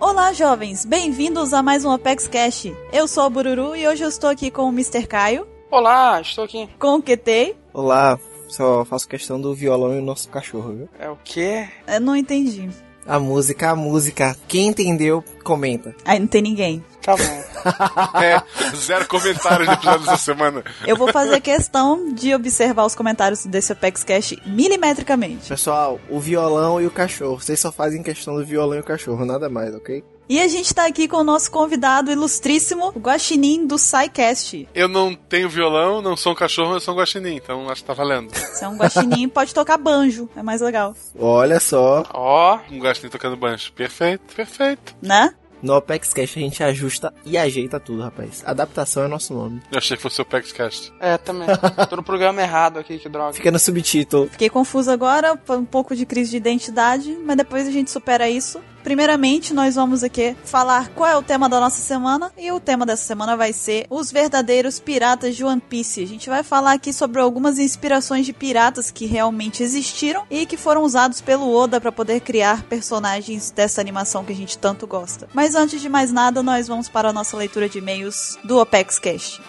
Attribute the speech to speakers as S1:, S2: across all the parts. S1: Olá, jovens! Bem-vindos a mais um Apex Cash. Eu sou o Bururu e hoje eu estou aqui com o Mr. Caio,
S2: Olá, estou aqui.
S1: com o QT.
S3: Olá, só faço questão do violão e o nosso cachorro, viu?
S2: É o quê?
S1: Eu não entendi.
S3: A música, a música. Quem entendeu, comenta.
S1: Aí não tem ninguém.
S2: Tá bom.
S4: É, zero comentários no episódio dessa semana.
S1: Eu vou fazer questão de observar os comentários desse Apex Cash milimetricamente.
S3: Pessoal, o violão e o cachorro. Vocês só fazem questão do violão e o cachorro, nada mais, ok?
S1: E a gente tá aqui com o nosso convidado ilustríssimo, o Guaxinim do SciCast.
S4: Eu não tenho violão, não sou um cachorro, eu sou um guaxinim, então acho que tá valendo.
S1: Se é um guaxinim, pode tocar banjo, é mais legal,
S3: Olha só,
S2: Ó,
S4: Um guaxinim tocando banjo. Perfeito, perfeito.
S1: né?
S3: no Apex Cash a gente ajusta e ajeita tudo, rapaz. Adaptação é nosso nome.
S4: Eu achei que fosse o Paxcast.
S2: é, também. Tô no programa errado aqui, que droga.
S3: Fica no subtítulo.
S1: Fiquei confuso agora, foi um pouco de crise de identidade, mas depois a gente supera isso. Primeiramente, nós vamos aqui falar qual é o tema da nossa semana, e o tema dessa semana vai ser os verdadeiros piratas de One Piece. A gente vai falar aqui sobre algumas inspirações de piratas que realmente existiram e que foram usados pelo Oda para poder criar personagens dessa animação que a gente tanto gosta. Mas antes de mais nada, nós vamos para a nossa leitura de e-mails do Opex Cash.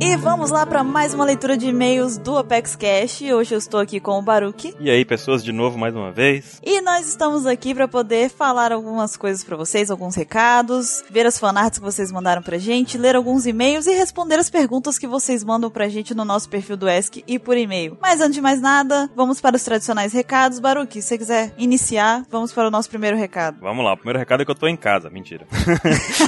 S1: E vamos lá para mais uma leitura de e-mails do Apex Cash. Hoje eu estou aqui com o Baruque.
S5: E aí, pessoas, de novo, mais uma vez.
S1: E nós estamos aqui para poder falar algumas coisas para vocês, alguns recados, ver as fanarts que vocês mandaram pra gente, ler alguns e-mails e responder as perguntas que vocês mandam pra gente no nosso perfil do ESC e por e-mail. Mas antes de mais nada, vamos para os tradicionais recados. Baruque, se você quiser iniciar, vamos para o nosso primeiro recado.
S5: Vamos lá, o primeiro recado é que eu tô em casa. Mentira.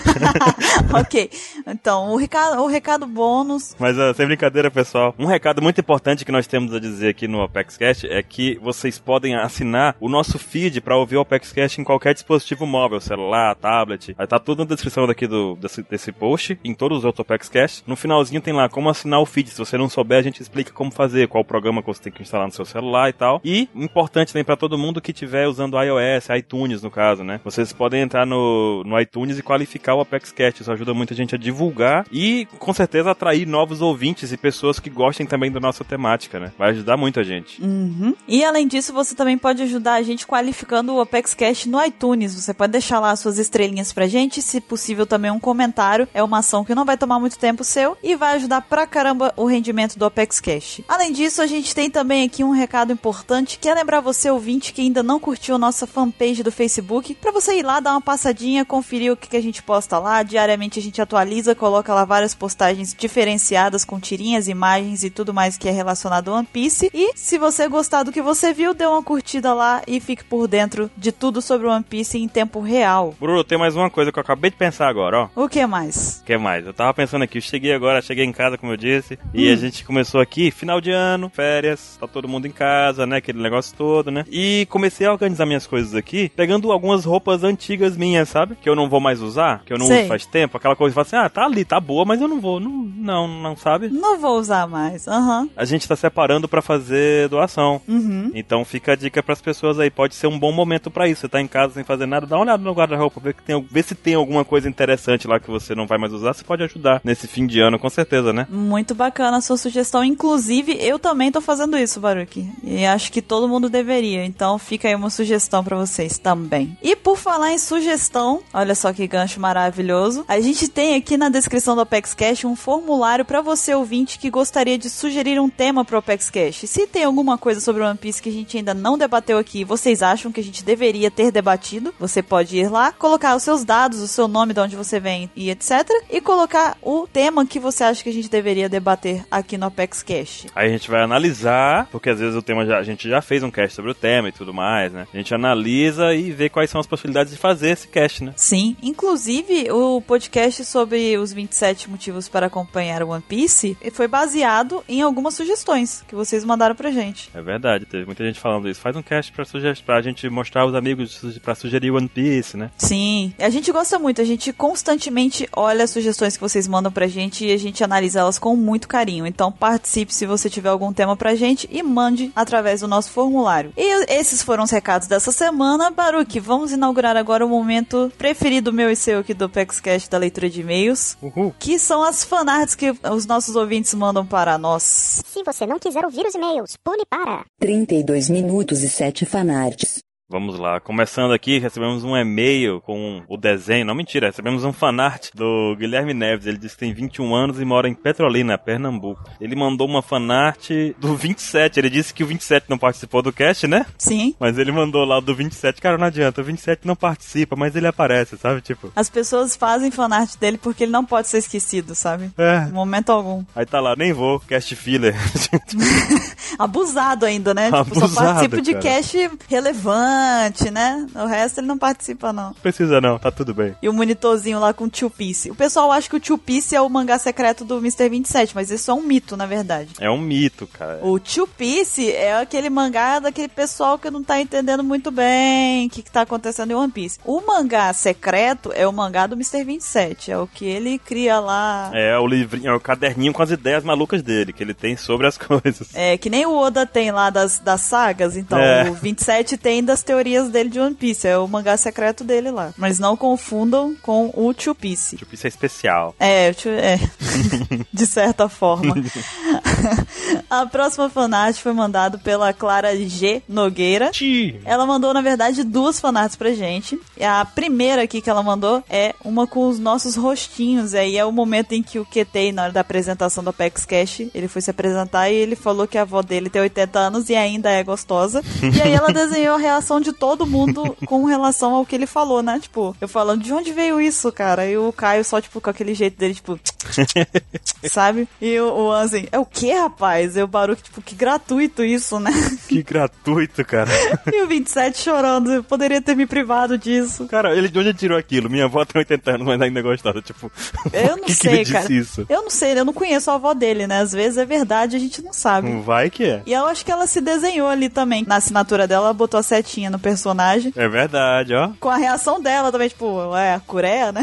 S1: ok. Então, o recado, o recado bônus
S5: Mas ah, sem brincadeira, pessoal. Um recado muito importante que nós temos a dizer aqui no ApexCast é que vocês podem assinar o nosso feed para ouvir o ApexCast em qualquer dispositivo móvel, celular, tablet. Aí tá tudo na descrição daqui do, desse, desse post, em todos os outros ApexCast. No finalzinho tem lá como assinar o feed. Se você não souber, a gente explica como fazer, qual programa que você tem que instalar no seu celular e tal. E, importante também para todo mundo que estiver usando iOS, iTunes no caso, né? Vocês podem entrar no, no iTunes e qualificar o ApexCast. Isso ajuda muita gente a divulgar e, com certeza, atrair novos ouvintes e pessoas que gostem também da nossa temática, né? Vai ajudar muita gente.
S1: Uhum. E além disso, você também pode ajudar a gente qualificando o Apex Cash no iTunes. Você pode deixar lá suas estrelinhas pra gente, se possível também um comentário. É uma ação que não vai tomar muito tempo seu e vai ajudar pra caramba o rendimento do Apex Cash. Além disso, a gente tem também aqui um recado importante que é lembrar você ouvinte que ainda não curtiu nossa fanpage do Facebook, pra você ir lá dar uma passadinha, conferir o que, que a gente posta lá. Diariamente a gente atualiza, coloca lá várias postagens diferenciadas com tirinhas, imagens e tudo mais que é relacionado ao One Piece. E se você gostar do que você viu, dê uma curtida lá e fique por dentro de tudo sobre o One Piece em tempo real.
S5: Bruno, tem mais uma coisa que eu acabei de pensar agora, ó.
S1: O que mais?
S5: O que mais? Eu tava pensando aqui, eu cheguei agora, cheguei em casa, como eu disse, e a gente começou aqui, final de ano, férias, tá todo mundo em casa, né? Aquele negócio todo, né? E comecei a organizar minhas coisas aqui, pegando algumas roupas antigas minhas, sabe? Que eu não vou mais usar, que eu não
S1: Sei.
S5: uso faz tempo, aquela coisa que fala assim, ah, tá ali, tá boa, mas eu não vou, não, não, não sabe?
S1: Não vou usar mais. Aham.
S5: A gente tá separando pra fazer doação.
S1: Uhum.
S5: Então fica a dica pras pessoas aí, pode ser um bom momento pra isso. Você tá em casa sem fazer nada, dá uma olhada no guarda-roupa, vê, que tem- vê se tem alguma coisa interessante lá que você não vai mais usar, você pode ajudar nesse fim de ano, com certeza, né?
S1: Muito bacana a sua sugestão. Inclusive, eu também tô fazendo isso, Baruki. E acho que todo mundo deveria. Então, fica aí uma sugestão pra vocês também. E por falar em sugestão, olha só que gancho maravilhoso. A gente tem aqui na descrição do Apex Cash um formulário pra você ouvinte que gostaria de sugerir um tema pro Apex Cash. Se tem alguma coisa sobre One Piece que a gente ainda não debateu aqui, e vocês acham que a gente deveria ter debatido, você pode ir lá, colocar os seus dados, o seu nome, de onde você vem e etc. E colocar o tema que você acha que a gente deveria debater aqui no Apex Cash.
S5: Aí a gente vai analisar, porque às vezes o tema já, a gente já fez um cast sobre o tema e tudo mais, né? A gente analisa e vê quais são as possibilidades de fazer esse cast, né?
S1: Sim, inclusive o podcast sobre os 27 motivos para acompanhar One Piece si. E foi baseado em algumas sugestões que vocês mandaram pra gente.
S5: É verdade, teve muita gente falando isso. Faz um cast pra, sugerir, pra gente mostrar os amigos su- pra sugerir One Piece, né?
S1: Sim, a gente gosta muito, a gente constantemente olha as sugestões que vocês mandam pra gente e a gente analisa elas com muito carinho. Então participe se você tiver algum tema pra gente e mande através do nosso formulário. E esses foram os recados dessa semana. Baruque, vamos inaugurar agora o momento preferido meu e seu aqui do PEXCast da leitura de e-mails,
S5: Uhul.
S1: que são as fanarts que os nossos ouvintes mandam para nós.
S6: Se você não quiser ouvir os e-mails, pule para.
S7: 32 minutos e 7 fanarts.
S5: Vamos lá, começando aqui, recebemos um e-mail com o desenho, não mentira, recebemos um fanart do Guilherme Neves, ele disse que tem 21 anos e mora em Petrolina, Pernambuco. Ele mandou uma fanart do 27, ele disse que o 27 não participou do cast, né?
S1: Sim.
S5: Mas ele mandou lá do 27, cara, não adianta, o 27 não participa, mas ele aparece, sabe, tipo...
S1: As pessoas fazem fanart dele porque ele não pode ser esquecido, sabe?
S5: É,
S1: Em momento algum.
S5: aí tá lá, nem vou, cast filler.
S1: Abusado ainda, né? tipo,
S5: Abusado,
S1: só participa de
S5: cara.
S1: cast relevante, né? O resto ele não participa, não.
S5: Precisa não, tá tudo bem.
S1: E o monitorzinho lá com o Tio Piece. O pessoal acha que o Tio Piece é o mangá secreto do Mr. 27, mas isso é um mito, na verdade.
S5: É um mito, cara.
S1: O Tio Piece é aquele mangá daquele pessoal que não tá entendendo muito bem o que, que tá acontecendo em One Piece. O mangá secreto é o mangá do Mr. 27. É o que ele cria lá.
S5: É o livrinho, é o caderninho com as ideias malucas dele, que ele tem sobre as coisas.
S1: É, que nem o Oda tem lá das, das sagas, então
S5: É.
S1: o 27 tem das teorias dele de One Piece, é o mangá secreto dele lá. Mas não confundam com o Two Piece.
S5: Tipo, isso é especial.
S1: É, o Two- é. de certa forma. A próxima fanart foi mandada pela Clara G. Nogueira. Ela mandou, na verdade, duas fanarts pra gente. E a primeira aqui que ela mandou é uma com os nossos rostinhos. Aí é o momento em que o QT, na hora da apresentação do Apex Cash, ele foi se apresentar e ele falou que a avó dele tem 80 anos e ainda é gostosa. E aí ela desenhou a reação de todo mundo com relação ao que ele falou, né? Tipo, eu falando, de onde veio isso, cara? E o Caio só, tipo, com aquele jeito dele, tipo, sabe? E o, o Ansem, é o que, rapaz? E o Baruch, tipo, que gratuito isso, né?
S5: Que gratuito, cara.
S1: E o 27 chorando, eu poderia ter me privado disso.
S5: Cara, ele de onde tirou aquilo? Minha avó tem 80 anos, mas ainda é gostosa. Tipo,
S1: Eu não
S5: que que
S1: sei,
S5: ele disse
S1: cara.
S5: isso?
S1: Eu não sei, né? eu não conheço a avó dele, né? Às vezes é verdade, a gente não sabe.
S5: Vai que é.
S1: E eu acho que ela se desenhou ali também. Na assinatura dela, ela botou a setinha no personagem.
S5: É verdade, ó.
S1: Com a reação dela também, tipo, é a Coreia, né?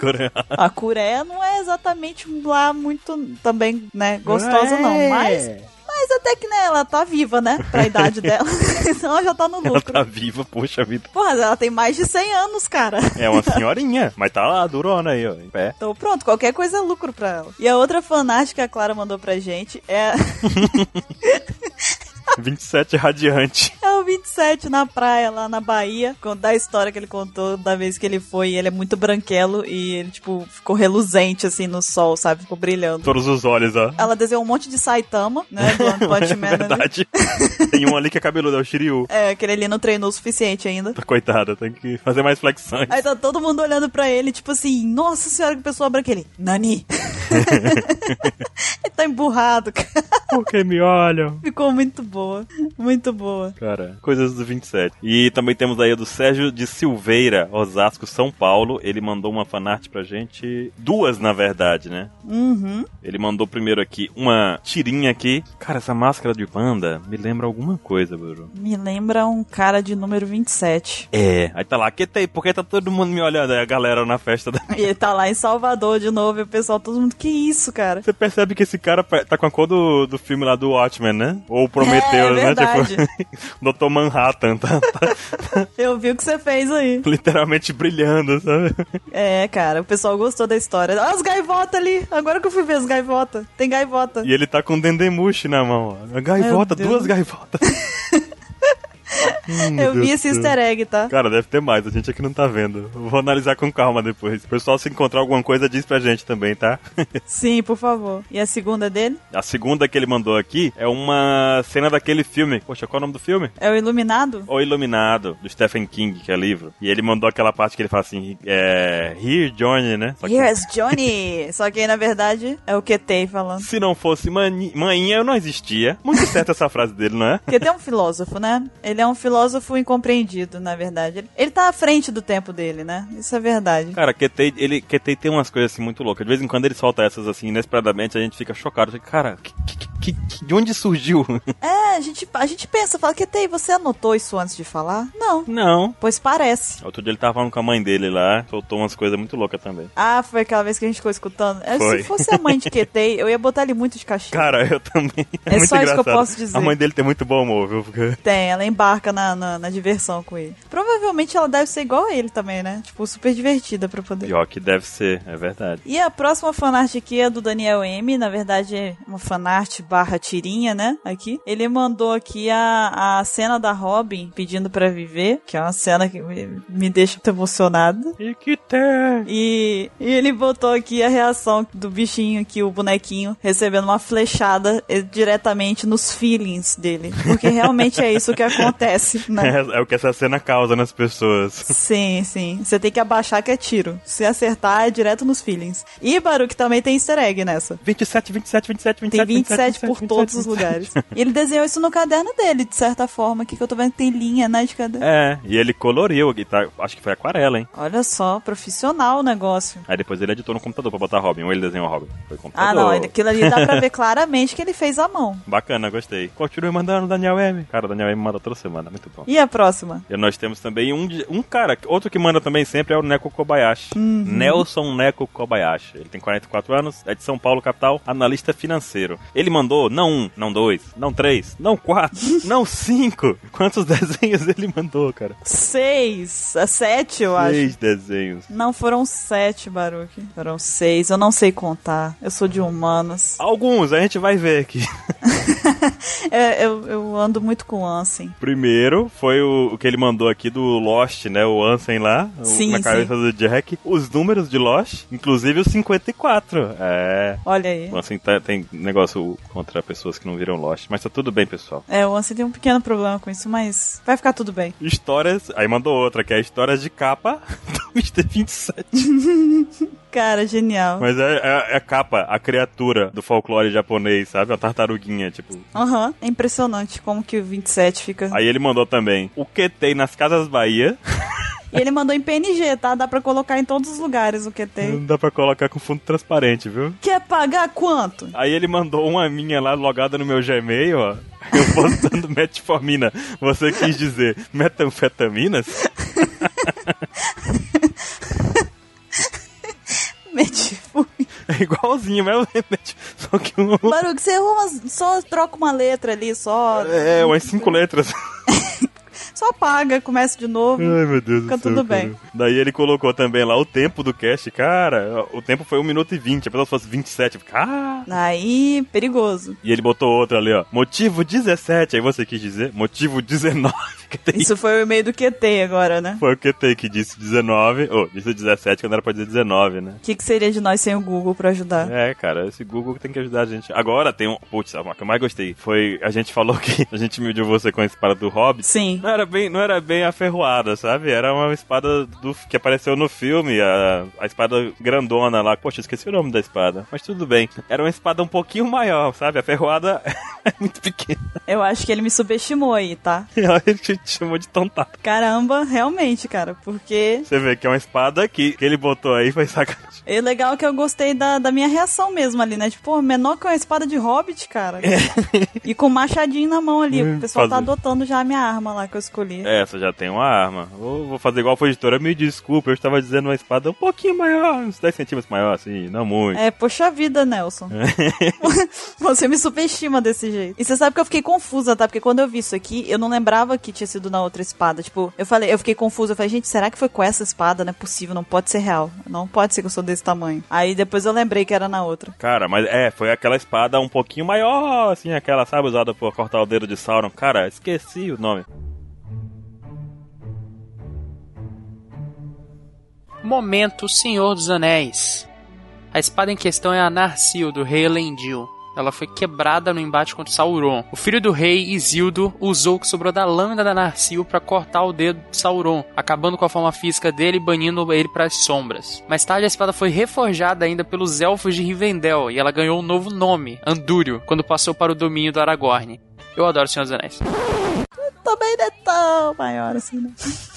S5: Coreano.
S1: A Coreia não é exatamente lá muito também, né, gostosa,
S5: É.
S1: não. Mas, mas até que, né, ela tá viva, né? Pra idade dela. então ela já tá no
S5: Ela
S1: lucro.
S5: tá viva, poxa vida.
S1: Porra, ela tem mais de 100 anos, cara.
S5: É uma senhorinha, mas tá lá, durona aí, ó, em pé.
S1: Então pronto, qualquer coisa é lucro pra ela. E a outra fanart que a Clara mandou pra gente é,
S5: 27 radiante.
S1: é o 27 na praia, lá na Bahia. Contar a história que ele contou da vez que ele foi. E ele é muito branquelo e ele, tipo, ficou reluzente, assim, no sol, sabe? Ficou brilhando.
S5: Todos os olhos, ó.
S1: Ela desenhou um monte de Saitama, né? Do One Punch Man.
S5: É
S1: ali.
S5: verdade. Tem um ali que é cabeludo, é o Shiryu.
S1: É, aquele ali não treinou o suficiente ainda.
S5: Tá coitado, tem que fazer mais flexões.
S1: Aí tá todo mundo olhando pra ele, tipo assim, nossa senhora, que pessoa branca. Ele, Nani. ele tá emburrado, cara.
S5: Por que me olham?
S1: Ficou muito boa. Muito boa.
S5: Cara, coisas do 27. E também temos aí a do Sérgio de Silveira, Osasco, São Paulo. Ele mandou uma fanart pra gente. Duas, na verdade, né?
S1: Uhum.
S5: Ele mandou primeiro aqui uma tirinha aqui. Cara, essa máscara de panda me lembra alguma coisa, Bruno.
S1: Me lembra um cara de número 27.
S5: É. Aí tá lá, que tem? Por que tá todo mundo me olhando? Aí a galera na festa da...
S1: E ele tá lá em Salvador de novo, e o pessoal, todo mundo, que isso, cara?
S5: Você percebe que esse cara pa- tá com a cor do, do filme lá do Watchmen, né? Ou
S1: É,
S5: Prometheus, né?
S1: verdade.
S5: Tipo, Dr. Manhattan, tá, tá
S1: Eu vi o que você fez aí.
S5: literalmente brilhando, sabe?
S1: É, cara, o pessoal gostou da história. Olha as gaivotas ali, agora que eu fui ver as gaivotas. Tem gaivota.
S5: E ele tá com um dendemushi na mão. ó. A gaivota,
S1: Meu Deus.
S5: duas gaivotas. Hum, meu
S1: Eu vi
S5: Deus
S1: esse
S5: do céu.
S1: easter egg, tá?
S5: Cara, deve ter mais, a gente aqui não tá vendo. Eu Vou analisar com calma depois. O pessoal, se encontrar alguma coisa, diz pra gente também, tá?
S1: Sim, por favor. E a segunda dele
S5: A segunda que ele mandou aqui é uma cena daquele filme. Poxa, qual é o nome do filme?
S1: é o Iluminado?
S5: O Iluminado, do Stephen King, que é livro. E ele mandou aquela parte que ele fala assim, é... Here, Johnny, né? Só que-
S1: Yes, Johnny! Só que aí, na verdade, é o QT falando.
S5: Se não fosse mani- manhinha, eu não existia. Muito certa essa frase dele, não é?
S1: Porque tem um filósofo, né? Ele é um filósofo incompreendido, na verdade. Ele, ele tá à frente do tempo dele, né? Isso é verdade.
S5: Cara, QT, ele, QT tem umas coisas assim muito loucas. De vez em quando ele solta essas assim, inesperadamente, a gente fica chocado. Fica, cara, que- que- que- que- de onde surgiu?
S1: É, a gente, a gente pensa, fala, Ketei, você anotou isso antes de falar? Não.
S5: Não.
S1: Pois parece.
S5: Outro dia ele tava falando com a mãe dele lá, soltou umas coisas muito loucas também.
S1: Ah, foi aquela vez que a gente ficou escutando. É,
S5: Foi.
S1: Se fosse a mãe de Ketei, eu ia botar ele muito de castigo.
S5: Cara, eu também.
S1: É
S5: muito
S1: só isso que eu
S5: engraçado.
S1: posso dizer.
S5: A mãe dele tem muito bom humor, viu? Porque
S1: Tem, ela embarca na, na, na diversão com ele. Provavelmente ela deve ser igual a ele também, né? Tipo, super divertida pra poder.
S5: pior que deve ser, é verdade.
S1: E a próxima fanart aqui é do Daniel M, na verdade é uma fanart barra tirinha, né? Aqui. Ele mandou aqui a, a cena da Robin pedindo pra viver, que é uma cena que me, me deixa muito emocionada.
S5: E que tem?
S1: E, e ele botou aqui a reação do bichinho aqui, o bonequinho, recebendo uma flechada eh, diretamente nos feelings dele. Porque realmente é isso que acontece, né?
S5: É, é o que essa cena causa nas pessoas.
S1: Sim, sim. Você tem que abaixar que é tiro. Se acertar, é direto nos feelings. E Baruch também tem easter egg nessa.
S5: 27, 27, 27, 27.
S1: Tem 27 por todos os lugares. E ele desenhou isso no caderno dele, de certa forma, aqui que eu tô vendo que tem linha, né, de caderno.
S5: É, e ele coloriu a guitarra, acho que foi aquarela, hein?
S1: Olha só, profissional o negócio.
S5: Aí depois ele editou no computador pra botar Robin, ou ele desenhou Robin. Foi computador.
S1: Ah, não, ele- aquilo ali dá pra ver claramente que ele fez à mão.
S5: Bacana, gostei. Continue mandando, Daniel M. Cara, o Daniel M manda toda semana, muito bom.
S1: E a próxima?
S5: E nós temos também um, de- um cara, outro que manda também sempre é o Neko Kobayashi.
S1: Uhum.
S5: Nelson Neko Kobayashi. Ele tem 44 anos, é de São Paulo, capital, analista financeiro. Ele mandou não um, não dois, não três, não quatro, não cinco. Quantos desenhos ele mandou, cara?
S1: Seis. É sete, eu acho.
S5: Seis desenhos.
S1: Não, foram sete, Baruch. Foram seis. Eu não sei contar. Eu sou de humanas.
S5: Alguns, a gente vai ver aqui.
S1: É, eu, eu ando muito com Ansem.
S5: Primeiro foi o, o que ele mandou aqui do Lost, né? O Ansem lá, o-
S1: Sim,
S5: na cabeça do Jack. Os números de Lost, inclusive os 54. É.
S1: Olha aí.
S5: O Ansem tá- tem negócio contra pessoas que não viram Lost, mas tá tudo bem, pessoal.
S1: É, o Ansem tem um pequeno problema com isso, mas vai ficar tudo bem.
S5: Histórias. Aí mandou outra, que é histórias de capa do Mr. 27.
S1: Cara, genial.
S5: Mas é, é- é a capa, a criatura do folclore japonês, sabe? É Uma tartaruguinha, tipo.
S1: Aham, é impressionante como que o 27 fica.
S5: Aí ele mandou também o QT nas Casas Bahia.
S1: E ele mandou em PNG, tá? Dá pra colocar em todos os lugares o QT.
S5: Não dá pra colocar com fundo transparente, viu?
S1: Quer pagar quanto?
S5: Aí ele mandou uma minha lá logada no meu Gmail, ó. Eu postando metformina. Você quis dizer metanfetaminas?
S1: Metifui.
S5: É igualzinho, mas é met- só que um.
S1: Baruque, você errou umas- só troca uma letra ali, só,
S5: É, umas cinco letras.
S1: só paga, começa de novo.
S5: Ai, meu Deus
S1: Fica
S5: do céu.
S1: tudo
S5: cara.
S1: bem.
S5: Daí ele colocou também lá o tempo do cast. Cara, o tempo foi 1 minuto e 20. A pessoa fosse 27. eu fico, Ah!
S1: Aí, perigoso.
S5: E ele botou outro ali, ó. Motivo 17. Aí você quis dizer motivo 19. Que tem
S1: Isso foi o e-mail do QT agora, né?
S5: Foi o que tem que disse 19. Ou, disse 17, quando era pra dizer 19, né?
S1: O que, que seria de nós sem o Google pra ajudar?
S5: É, cara, esse Google tem que ajudar a gente. Agora tem um. Putz, a que eu mais gostei foi. A gente falou que a gente mediu você com a espada do Hobbit.
S1: Sim.
S5: Não era bem, não era bem aferroada, sabe? Era uma espada do, que apareceu no filme, a, a espada grandona lá. Poxa, esqueci o nome da espada, mas tudo bem. Era uma espada um pouquinho maior, sabe? A ferroada é muito pequena.
S1: Eu acho que ele me subestimou aí, tá?
S5: A gente chamou de tontada.
S1: Caramba, realmente, cara, porque
S5: Você vê que é uma espada que, que ele botou aí foi sacanagem.
S1: é legal que eu gostei da, da minha reação mesmo ali, né? Tipo, pô, menor que uma espada de hobbit, cara. e com um machadinho na mão ali. O pessoal tá
S5: Fazer.
S1: adotando já a minha arma lá que eu escolhi.
S5: Essa É, já tem uma arma. Vou, vou fazer igual a editora. Me desculpa, eu estava dizendo uma espada um pouquinho maior, uns 10 centímetros maior, assim, não muito.
S1: É, poxa vida, Nelson. você me subestima desse jeito. E você sabe que eu fiquei confusa, tá? Porque quando eu vi isso aqui, eu não lembrava que tinha sido na outra espada. Tipo, eu falei, eu fiquei confusa. Eu falei, gente, será que foi com essa espada? Não é possível, não pode ser real. Não pode ser que eu sou desse tamanho. Aí depois eu lembrei que era na outra.
S5: Cara, mas é, foi aquela espada um pouquinho maior, assim, aquela, sabe, usada por cortar o dedo de Sauron. Cara, esqueci o nome.
S2: Momento Senhor dos Anéis. A espada em questão é a Narsil, do rei Elendil. Ela foi quebrada no embate contra Sauron. O filho do rei, Isildo, usou o que sobrou da lâmina da Narsil para cortar o dedo de Sauron, acabando com a forma física dele e banindo ele para as sombras. Mais tarde, a espada foi reforjada ainda pelos elfos de Rivendell e ela ganhou um novo nome, Andúrio, quando passou para o domínio do Aragorn. Eu adoro Senhor dos Anéis.
S1: também não é tão maior assim, né?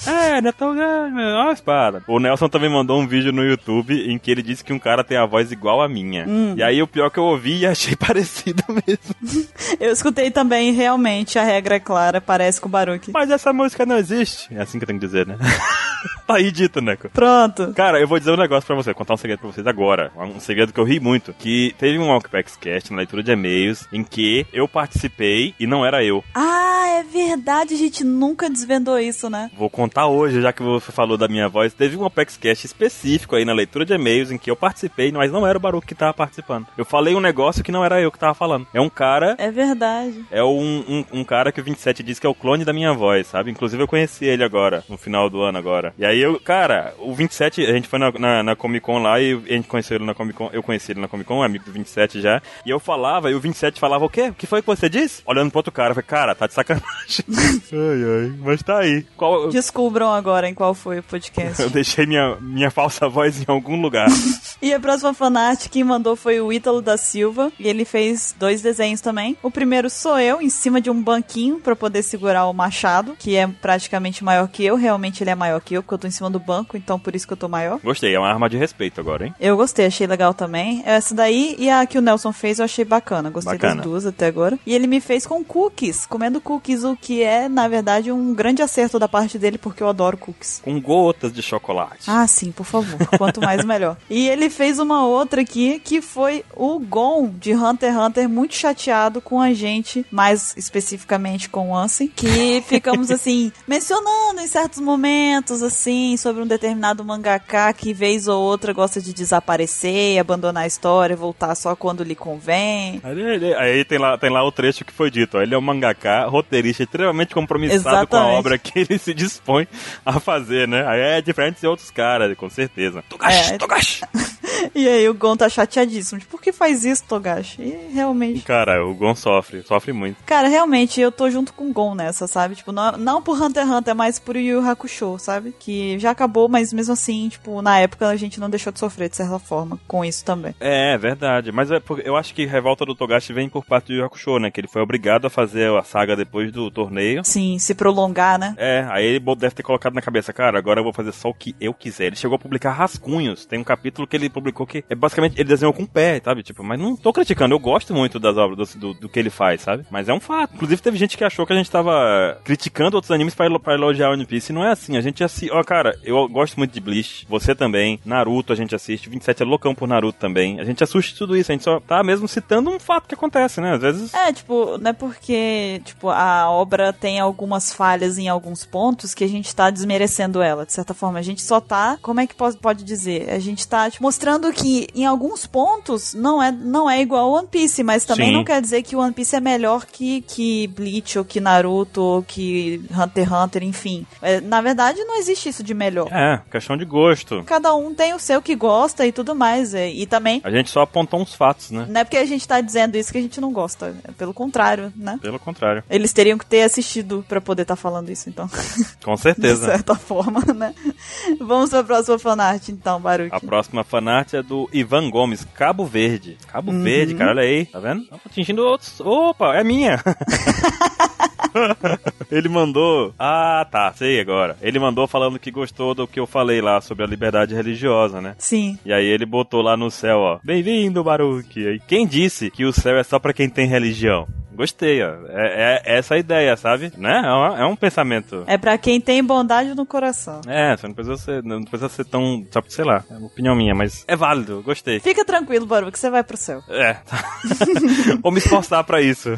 S5: É, Netão Gama, ó a espada. O Nelson também mandou um vídeo no YouTube em que ele disse que um cara tem a voz igual à minha. E aí o pior é que eu ouvi e achei parecido mesmo.
S1: Eu escutei também, realmente, a regra é clara, parece com o Baruque.
S5: Mas essa música não existe. É assim que eu tenho que dizer, né? tá aí dito, Neco.
S1: Pronto.
S5: Cara, eu vou dizer um negócio pra você, contar um segredo pra vocês agora. Um segredo que eu ri muito. Que teve um Walkbacks Cast na leitura de e-mails em que eu participei e não era eu.
S1: Ah, é verdade, a gente nunca desvendou isso, né?
S5: Vou contar hoje, já que você falou da minha voz. Teve um Apex Cast específico aí na leitura de e-mails em que eu participei, mas não era o Baruch que tava participando. Eu falei um negócio que não era eu que tava falando. É um cara.
S1: É verdade.
S5: É um, um, um cara que o 27 diz que é o clone da minha voz, sabe? Inclusive eu conheci ele agora, no final do ano agora. E aí eu, cara, o 27, a gente foi na, na, na Comic Con lá e a gente conheceu ele na Comic Con. Eu conheci ele na Comic Con, é amigo do 27 já. E eu falava, e o 27 falava o quê? O que foi que você disse? Olhando pro outro cara, eu falei, cara, tá de sacanagem. ai, ai, mas tá aí. Qual,
S1: Descubram agora em qual foi o podcast.
S5: Eu deixei minha, minha falsa voz em algum lugar.
S1: E a próxima fanart que mandou foi o Ítalo da Silva. E ele fez dois desenhos também. O primeiro sou eu, em cima de um banquinho, pra poder segurar o machado, que é praticamente maior que eu. Realmente ele é maior que eu, porque eu tô em cima do banco, então por isso que eu tô maior.
S5: Gostei, é uma arma de respeito agora, hein?
S1: Eu gostei, achei legal também. Essa daí e a que o Nelson fez eu achei bacana. Gostei
S5: Bacana.
S1: das duas até agora. E ele me fez com cookies, comendo cookies, o que é, na verdade, um grande acerto da parte dele, porque eu adoro cookies.
S5: Com gotas de chocolate.
S1: Ah, sim, por favor. Quanto mais, melhor. E ele fez uma outra aqui, que foi o Gon de Hunter x Hunter, muito chateado com a gente, mais especificamente com o Ansem, que ficamos, assim, mencionando em certos momentos, assim, sobre um determinado mangaká que, vez ou outra, gosta de desaparecer e abandonar a história, voltar só quando lhe convém.
S5: Aí, ele- aí tem, lá, tem lá o trecho que foi dito. ó. Ele é um mangaká, roteirista, extremamente compromissado com a
S1: Exatamente.
S5: obra que ele se dispõe a fazer, né? Aí é diferente de outros caras, com certeza. Togashi,
S1: É.
S5: Togashi!
S1: E aí o Gon tá chateadíssimo. Tipo, por que faz isso, Togashi? E realmente.
S5: Cara, o Gon sofre, sofre muito.
S1: Cara, realmente, eu tô junto com o Gon nessa, sabe? Tipo, não, não por Hunter x Hunter, mas por Yu Yu Hakusho, sabe? Que já acabou, mas mesmo assim, tipo, na época a gente não deixou de sofrer, de certa forma, com isso também.
S5: É, é verdade. Mas é porque- eu acho que a revolta do Togashi vem por parte do Yu Hakusho, né? Que ele foi obrigado a fazer a saga depois do torneio.
S1: Sim, Assim, se prolongar, né?
S5: É, aí ele bo- deve ter colocado na cabeça, cara, agora eu vou fazer só o que eu quiser. Ele chegou a publicar rascunhos. Tem um capítulo que ele publicou que é basicamente ele desenhou com o pé, sabe? Tipo, mas não tô criticando, eu gosto muito das obras do, do, do que ele faz, sabe? Mas é um fato. Inclusive, teve gente que achou que a gente tava criticando outros animes pra, elo- pra elogiar One Piece. E Não é assim, a gente assim, ó, cara, eu gosto muito de Bleach, você também, Naruto a gente assiste, 27 é loucão por Naruto também. A gente assiste tudo isso, a gente só tá mesmo citando um fato que acontece, né? Às vezes.
S1: É, tipo, não é porque, tipo, a obra tem algumas falhas em alguns pontos que a gente tá desmerecendo ela, de certa forma. A gente só tá, como é que pode, pode dizer? A gente tá tipo, mostrando que em alguns pontos não é, não é igual ao One Piece, mas também
S5: Sim.
S1: não quer dizer que o One Piece é melhor que, que Bleach, ou que Naruto, ou que Hunter x Hunter, enfim. É, na verdade, não existe isso de melhor.
S5: É, questão de gosto.
S1: Cada um tem o seu que gosta e tudo mais. é, e também,
S5: A gente só apontou uns fatos, né?
S1: não é porque a gente tá dizendo isso que a gente não gosta. É pelo contrário, né?
S5: Pelo contrário.
S1: Eles teriam que ter assistido pra poder estar falando isso, então.
S5: Com
S1: De
S5: certeza.
S1: certa forma, né? Vamos pra próxima fanart, então, Baruch.
S5: A próxima fanart é do Ivan Gomes, Cabo Verde. Cabo Verde, cara, olha aí. Tá vendo? Tá atingindo outros. Opa, é minha. Ele mandou. Ah, tá, sei agora. Ele mandou falando que gostou do que eu falei lá sobre a liberdade religiosa, né?
S1: Sim.
S5: E aí ele botou lá no céu, ó. Bem-vindo, Baruque. Aí quem disse que o céu é só pra quem tem religião? Gostei, ó. É, é essa a ideia, sabe? Né? É, uma- é um pensamento.
S1: É pra quem tem bondade no coração.
S5: É, você não precisa ser, não precisa ser tão. Só sei lá, é uma opinião minha, mas é válido, gostei.
S1: Fica tranquilo, Baruch, você vai pro céu.
S5: É. tá. Vou me esforçar pra isso.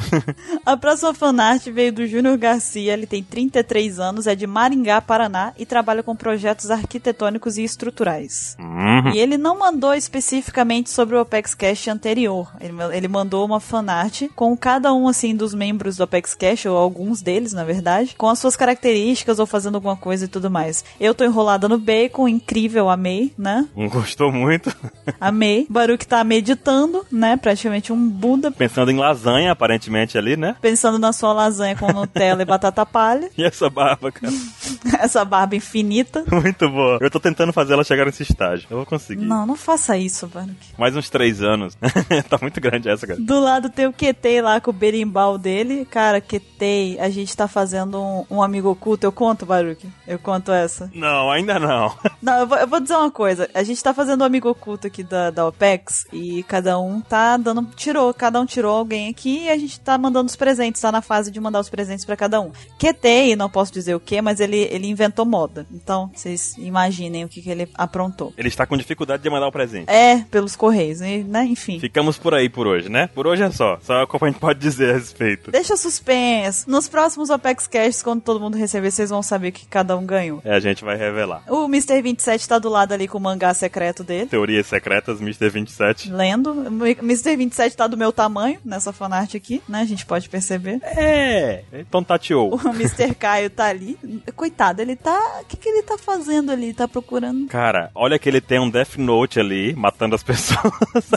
S1: A próxima fanart veio do Júnior Garcia, ele tem 33 anos, é de Maringá, Paraná e trabalha com projetos arquitetônicos e estruturais.
S5: Uhum.
S1: E ele não mandou especificamente sobre o Apex Cash anterior. Ele, ele mandou uma fanart com cada um, assim, dos membros do Apex Cash, ou alguns deles, na verdade, com as suas características ou fazendo alguma coisa e tudo mais. Eu tô enrolada no bacon, incrível, amei, né?
S5: Gostou muito.
S1: Amei. Baruch tá meditando, né? Praticamente um Buda.
S5: Pensando em lasanha, aparentemente, ali, né?
S1: Pensando na sua lasanha com Nutella e batata palha.
S5: E essa barba, cara?
S1: Essa barba infinita.
S5: Muito boa. Eu tô tentando fazer ela chegar nesse estágio. Eu vou conseguir.
S1: Não, não faça isso, Varuk.
S5: Mais uns três anos. tá muito grande essa, cara.
S1: Do lado tem o Ketei lá com o berimbau dele. Cara, Ketei, a gente tá fazendo um, um amigo oculto. Eu conto, Varuk? Eu conto essa.
S5: Não, ainda não.
S1: Não, eu vou, eu vou dizer uma coisa. A gente tá fazendo um amigo oculto aqui da, da OPEX e cada um tá dando. Tirou, cada um tirou alguém aqui e a gente tá mandando os presentes. Tá na fase de mandar os presentes pra cada um. Ketei, não posso dizer o que, mas ele, ele inventou moda. Então, vocês imaginem o que, que ele aprontou.
S5: Ele está com dificuldade de mandar o presente.
S1: É, pelos correios, e, né? Enfim.
S5: Ficamos por aí por hoje, né? Por hoje é só. Só é o que a gente pode dizer a respeito.
S1: Deixa suspense. Nos próximos OPEX Casts, quando todo mundo receber, vocês vão saber o que cada um ganhou.
S5: É, a gente vai revelar.
S1: O Mr. 27 tá do lado ali com o mangá secreto dele.
S5: Teorias secretas, Mr. 27.
S1: Lendo. O Mr. 27 tá do meu tamanho nessa fanart aqui, né? A gente pode perceber.
S5: É, então tateou.
S1: O Mr. Caio tá ali. Coitado, ele tá. O que, que ele tá fazendo ali? Tá procurando.
S5: Cara, olha que ele tem um Death Note ali, matando as pessoas.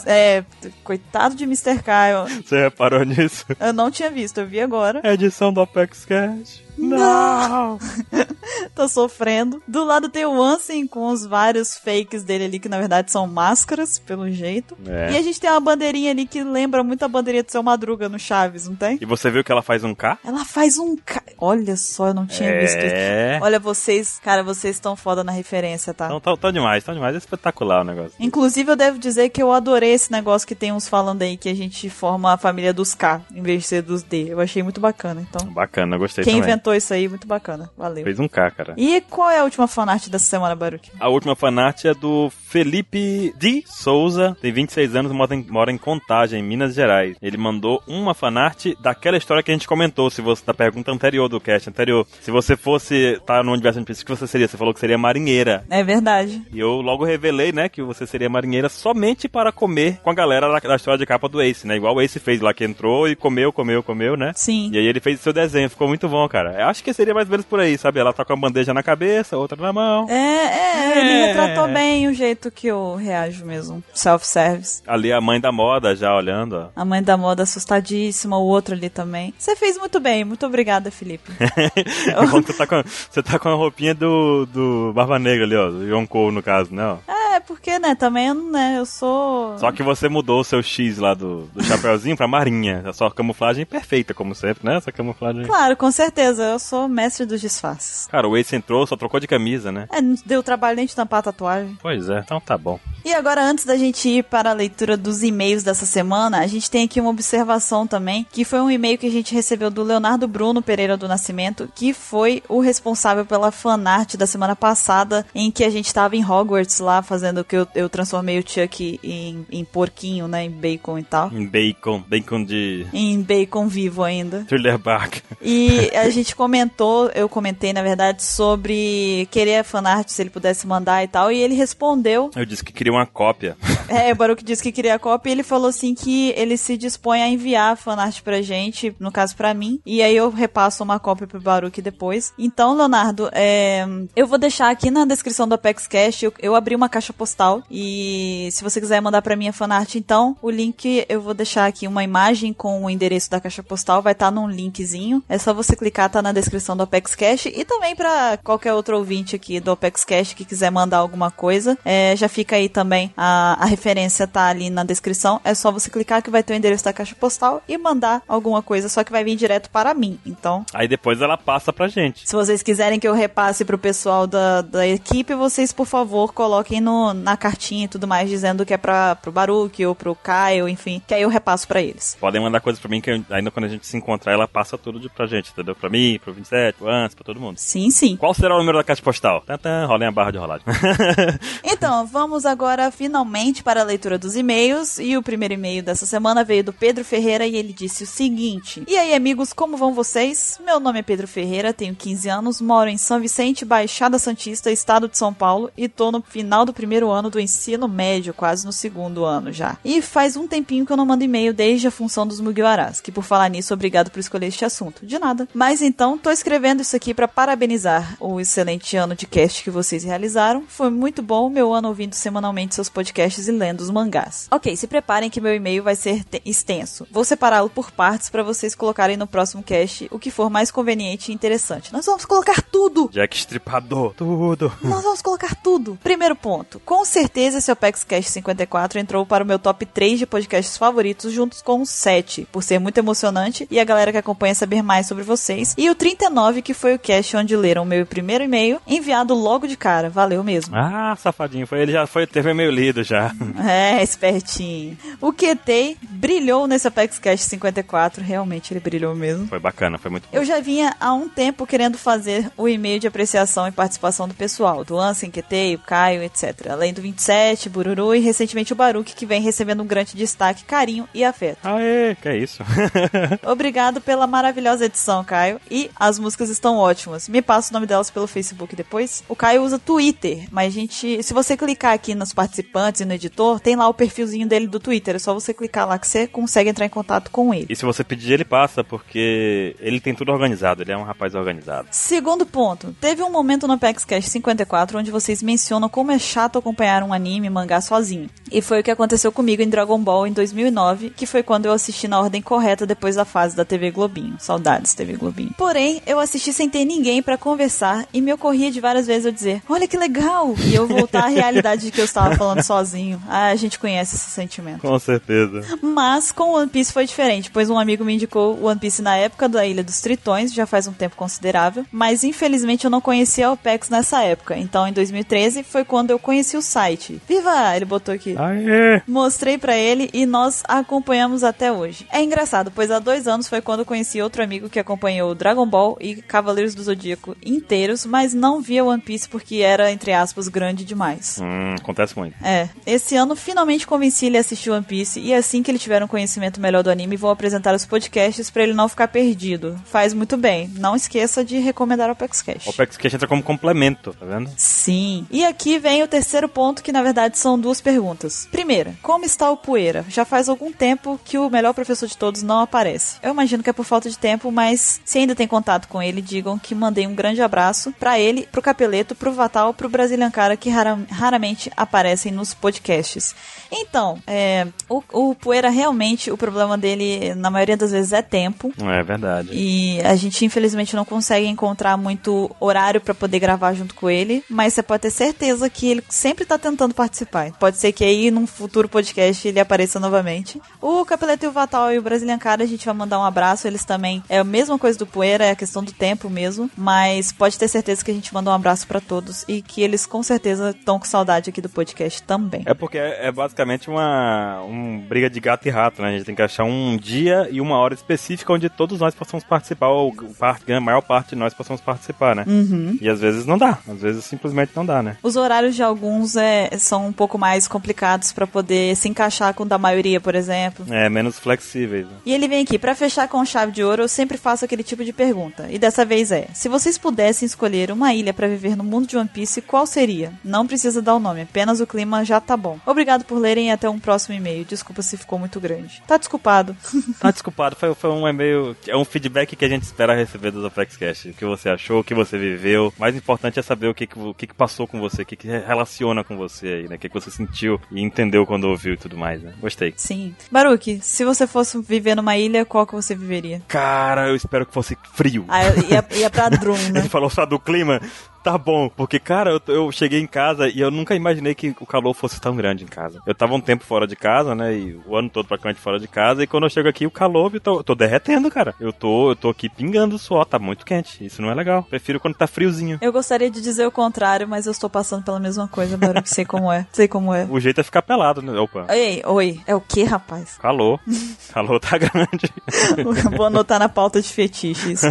S1: É, coitado de Mr. Caio.
S5: Você reparou nisso?
S1: Eu não tinha visto, eu vi agora.
S5: É edição do Apex Cash.
S1: Não! Tô sofrendo. Do lado tem o Ansem com os vários fakes dele ali, que na verdade são máscaras, pelo jeito.
S5: É.
S1: E a gente tem uma bandeirinha ali que lembra muito a bandeirinha do seu Madruga no Chaves, não tem?
S5: E você viu que ela faz um K?
S1: Ela faz um. Ca... Olha só, eu não tinha visto isso.
S5: É.
S1: Olha, vocês, cara, vocês estão foda na referência, tá?
S5: Então tá, tá demais, tá demais. É espetacular o negócio.
S1: Inclusive, eu devo dizer que eu adorei esse negócio que tem uns falando aí que a gente forma a família dos K em vez de ser dos D. Eu achei muito bacana, então.
S5: Bacana, eu gostei
S1: Quem
S5: também.
S1: inventou isso aí, muito bacana. Valeu.
S5: Fez um K, cara.
S1: E qual é a última fanart dessa semana, Baruch?
S5: A última fanart é do Felipe de Souza, tem 26 anos, mora em, mora em Contagem, em Minas Gerais. Ele mandou uma fanart daquela história que a gente comentou, se você da pergunta anterior do cast anterior. Se você fosse estar no universo de NPC, o que você seria? Você falou que seria marinheira.
S1: É verdade.
S5: E eu logo revelei, né, que você seria marinheira somente para comer com a galera da, da história de capa do Ace, né? Igual o Ace fez lá, que entrou e comeu, comeu, comeu, né?
S1: Sim.
S5: E aí ele fez o seu desenho, ficou muito bom, cara. Eu acho que seria mais ou menos por aí, sabe? Ela tá com uma bandeja na cabeça, outra na mão.
S1: É, é,
S5: É.
S1: ele retratou bem o jeito que eu reajo mesmo. Self-service.
S5: Ali a mãe da moda já olhando, ó.
S1: A mãe da moda assustadíssima, o outro ali também. Você fez muito bem, muito obrigada, Felipe.
S5: Enquanto você tá com, você tá com a roupinha do, do Barba Negra ali, ó. do Yonkou, no caso, né? ó.
S1: é, porque, né, também, eu não- né, eu sou...
S5: Só que você mudou o seu X lá do, do chapeuzinho pra marinha. A sua camuflagem perfeita, como sempre, né? Essa camuflagem.
S1: Claro, com certeza, eu sou mestre dos disfarces.
S5: Cara, o Ace entrou, só trocou de camisa, né?
S1: É, não deu trabalho nem de tampar a tatuagem.
S5: Pois é, então tá bom.
S1: E agora, antes da gente ir para a leitura dos e-mails dessa semana, a gente tem aqui uma observação também, que foi um e-mail que a gente recebeu do Leonardo Bruno Pereira do Nascimento, que foi o responsável pela fanart da semana passada, em que a gente estava em Hogwarts lá, fazendo que eu, eu transformei o Chuck em, em porquinho, né, em bacon e tal.
S5: Um bacon, bacon de
S1: Em bacon vivo ainda.
S5: thriller bark.
S1: E a gente comentou, eu comentei na verdade, sobre querer a fanart, se ele pudesse mandar e tal, e ele respondeu
S5: Eu disse que queria uma cópia.
S1: É, o Baruch disse que queria a cópia e ele falou assim que ele se dispõe a enviar a fanart pra gente, no caso pra mim, e aí eu repasso uma cópia pro Baruch depois. Então, Leonardo, é, eu vou deixar aqui na descrição do Apex Cash, eu, eu abri uma caixa postal e se você quiser mandar pra mim a fanart, então, o link eu vou deixar aqui uma imagem com o endereço da caixa postal, vai estar num linkzinho. É só você clicar, tá na descrição do Apex Cash e também pra qualquer outro ouvinte aqui do Apex Cash que quiser mandar alguma coisa, é, já fica aí também a, a referência tá ali na descrição. É só você clicar que vai ter o endereço da caixa postal e mandar alguma coisa, só que vai vir direto para mim. Então,
S5: Aí depois ela passa pra gente.
S1: se vocês quiserem que eu repasse pro pessoal da, da equipe, vocês, por favor, coloquem no, na cartinha e tudo mais, dizendo que é pra, pro Baruque ou pro Caio, enfim, que aí eu repasso pra eles.
S5: Podem mandar coisas pra mim que eu- ainda quando a gente se encontrar, ela passa tudo de, pra gente, entendeu? Pra mim, pro 27, pro Antes, pra todo mundo.
S1: Sim, sim.
S5: Qual será o número da caixa postal? Tantan, rolem a barra de rolagem.
S1: Então, vamos agora finalmente para a leitura dos e-mails. E o primeiro e-mail dessa semana veio do Pedro Ferreira e ele disse o seguinte: E aí, amigos, como vão vocês? Meu nome é Pedro Ferreira, tenho 15 anos, moro em São Vicente, Baixada Santista, estado de São Paulo, e tô no final do primeiro primeiro ano do ensino médio, quase no segundo ano já. E faz um tempinho que eu não mando e-mail desde a função dos Mugiwaras, que por falar nisso, obrigado por escolher este assunto. De nada. Mas então, tô escrevendo isso aqui para parabenizar o excelente ano de cast que vocês realizaram. Foi muito bom meu ano ouvindo semanalmente seus podcasts e lendo os mangás. Ok, se preparem que meu e-mail vai ser te- extenso. Vou separá-lo por partes para vocês colocarem no próximo cast o que for mais conveniente e interessante. Nós vamos colocar tudo!
S5: Jack Estripador, tudo.
S1: Nós vamos colocar tudo. Primeiro ponto. Com certeza esse Opex Cash 54 entrou para o meu top 3 de podcasts favoritos, juntos com o 7, por ser muito emocionante e a galera que acompanha saber mais sobre vocês. E o 39, que foi o cast onde leram o meu primeiro e-mail, enviado logo de cara. Valeu mesmo.
S5: Ah, safadinho, foi, ele já foi, teve meio lido já.
S1: É, espertinho. O QT brilhou nesse Apex Cash 54, realmente ele brilhou mesmo.
S5: Foi bacana, foi muito bom.
S1: Eu já vinha há um tempo querendo fazer o e-mail de apreciação e participação do pessoal, do Ansem, QT, o Caio, etc. Além do 27, Bururu e recentemente o Baruque, que vem recebendo um grande destaque, carinho e afeto.
S5: Aê, que é isso.
S1: Obrigado pela maravilhosa edição, Caio. E as músicas estão ótimas. Me passa o nome delas pelo Facebook depois. O Caio usa Twitter, mas a gente, se você clicar aqui nos participantes e no editor, tem lá o perfilzinho dele do Twitter. É só você clicar lá que você consegue entrar em contato com ele.
S5: E se você pedir, ele passa, porque ele tem tudo organizado, ele é um rapaz organizado.
S1: Segundo ponto, teve um momento no Apex Cash 54 onde vocês mencionam como é chato acompanhar um anime e mangá sozinho. E foi o que aconteceu comigo em Dragon Ball em 2009, que foi quando eu assisti na ordem correta depois da fase da TV Globinho. Saudades, TV Globinho. Porém, eu assisti sem ter ninguém pra conversar e me ocorria de várias vezes eu dizer: "Olha que legal!" e eu voltar à realidade de que eu estava falando sozinho. Ah, a gente conhece esse sentimento.
S5: Com certeza.
S1: Mas com One Piece foi diferente, pois um amigo me indicou One Piece na época da Ilha dos Tritões, já faz um tempo considerável, mas infelizmente eu não conhecia a OPEX nessa época, então em 2013 foi quando eu conheci o site. Viva! Ele botou aqui.
S5: Aê!
S1: Mostrei pra ele e nós a acompanhamos até hoje. É engraçado, pois há dois anos foi quando eu conheci outro amigo que acompanhou Dragon Ball e Cavaleiros do Zodíaco inteiros, mas não via One Piece porque era, entre aspas, grande demais.
S5: Hum, acontece muito.
S1: É, esse ano finalmente convenci ele a assistir One Piece e assim que ele tiver um conhecimento melhor do anime, vou apresentar os podcasts pra ele não ficar perdido. Faz muito bem. Não esqueça de recomendar o Apex Cash.
S5: O Pex Cash entra como complemento, tá vendo?
S1: Sim. E aqui vem o terceiro ponto, que na verdade são duas perguntas. Primeira, como está o Poeira? Já faz algum tempo que o melhor professor de todos não aparece. Eu imagino que é por falta de tempo, mas se ainda tem contato com ele, digam que mandei um grande abraço pra ele, pro Capeleto, pro Vatal, pro Brasiliancara, que rara- raramente aparecem nos podcasts. Então, é, o, o Poeira realmente, o problema dele, na maioria das vezes, é tempo.
S5: É verdade.
S1: E a gente infelizmente não consegue encontrar muito horário pra poder gravar junto com ele, mas você pode ter certeza que ele sempre tá tentando participar. Pode ser que aí num futuro podcast ele apareça novamente. O Capeleto e o Vatal e o Brasilian Cara, a gente vai mandar um abraço, eles também é a mesma coisa do Poeira, é a questão do tempo mesmo, mas pode ter certeza que a gente manda um abraço pra todos e que eles com certeza estão com saudade aqui do podcast também.
S5: É porque é é basicamente uma um briga de gato e rato, né? A gente tem que achar um dia e uma hora específica onde todos nós possamos participar, ou parte, a maior parte de nós possamos participar, né?
S1: Uhum.
S5: E às vezes não dá, às vezes simplesmente não dá, né?
S1: Os horários de alguns é, são um pouco mais complicados pra poder se encaixar com o da maioria, por exemplo.
S5: É, menos flexíveis. né?
S1: E ele vem aqui, pra fechar com chave de ouro, eu sempre faço aquele tipo de pergunta. E dessa vez é: se vocês pudessem escolher uma ilha pra viver no mundo de One Piece, qual seria? Não precisa dar o nome, apenas o clima já tá bom. Obrigado por lerem e até um próximo e-mail. Desculpa se ficou muito grande. Tá desculpado.
S5: Tá desculpado, foi, foi um e-mail. É um feedback que a gente espera receber dos ApexCast. O que você achou, o que você viveu. O mais importante é saber o que, que, o que, que passou com você, o que, que relaciona com você aí, né? O que, que você sentiu e entendeu quando ouviu e tudo mais, né? Gostei.
S1: Sim. Baruque, se você fosse viver numa ilha, qual que você viveria?
S5: Cara, eu espero que fosse frio.
S1: Ah, eu ia, ia pra Drum, né?
S5: Ele falou só do clima. Tá bom, porque, cara, eu, eu cheguei em casa e eu nunca imaginei que o calor fosse tão grande em casa. Eu tava um tempo fora de casa, né? E o ano todo praticamente fora de casa. E quando eu chego aqui, o calor, eu tô, eu tô derretendo, cara. Eu tô, eu tô aqui pingando o suor, tá muito quente. Isso não é legal. Prefiro quando tá friozinho.
S1: Eu gostaria de dizer o contrário, mas eu estou passando pela mesma coisa, Baruque. Sei como é. Sei como é.
S5: O jeito é ficar pelado, né? Opa.
S1: Ei, oi. É o que, rapaz?
S5: Calor. calor tá grande.
S1: Vou anotar na pauta de fetiches.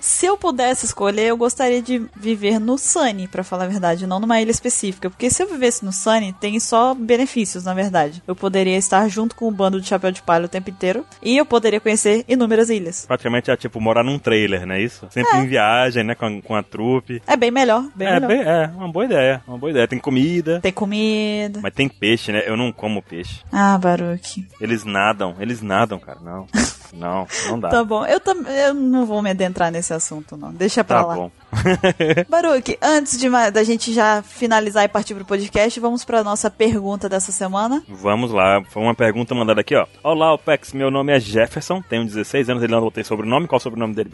S1: Se eu pudesse escolher, eu gostaria de viver viver no Sunny, pra falar a verdade, não numa ilha específica. Porque se eu vivesse no Sunny, tem só benefícios, na verdade. Eu poderia estar junto com o bando de chapéu de palha o tempo inteiro e eu poderia conhecer inúmeras ilhas.
S5: Praticamente é tipo morar num trailer, não é isso? Sempre em viagem, né? Com a, com a trupe.
S1: É bem melhor, bem
S5: É,
S1: melhor.
S5: bem, é, uma boa ideia. Uma boa ideia. Tem comida.
S1: Tem comida.
S5: Mas tem peixe, né? Eu não como peixe.
S1: Ah, Baruque.
S5: Eles nadam, eles nadam, cara. Não. Não, não dá.
S1: Tá bom, eu, tam... eu não vou me adentrar nesse assunto, não. Deixa pra
S5: Tá
S1: lá.
S5: bom.
S1: Baruque, antes de ma- da gente já finalizar e partir pro podcast, vamos pra nossa pergunta dessa semana.
S5: Vamos lá, foi uma pergunta mandada aqui, ó. Olá, Opex, meu nome é Jefferson, tenho 16 anos, ele não tem sobrenome, qual é o sobrenome dele?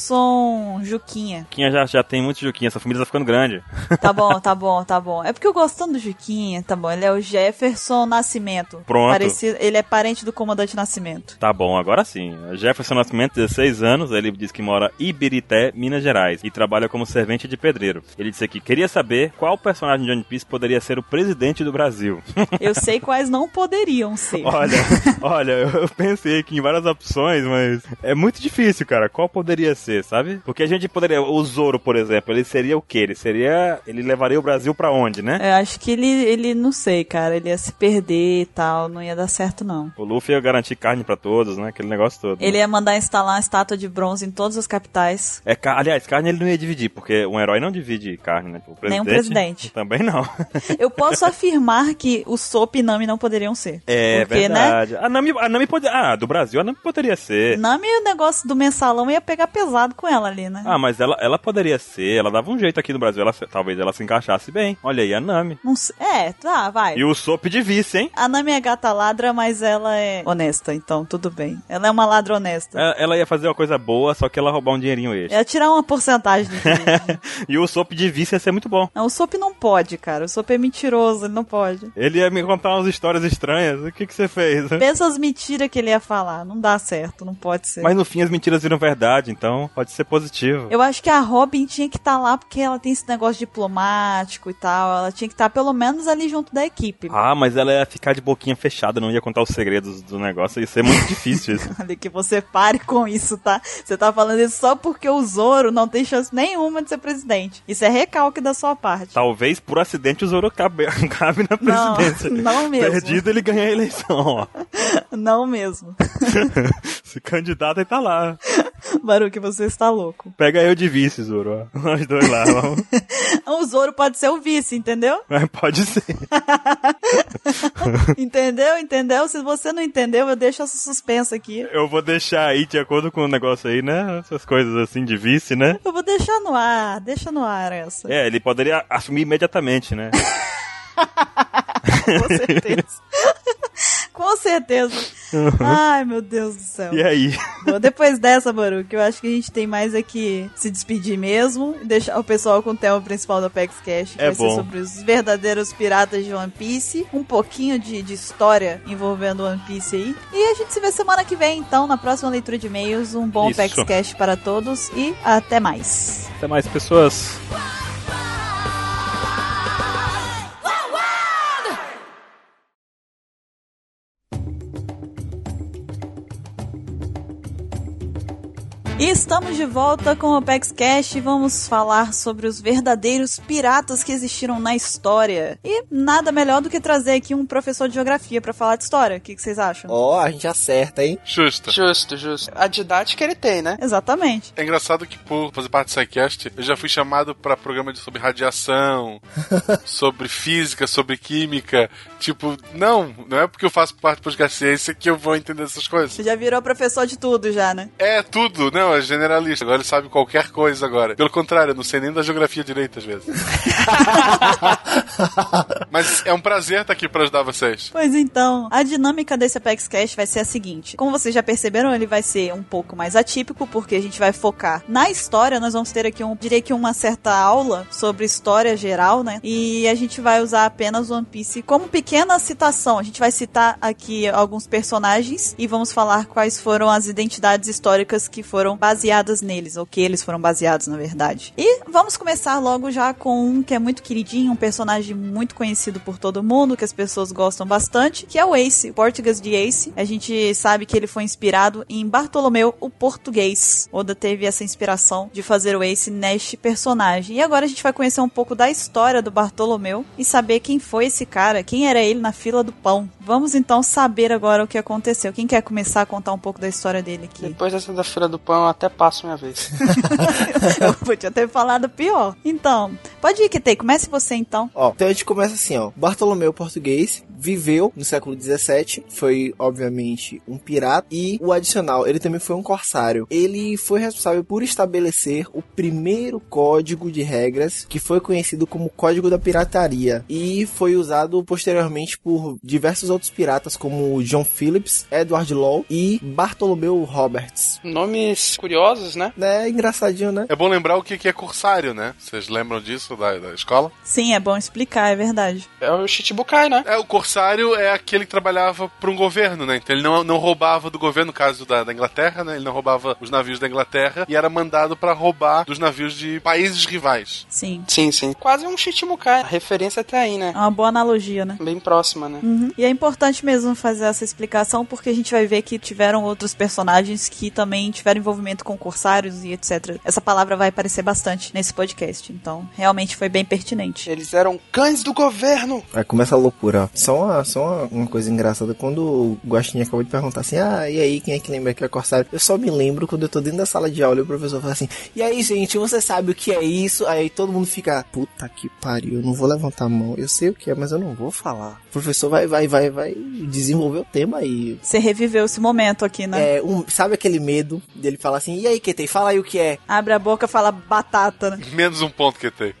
S1: Jefferson Juquinha.
S5: Juquinha já, já tem muito Juquinha, essa família tá ficando grande.
S1: Tá bom, tá bom, tá bom. É porque eu gostando do Juquinha, tá bom. Ele é o Jefferson Nascimento.
S5: Pronto.
S1: Parecido, ele é parente do comandante Nascimento.
S5: Tá bom, agora sim. Jefferson Nascimento, 16 anos, ele diz que mora em Ibirité, Minas Gerais, e trabalha como servente de pedreiro. Ele disse aqui, queria saber qual personagem de One Piece poderia ser o presidente do Brasil.
S1: Eu sei quais não poderiam ser.
S5: Olha, olha, eu pensei aqui em várias opções, mas é muito difícil, cara. Qual poderia ser, sabe? Porque a gente poderia, o Zoro, por exemplo, ele seria o quê? Ele seria, ele levaria o Brasil pra onde, né?
S1: Eu acho que ele, ele, não sei, cara. Ele ia se perder e tal. Não ia dar certo, não.
S5: O Luffy ia garantir carne pra todos, né? Aquele negócio todo.
S1: Ele é- ia mandar instalar uma estátua de bronze em todas as capitais.
S5: É, ca- aliás, carne ele não ia dividir, porque um herói não divide carne, né? O presidente,
S1: Nem um presidente.
S5: Também não.
S1: Eu posso afirmar que o Sop e Nami não poderiam ser.
S5: É
S1: Porque, né?
S5: verdade. A Nami, a Nami pode, ah, do Brasil a Nami poderia ser.
S1: Nami, o negócio do mensalão ia pegar pesado com ela ali, né?
S5: Ah, mas ela, ela poderia ser, ela dava um jeito aqui no Brasil, ela, se- talvez ela se encaixasse bem. Olha aí a Nami.
S1: Não sei. É, tá, vai.
S5: E o Sop de vice, hein?
S1: A Nami é gata ladra, mas ela é honesta, então tudo bem. Ela é uma ladra honesta.
S5: Ela, ela ia fazer uma coisa boa, só que ela ia roubar um dinheirinho extra.
S1: É tirar uma porcentagem do dinheiro.
S5: e o Sop de vice ia ser muito bom.
S1: Não, o Sop não pode, cara. O Sop é mentiroso, ele não pode.
S5: Ele ia me contar umas histórias estranhas. O que, que você fez?
S1: Pensa as mentiras que ele ia falar. Não dá certo, não pode ser.
S5: Mas no fim as mentiras viram verdade, então pode ser positivo.
S1: Eu acho que a Robin tinha que estar lá porque ela tem esse negócio diplomático e tal. Ela tinha que estar pelo menos ali junto da equipe.
S5: Ah, mas ela ia ficar de boquinha fechada, não ia contar os segredos do negócio. Ia ser muito difícil isso.
S1: Olha, que você pare com isso, tá? Você tá falando isso só porque o Zoro não tem chance nenhuma de ser presidente. Isso é recalque da sua parte.
S5: Talvez por acidente o Zoro cabe, cabe na
S1: Não,
S5: presidência. é
S1: não mesmo.
S5: Perdido ele ganha a eleição, ó.
S1: Não mesmo.
S5: Se candidata e tá lá.
S1: Baruque, você está louco.
S5: Pega eu de vice, Zoro. ó. Nós dois lá, vamos.
S1: Então, O Zoro pode ser o vice, entendeu?
S5: Mas pode ser.
S1: Entendeu? Entendeu? Se você não entendeu, eu deixo essa suspensa aqui.
S5: Eu vou deixar aí de acordo com o negócio aí, né? Essas coisas assim de vice, né?
S1: Eu vou deixar no ar, deixa no ar essa.
S5: É, ele poderia assumir imediatamente, né?
S1: Com certeza. Com certeza. Ai, meu Deus do céu.
S5: Uhum. E é aí?
S1: Bom, depois dessa, Baruque, eu acho que a gente tem mais aqui se despedir mesmo e deixar o pessoal com o tema principal do Apex Cash, que
S5: É
S1: vai ser
S5: bom.
S1: sobre os verdadeiros piratas de One Piece, um pouquinho de, de história envolvendo One Piece aí. E a gente se vê semana que vem, então, na próxima leitura de e-mails. Um bom
S5: Isso.
S1: Apex Cash para todos e até mais.
S5: Até mais, pessoas.
S1: E estamos de volta com o Apex Cash e vamos falar sobre os verdadeiros piratas que existiram na história. E nada melhor do que trazer aqui um professor de geografia para falar de história. O que, que vocês acham?
S3: Ó, a gente acerta, hein?
S4: Justo.
S2: Justo, justo. A didática ele tem, né?
S1: Exatamente.
S4: É engraçado que por fazer parte do SciCast, eu já fui chamado pra programa de- sobre radiação, sobre física, sobre química. Tipo, não, não é porque eu faço parte do podcast ciência que eu vou entender essas coisas.
S1: Você já virou professor de tudo já, né?
S4: É tudo, não, é generalista. Agora ele sabe qualquer coisa agora. Pelo contrário, eu não sei nem da geografia direito às vezes. Mas é um prazer estar aqui pra ajudar vocês.
S1: Pois então, a dinâmica desse Apex Cash vai ser a seguinte. Como vocês já perceberam, ele vai ser um pouco mais atípico, porque a gente vai focar na história. Nós vamos ter aqui, um, diria que uma certa aula sobre história geral, né? E a gente vai usar apenas One Piece como pequena citação. A gente vai citar aqui alguns personagens e vamos falar quais foram as identidades históricas que foram baseadas baseadas neles, ou que eles foram baseados, na verdade. E vamos começar logo já com um que é muito queridinho, um personagem muito conhecido por todo mundo, que as pessoas gostam bastante, que é o Ace, o Portugas de Ace. A gente sabe que ele foi inspirado em Bartolomeu, o português. Oda teve essa inspiração de fazer o Ace neste personagem. E agora a gente vai conhecer um pouco da história do Bartolomeu e saber quem foi esse cara, quem era ele na fila do pão. Vamos então saber agora o que aconteceu. Quem quer começar a contar um pouco da história dele aqui?
S2: Depois dessa da fila do pão, eu até passo minha vez.
S1: Eu podia ter falado pior. Então, pode ir, Kitei, comece você então.
S3: Ó, então a gente começa assim, ó. Bartolomeu português viveu no século 17, foi obviamente um pirata e o adicional, ele também foi um corsário. Ele foi responsável por estabelecer o primeiro código de regras que foi conhecido como Código da Pirataria e foi usado posteriormente por diversos outros piratas como John Phillips, Edward Law e Bartolomeu Roberts.
S2: Nomes curiosos, né?
S3: Né, engraçadinho, né?
S4: É bom lembrar o que que é corsário, né? Vocês lembram disso da, da escola?
S1: Sim, é bom explicar, é verdade.
S2: É o Shichibukai, né?
S4: É, o corsário é aquele que trabalhava para um governo, né? Então ele não, não roubava do governo, no caso da, da Inglaterra, né? Ele não roubava os navios da Inglaterra e era mandado para roubar dos navios de países rivais.
S1: Sim.
S2: Sim, sim. Quase um Shichibukai. A referência até aí, né?
S1: É uma boa analogia, né?
S2: Bem próxima, né?
S1: Uhum. E é importante mesmo fazer essa explicação porque a gente vai ver que tiveram outros personagens que também tiveram envolvimento com corsários e etc. Essa palavra vai aparecer bastante nesse podcast, então realmente foi bem pertinente.
S2: Eles eram cães do governo!
S3: Aí começa a loucura, ó. Só uma, só uma, uma coisa engraçada. Quando o Guaxinim acabou de perguntar assim, ah, e aí, quem é que lembra que é corsário? Eu só me lembro quando eu tô dentro da sala de aula e o professor fala assim, e aí, gente, você sabe o que é isso? Aí todo mundo fica, puta que pariu, eu não vou levantar a mão. Eu sei o que é, mas eu não vou falar. O professor vai, vai, vai, vai desenvolver o tema aí.
S1: Você reviveu esse momento aqui, né?
S3: É, um, sabe aquele medo dele falar assim, e aí, Ketei, fala aí o que é?
S1: Abre a boca fala batata, né?
S4: Menos um ponto que tem.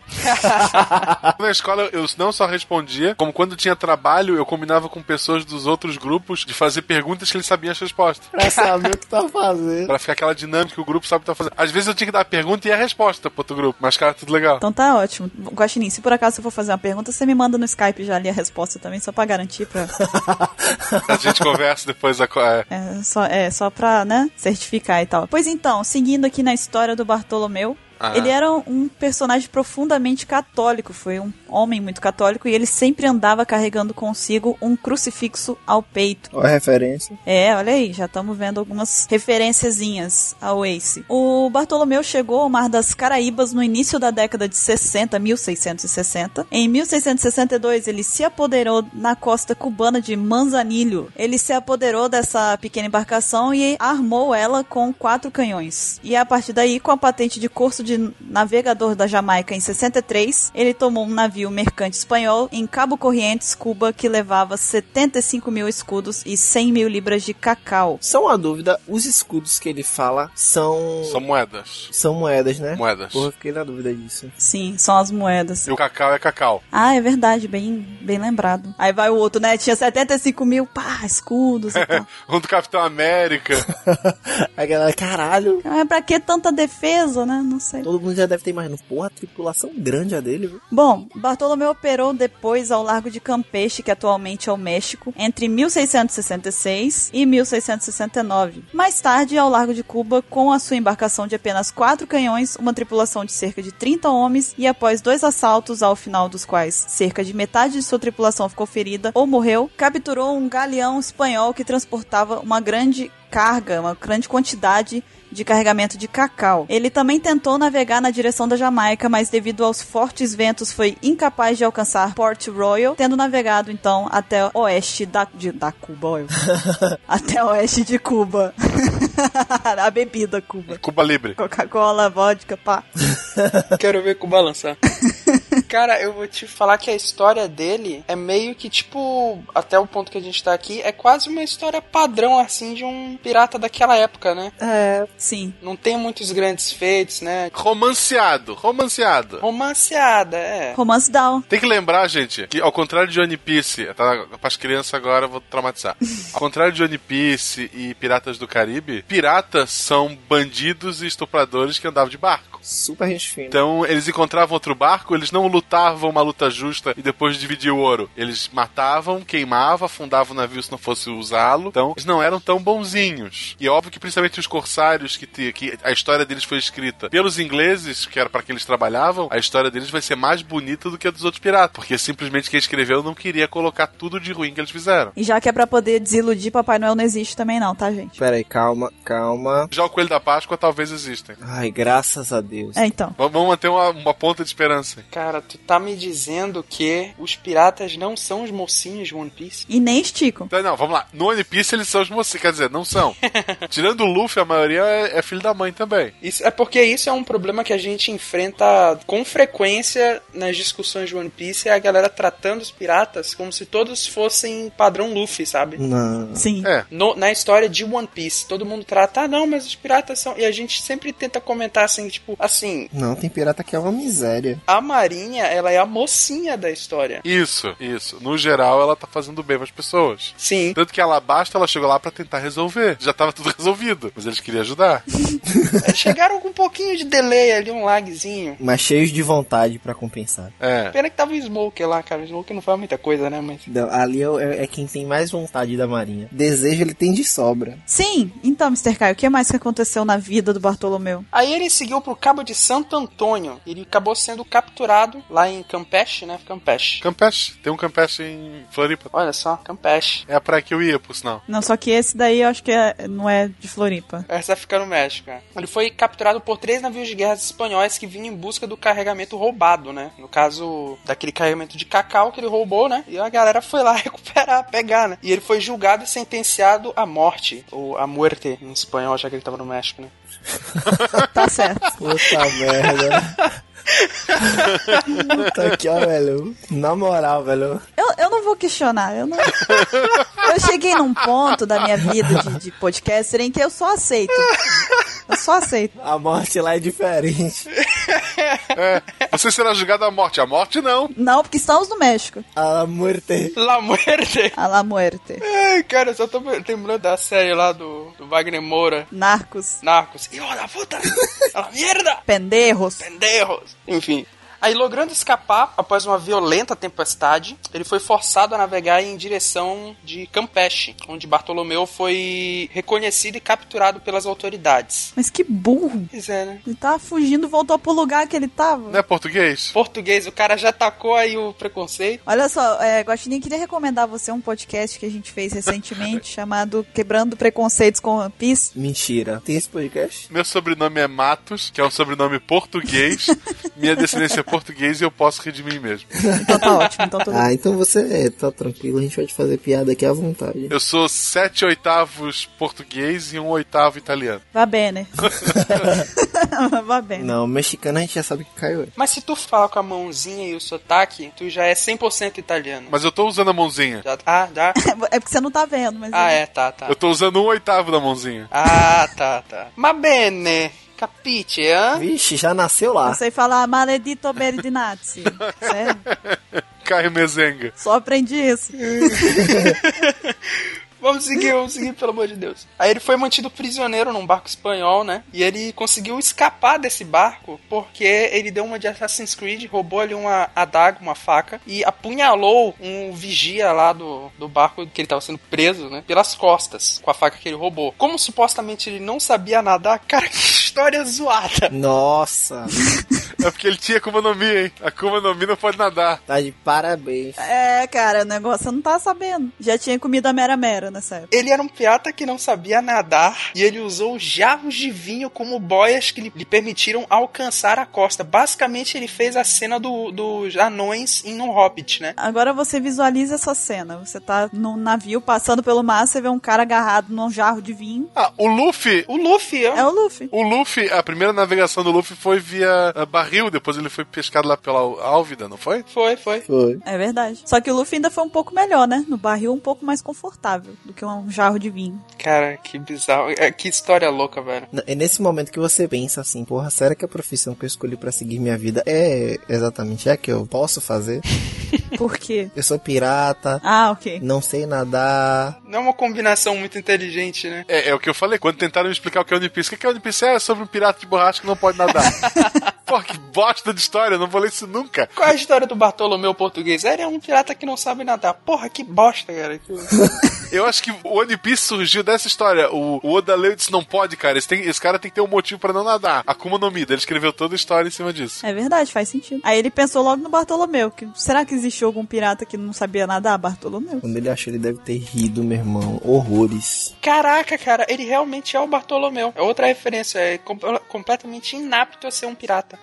S4: Na escola eu não só respondia, como quando tinha trabalho, eu combinava com pessoas dos outros grupos de fazer perguntas que eles sabiam as respostas.
S3: Pra saber o que tá fazendo.
S4: Pra ficar aquela dinâmica que o grupo sabe o que tá fazendo. Às vezes eu tinha que dar a pergunta e a resposta pro outro grupo, mas cara, tudo legal.
S1: Então tá ótimo. Guaxinim, se por acaso eu for fazer uma pergunta, você me manda no Skype já ali a resposta também, só pra garantir, pra...
S4: A gente conversa depois da. co- é.
S1: É, só, é, só pra, né, certificar e tal. Pois então, seguindo aqui na história do Bartolomeu,
S4: Ah.
S1: Ele era um personagem profundamente católico, foi um homem muito católico e ele sempre andava carregando consigo um crucifixo ao peito.
S3: Ó, a referência.
S1: É, olha aí, já estamos vendo algumas referenciazinhas ao Ace. O Bartolomeu chegou ao Mar das Caraíbas no início da década de 60, 1660. Em 1662, ele se apoderou na costa cubana de Manzanillo. Ele se apoderou dessa pequena embarcação e armou ela com quatro canhões. E a partir daí, com a patente de curso de navegador da Jamaica em 63, ele tomou um navio mercante espanhol em Cabo Corrientes, Cuba, que levava 75 mil escudos e 100 mil libras de cacau.
S3: Só uma dúvida, os escudos que ele fala são...
S4: São moedas.
S3: são moedas, né?
S4: Moedas.
S3: Porra, eu fiquei na dúvida disso.
S1: Sim, são as moedas.
S4: E o cacau é cacau.
S1: Ah, é verdade, bem, bem lembrado. Aí vai o outro, né? Tinha 75 mil, pá, escudos e tal.
S4: Um do Capitão América.
S3: A galera, caralho...
S1: Mas pra que tanta defesa, né? Não sei.
S3: Todo mundo já deve ter imaginado. Porra, a tripulação grande é a dele, viu?
S1: Bom, Bartolomeu operou depois ao Largo de Campeche, que atualmente é o México, entre 1666 e 1669. Mais tarde, ao Largo de Cuba, com a sua embarcação de apenas quatro canhões, uma tripulação de cerca de 30 homens, e após dois assaltos, ao final dos quais cerca de metade de sua tripulação ficou ferida ou morreu, capturou um galeão espanhol que transportava uma grande carga, uma grande quantidade de carregamento de cacau. Ele também tentou navegar na direção da Jamaica, mas devido aos fortes ventos foi incapaz de alcançar Port Royal, tendo navegado então até oeste da, de- da Cuba, olha. até oeste de Cuba. A bebida Cuba.
S4: Cuba Libre.
S1: Coca-Cola, vodka, pá.
S2: Quero ver com balançar. Cara, eu vou te falar que a história dele é meio que tipo, até o ponto que a gente tá aqui, é quase uma história padrão assim de um pirata daquela época, né?
S1: Sim.
S2: Não tem muitos grandes feitos, né?
S4: Romanceado. Romanceado.
S2: Romanceada, é.
S1: Romance Down.
S4: Tem que lembrar, gente, que ao contrário de One Piece, tá, pras crianças agora eu vou traumatizar. Ao contrário de One Piece e Piratas do Caribe, piratas são bandidos e estupradores que andavam de barco.
S3: Super gente fina.
S4: Então, eles encontravam outro barco, eles não lu- lutavam uma luta justa e depois dividiam o ouro. Eles matavam, queimavam, afundavam o navio se não fosse usá-lo. Então, eles não eram tão bonzinhos. E é óbvio que principalmente os corsários, que, te- que a história deles foi escrita pelos ingleses, que era para que eles trabalhavam, a história deles vai ser mais bonita do que a dos outros piratas. Porque simplesmente quem escreveu não queria colocar tudo de ruim que eles fizeram.
S1: E já que é pra poder desiludir, Papai Noel não existe também não, tá, gente?
S3: Pera aí, calma, calma.
S4: Já o Coelho da Páscoa talvez existem.
S3: Ai, graças a Deus.
S1: É, então.
S4: V- Vamos manter uma, uma ponta de esperança.
S8: Cara, tu tá me dizendo que os piratas não são os mocinhos de One Piece?
S1: E nem esticam.
S4: Então, não, vamos lá. No One Piece eles são os mocinhos, quer dizer, não são. Tirando o Luffy, a maioria é, é filho da mãe também.
S8: Isso, é porque isso é um problema que a gente enfrenta com frequência nas discussões de One Piece, é a galera tratando os piratas como se todos fossem padrão Luffy, sabe?
S3: Não.
S1: Sim.
S4: É.
S8: No- na história de One Piece, todo mundo trata, ah não, mas os piratas são. E a gente sempre tenta comentar assim, tipo, assim,
S3: Não, tem pirata que é uma miséria.
S8: a Marinha, ela é a mocinha da história.
S4: Isso, isso. No geral, ela tá fazendo bem pras pessoas.
S8: Sim.
S4: Tanto que ela basta, ela chegou lá pra tentar resolver. Já tava tudo resolvido, mas eles queriam ajudar.
S8: Chegaram com um pouquinho de delay ali, um lagzinho.
S3: Mas cheios de vontade pra compensar.
S4: É.
S8: Pena que tava o Smoker lá, cara. O Smoker não faz muita coisa, né? Mas.
S3: Não, ali é, o- é- é quem tem mais vontade da marinha. Desejo ele tem de sobra.
S1: Sim. Então, Mr. Caio, o que mais que aconteceu na vida do Bartolomeu?
S8: Aí ele seguiu pro Cabo de Santo Antônio. Ele acabou sendo capturado lá em Campeche, né? Campeche.
S4: Campeche. Tem um Campeche em Floripa.
S8: Olha só, Campeche.
S4: É a praia que eu ia, por sinal.
S1: Não, só que esse daí eu acho que é- não é de Floripa.
S8: Essa fica no México. é. Ele foi capturado por três navios de guerra espanhóis que vinham em busca do carregamento roubado, né? No caso, daquele carregamento de cacau que ele roubou, né? E a galera foi lá recuperar, pegar, né? E ele foi julgado e sentenciado à morte. Ou à muerte, em espanhol, já que ele tava no México, né?
S1: Tá certo.
S3: Puta merda. Puta que, ó, velho. Na moral, velho.
S1: Eu, eu não vou questionar. Eu, não... eu cheguei num ponto da minha vida de, de podcaster em que eu só aceito. Eu só aceito.
S3: A morte lá é diferente.
S4: É. Você será julgado à morte. A morte não.
S1: Não, porque estamos no México.
S3: A morte.
S8: La muerte!
S1: A la muerte.
S8: Ai, cara, eu só tô lembrando da série lá do, do Wagner Moura.
S1: Narcos.
S8: Narcos. Hijo da puta! Ela, merda!
S1: Pendejos.
S8: Pendejos! Enfim. Aí, logrando escapar após uma violenta tempestade, ele foi forçado a navegar em direção de Campeche, onde Bartolomeu foi reconhecido e capturado pelas autoridades.
S1: Mas que burro.
S8: Pois é, né?
S1: Ele tava fugindo, voltou pro lugar que ele tava.
S4: Não é português?
S8: Português, o cara já tacou aí o preconceito.
S1: Olha só, é, Guaxinim, queria recomendar a você um podcast que a gente fez recentemente chamado Quebrando Preconceitos com One Piece.
S3: Mentira. Tem esse podcast?
S4: Meu sobrenome é Matos, que é um sobrenome português. Minha descendência é portuguesa e eu posso rir de mim mesmo.
S1: Então tá ótimo. Então tô...
S3: Ah, então você é, tá tranquilo, a gente pode fazer piada aqui à vontade.
S4: Eu sou sete oitavos português e um oitavo italiano.
S1: Vá bem, né? Vá bem.
S3: Não, mexicano a gente já sabe que caiu.
S8: Mas se tu fala com a mãozinha e o sotaque, tu já é 100% italiano.
S4: Mas eu tô usando a mãozinha.
S8: Já, ah, já?
S1: É porque você não tá vendo, mas...
S8: Ah, é, tá, tá.
S4: Eu tô usando um oitavo da mãozinha.
S8: Ah, tá, tá. Ma bene, capite, hã?
S3: Vixe, já nasceu
S1: Eu
S3: lá.
S1: sei falar maledito berdinazzi. Sério?
S4: Caio Mezenga.
S1: Só aprendi isso.
S8: Vamos seguir, vamos seguir, pelo amor de Deus. Aí ele foi mantido prisioneiro num barco espanhol, né? E ele conseguiu escapar desse barco porque ele deu uma de Assassin's Creed, roubou ali uma adaga, uma faca, e apunhalou um vigia lá do, do barco que ele tava sendo preso, né? Pelas costas, com a faca que ele roubou. Como supostamente ele não sabia nadar, cara, que história zoada.
S3: Nossa,
S4: É porque ele tinha Akuma no Mi, hein? Akuma no Mi não pode nadar.
S3: tá de parabéns.
S1: É, cara, o negócio eu não tá sabendo. Já tinha comido a mera-mera nessa época.
S8: Ele era um pirata que não sabia nadar e ele usou jarros de vinho como boias que lhe lhe permitiram alcançar a costa. Basicamente, ele fez a cena do- dos anões em um hobbit, né?
S1: Agora você visualiza essa cena. Você tá num navio passando pelo mar, você vê um cara agarrado num jarro de vinho.
S4: Ah, o Luffy.
S8: O Luffy, ó.
S1: É o Luffy.
S4: O Luffy, a primeira navegação do Luffy foi via ah, barril, depois ele foi pescado lá pela Álvida, não foi?
S8: Foi, foi.
S3: Foi.
S1: É verdade. Só que o Luffy ainda foi um pouco melhor, né? No barril, um pouco mais confortável do que um jarro de vinho.
S8: Cara, que bizarro. É, Que história louca, velho.
S3: N- É nesse momento que você pensa assim, porra, será que a profissão que eu escolhi pra seguir minha vida é exatamente a que eu posso fazer?
S1: Por quê?
S3: Eu sou pirata,
S1: Ah, ok.
S3: não sei nadar.
S8: Não é uma combinação muito inteligente, né?
S4: É, é o que eu falei, quando tentaram me explicar o que é One Piece. O que é One Piece? É sobre um pirata de borracha que não pode nadar. Pô, que bosta de história, eu não vou ler isso nunca.
S8: Qual é a história do Bartolomeu português? Ele é um pirata que não sabe nadar. Porra, que bosta, cara. Que-
S4: Eu acho que o One Piece surgiu dessa história. O, o Oda leu e disse: não pode, cara. Esse, tem- esse cara tem que ter um motivo pra não nadar. Akuma no Mida. Ele escreveu toda a história em cima disso.
S1: É verdade, faz sentido. Aí ele pensou logo no Bartolomeu. Que, será que existiu algum pirata que não sabia nadar? Bartolomeu.
S3: Quando ele achou, ele deve ter rido, meu irmão. Horrores.
S8: Caraca, cara, ele realmente é o Bartolomeu. É outra referência, é com- completamente inapto a ser um pirata.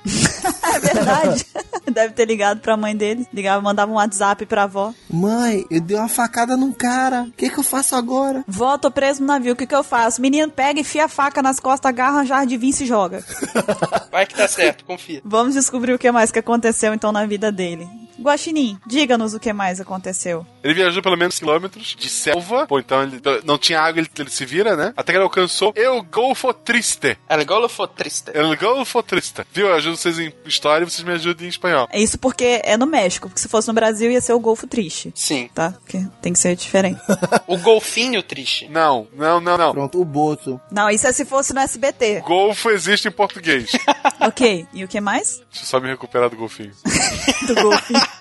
S1: É verdade. Deve ter ligado pra mãe dele. Ligava, mandava um WhatsApp pra avó.
S3: Mãe, eu dei uma facada num cara. O que, que eu faço agora?
S1: Vó, tô preso no navio, o que que eu faço? Menino, pega e fia a faca nas costas, agarra um jarro de vinho e se joga.
S8: Vai que tá certo, confia.
S1: Vamos descobrir o que mais que aconteceu então na vida dele. Guaxinim, diga-nos o que mais aconteceu.
S4: Ele viajou pelo menos quilômetros de selva. Pô, então ele não tinha água, ele, ele se vira, né? Até que ele alcançou Eu Golfo Triste.
S8: É legal ou for triste?
S4: El Golfo Triste. Viu? Eu ajudo vocês em história e vocês me ajudam em espanhol.
S1: É isso porque é no México, porque se fosse no Brasil ia ser o Golfo Triste.
S8: Sim.
S1: Tá? Porque tem que ser diferente.
S8: O golfinho triste.
S4: Não, não, não, não.
S3: Pronto, o Boto.
S1: Não, isso é se fosse no SBT.
S4: Golfo existe em português.
S1: ok, e o que mais?
S4: Deixa eu só me recuperar do golfinho.
S1: Do Golfo.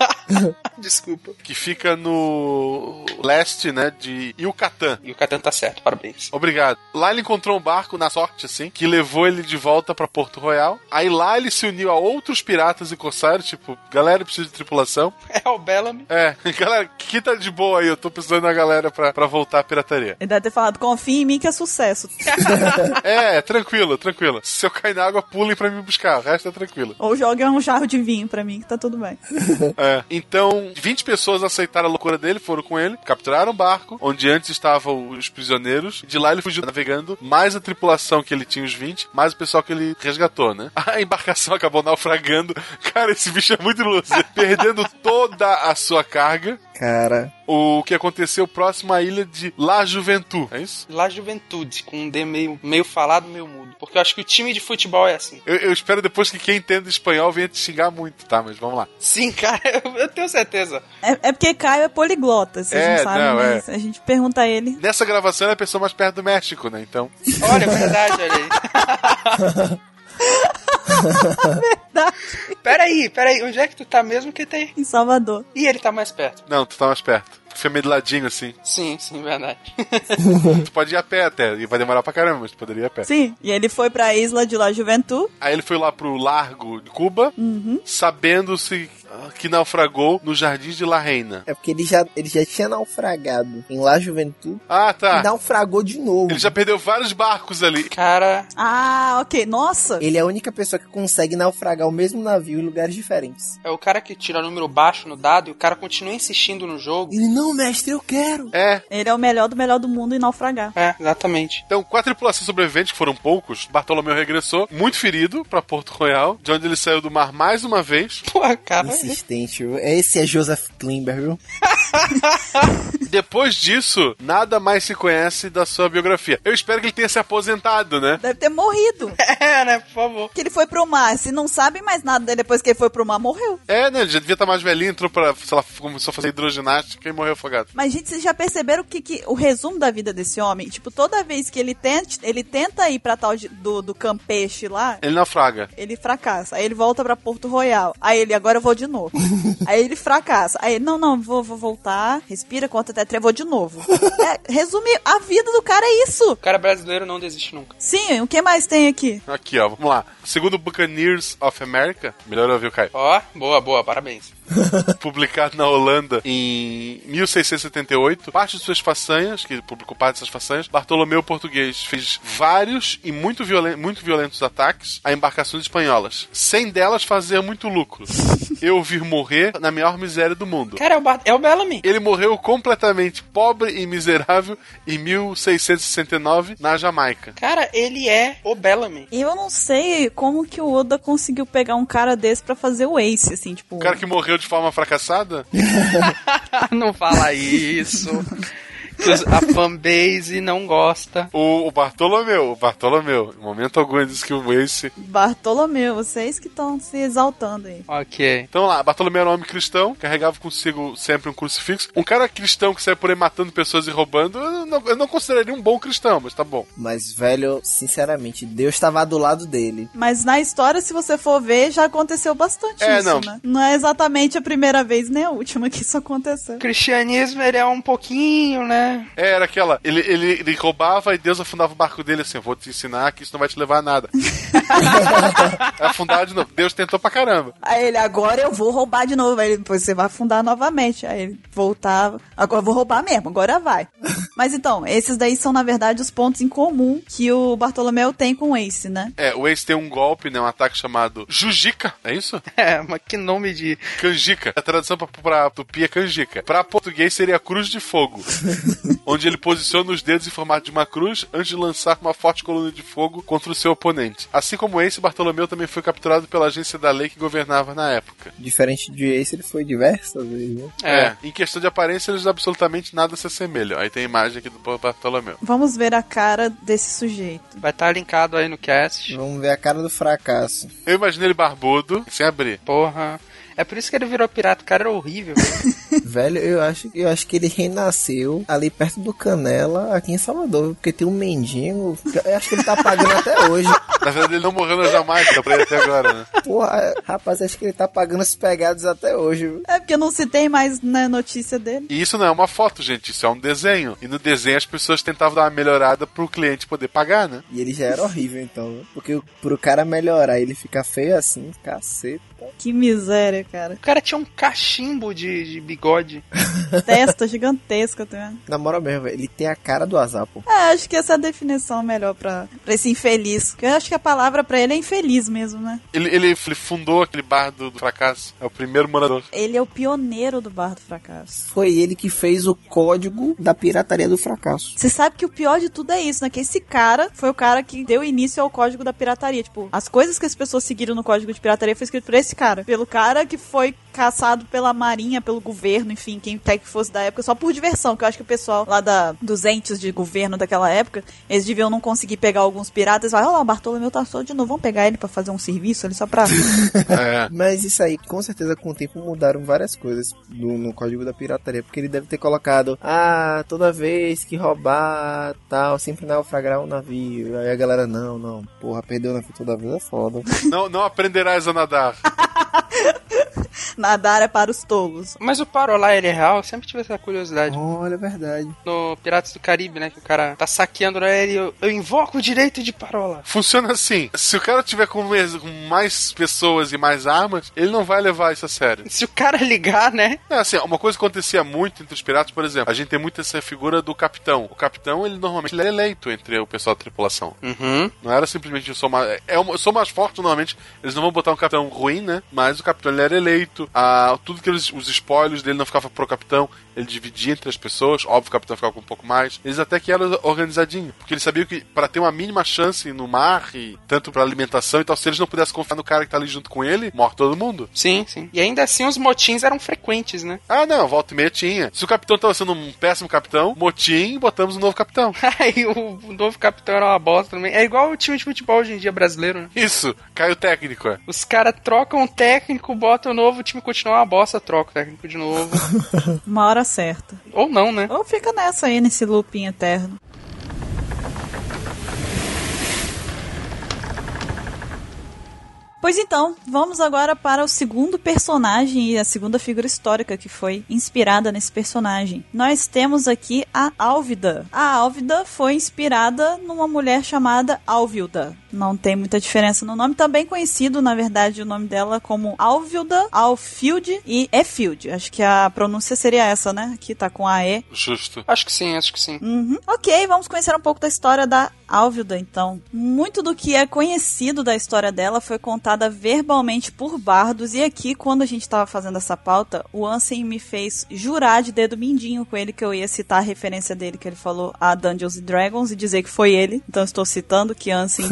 S8: Desculpa.
S4: Que fica no leste, né? De Yucatán.
S8: E o Catan tá certo, parabéns.
S4: Obrigado. Lá ele encontrou um barco, na sorte, assim, que levou ele de volta pra Porto Royal. Aí lá ele se uniu a outros piratas e corsários, tipo, galera, eu preciso de tripulação.
S8: É o Bellamy.
S4: É, galera, que tá de boa aí, eu tô precisando da galera pra, pra voltar à pirataria.
S1: Ele deve ter falado, confia em mim que é sucesso.
S4: É, tranquilo, tranquilo. Se eu cair na água, pulem pra me buscar, o resto é tranquilo.
S1: Ou jogue um jarro de vinho pra mim, que tá tudo bem.
S4: É. Então, 20 pessoas aceitaram a loucura dele, foram com ele, capturaram o barco, onde antes estavam os prisioneiros. De lá ele fugiu navegando, mais a tripulação que ele tinha, os 20, mais o pessoal que ele resgatou, né? A embarcação acabou naufragando. Cara, esse bicho é muito iluso. Perdendo toda a sua carga.
S3: Cara,
S4: O que aconteceu próximo à ilha de La Juventude. É isso?
S8: La Juventude, com um D meio, meio falado, meio mudo. Porque eu acho que o time de futebol é assim.
S4: Eu, eu espero depois que quem entende espanhol venha te xingar muito, tá? Mas vamos lá.
S8: Sim, cara, eu, eu tenho certeza.
S1: É, é porque Caio é poliglota, vocês
S4: É,
S1: não sabem,
S4: não,
S1: mas a gente pergunta a ele.
S4: Nessa gravação ele é a pessoa mais perto do México, né? Então.
S8: Olha, é verdade, olha aí. Peraí, peraí, onde é que tu tá mesmo que tem?
S1: Em Salvador.
S8: Ih, ele tá mais perto.
S4: Não, tu tá mais perto. Fica meio de ladinho assim.
S8: Sim, sim, verdade.
S4: Tu pode ir a pé até, e vai demorar pra caramba, mas tu poderia ir a pé.
S1: Sim, e ele foi pra Isla de La Juventude.
S4: Aí ele foi lá pro Largo de Cuba, sabendo-se ah, que naufragou no Jardim de La Reina.
S3: é porque ele já, ele já tinha naufragado em La Juventude.
S4: Ah, tá.
S3: E naufragou de novo.
S4: Ele já perdeu vários barcos ali.
S8: Cara,
S1: Ah, ok. Nossa!
S3: Ele é a única pessoa que consegue naufragar o mesmo navio em lugares diferentes.
S8: é o cara que tira número baixo no dado e o cara continua insistindo no jogo.
S3: Ele, não, mestre, eu quero.
S4: É.
S1: Ele é o melhor do melhor do mundo em naufragar.
S8: É, exatamente.
S4: Então, com a tripulação sobrevivente, que foram poucos, Bartolomeu regressou, muito ferido, pra Porto Royal, de onde ele saiu do mar mais uma vez.
S8: Pô,
S4: Ah,
S8: cara,
S3: Insistente, viu? Esse é Joseph Klimber, viu?
S4: Depois disso, nada mais se conhece da sua biografia. Eu espero que ele tenha se aposentado, né?
S1: Deve ter morrido.
S8: é, né, por favor.
S1: que ele foi pro mar. Se não sabem mais nada dele depois que ele foi pro mar, morreu.
S4: É, né? Ele já devia estar mais velhinho, entrou pra, sei lá, começou a fazer hidroginástica e morreu afogado.
S1: Mas, gente, vocês já perceberam que, que o resumo da vida desse homem? Tipo, toda vez que ele tenta, ele tenta ir pra tal de- do, do campeche lá,
S4: Ele naufraga.
S1: ele fracassa. Aí ele volta pra Porto Royal. Aí ele, agora eu vou de novo. Aí ele fracassa. Aí ele, não, não, vou, vou voltar. Respira, conta até três, vou de novo. É, resumir, a vida do cara é isso.
S8: O cara brasileiro não desiste nunca.
S1: Sim, o que mais tem aqui?
S4: Aqui, ó, vamos lá. Segundo o Buccaneers of America, melhor ouvir o Caio,
S8: Ó, boa, boa, parabéns.
S4: publicado na Holanda em 1678, parte de suas façanhas, que publicou parte dessas façanhas, Bartolomeu Português fez vários e muito, violen- muito violentos ataques a embarcações espanholas. Sem delas fazer muito lucro. Eu vir morrer na maior miséria do mundo.
S8: Cara, é o, Bar é o Bellamy.
S4: Ele morreu completamente pobre e miserável em 1669 na Jamaica.
S8: Cara, ele é o Bellamy.
S1: Eu não sei como que o Oda conseguiu pegar um cara desse pra fazer o Ace, assim, tipo...
S4: O cara que morreu de forma fracassada?
S8: não fala Ah, isso. que os- a fanbase não gosta.
S4: O, o Bartolomeu, o Bartolomeu, em momento algum ele disse que o Ace.
S1: Bartolomeu, vocês que estão se exaltando aí.
S8: Ok.
S4: Então lá, Bartolomeu era um homem cristão, carregava consigo sempre um crucifixo. Um cara cristão que sai por aí matando pessoas e roubando, eu não, eu não consideraria um bom cristão, mas tá bom.
S3: Mas, velho, sinceramente, Deus estava do lado dele.
S1: Mas na história, se você for ver, já aconteceu bastante
S4: É,
S1: isso,
S4: não.
S1: né? Não é exatamente a primeira vez nem a última que isso aconteceu.
S8: O cristianismo ele é um pouquinho, né?
S4: É, era aquela, ele, ele, ele roubava e Deus afundava o barco dele assim, eu vou te ensinar que isso não vai te levar a nada. Afundar de novo. Deus tentou pra caramba.
S1: Aí ele, agora eu vou roubar de novo. Aí ele, depois você vai afundar novamente. Aí ele voltava. Agora eu vou roubar mesmo, agora vai. Mas então, esses daí são, na verdade, os pontos em comum que o Bartolomeu tem com o Ace, né?
S4: É, o Ace tem um golpe, né? Um ataque chamado Jujica, é isso?
S8: É, mas que nome de.
S4: Canjica. A tradução pra, pra tupi é canjica. Pra português seria cruz de fogo. onde ele posiciona os dedos em formato de uma cruz antes de lançar uma forte coluna de fogo contra o seu oponente. Assim como esse, Bartolomeu também foi capturado pela agência da lei que governava na época.
S3: Diferente de Ace, ele foi diversas vezes, né?
S8: É.
S4: Em questão de aparência, eles absolutamente nada se assemelham. Aí tem a imagem aqui do Bartolomeu.
S1: Vamos ver a cara desse sujeito.
S8: Vai estar linkado aí no cast.
S3: Vamos ver a cara do fracasso.
S4: Eu imaginei ele barbudo, sem abrir.
S8: Porra. É por isso que ele virou pirata, o cara era horrível.
S3: Velho, eu acho, eu acho que ele renasceu ali perto do Canela, aqui em Salvador, porque tem um mendigo. que Eu acho que ele tá pagando até hoje.
S4: Na verdade, ele não morreu na Jamaica pra ele até agora, né?
S3: Porra, rapaz, acho que ele tá pagando as pegadas até hoje. viu?
S1: É porque não se tem mais na notícia dele.
S4: E isso não é uma foto, gente, isso é um desenho. E no desenho as pessoas tentavam dar uma melhorada pro cliente poder pagar, né?
S3: E ele já era horrível, então. viu? Porque o- pro cara melhorar, ele ficar feio assim, caceta.
S1: Que miséria, cara.
S8: O cara tinha um cachimbo de, de bigode.
S1: Testa gigantesca tá também.
S3: Na moral mesmo, velho, ele tem a cara do azar, pô.
S1: É, acho que essa é a definição melhor pra, pra esse infeliz. Porque eu acho que a palavra pra ele é infeliz mesmo, né?
S4: Ele, ele, ele fundou aquele bar do, do fracasso. É o primeiro morador.
S1: Ele é o pioneiro do bar do fracasso.
S3: Foi ele que fez o código da pirataria do fracasso.
S1: Você sabe que o pior de tudo é isso, né? Que esse cara foi o cara que deu início ao código da pirataria. Tipo, as coisas que as pessoas seguiram no código de pirataria foi escrito por esse cara. Pelo cara que foi caçado pela marinha, pelo governo, enfim, quem até que fosse da época, só por diversão, que eu acho que o pessoal lá da, dos entes de governo daquela época, eles deviam não conseguir pegar alguns piratas. Vai, olha lá, o Bartolomeu tá só de novo, vamos pegar ele pra fazer um serviço ali só pra...
S4: É.
S3: Mas isso aí, com certeza, com o tempo mudaram várias coisas no, no código da pirataria. Porque ele deve ter colocado, ah, toda vez que roubar, tal, sempre naufragar um navio. Aí a galera, não, não, porra, perdeu o navio toda vez é foda.
S4: Não, não aprenderás a nadar.
S1: nadar é para os tolos.
S8: Mas o Parolá, ele é real? Eu sempre tive essa curiosidade.
S3: Olha, é verdade.
S8: No Piratas do Caribe, né? Que o cara tá saqueando né, ele. Eu, eu invoco o direito de Parola.
S4: Funciona assim: se o cara tiver com mais, com mais pessoas e mais armas, ele não vai levar isso a sério.
S8: Se o cara ligar, né?
S4: É assim, uma coisa que acontecia muito entre os piratas, por exemplo, a gente tem muito essa figura do capitão. O capitão, ele normalmente ele é eleito entre o pessoal da tripulação.
S8: Uhum.
S4: Não era simplesmente eu sou mais. É uma- eu sou mais forte normalmente. Eles não vão botar um capitão ruim, né? Mas o capitão ele era eleito. Ah, tudo que eles, os spoilers dele não ficava pro capitão. Ele dividia entre as pessoas. Óbvio, o capitão ficava com um pouco mais. Eles até que eram organizadinhos. Porque eles sabiam que para ter uma mínima chance no mar, e tanto pra alimentação e tal, se eles não pudessem confiar no cara que tá ali junto com ele, morre todo mundo.
S8: Sim, sim. E ainda assim os motins eram frequentes, né?
S4: Ah, não, volta e meia tinha. Se o capitão tava sendo um péssimo capitão, motim, botamos um novo capitão.
S8: Aí o novo capitão era uma bosta também. É igual o time de futebol hoje em dia brasileiro, né?
S4: Isso, caiu técnico, é.
S8: Os caras trocam o técnico, botam o novo, o time continua uma bosta, troca o técnico de novo.
S1: Uma hora certa.
S8: Ou não, né?
S1: Ou Então fica nessa aí, nesse looping eterno. Pois então, vamos agora para o segundo personagem e a segunda figura histórica que foi inspirada nesse personagem. Nós temos aqui a Álvida. A Álvida foi inspirada numa mulher chamada Álvilda. Não tem muita diferença no nome, também conhecido, na verdade, o nome dela como Álvilda, Alfield e Efield. Acho que a pronúncia seria essa, né? Aqui tá com a E
S4: Justo.
S8: Acho que sim, acho que sim.
S1: Uhum. Ok, vamos conhecer um pouco da história da Álvilda, então. Muito do que é conhecido da história dela foi contada verbalmente por bardos, e aqui, quando a gente estava fazendo essa pauta, o Ansem me fez jurar de dedo mindinho com ele que eu ia citar a referência dele que ele falou a Dungeons and Dragons e dizer que foi ele. Então estou citando que Ansem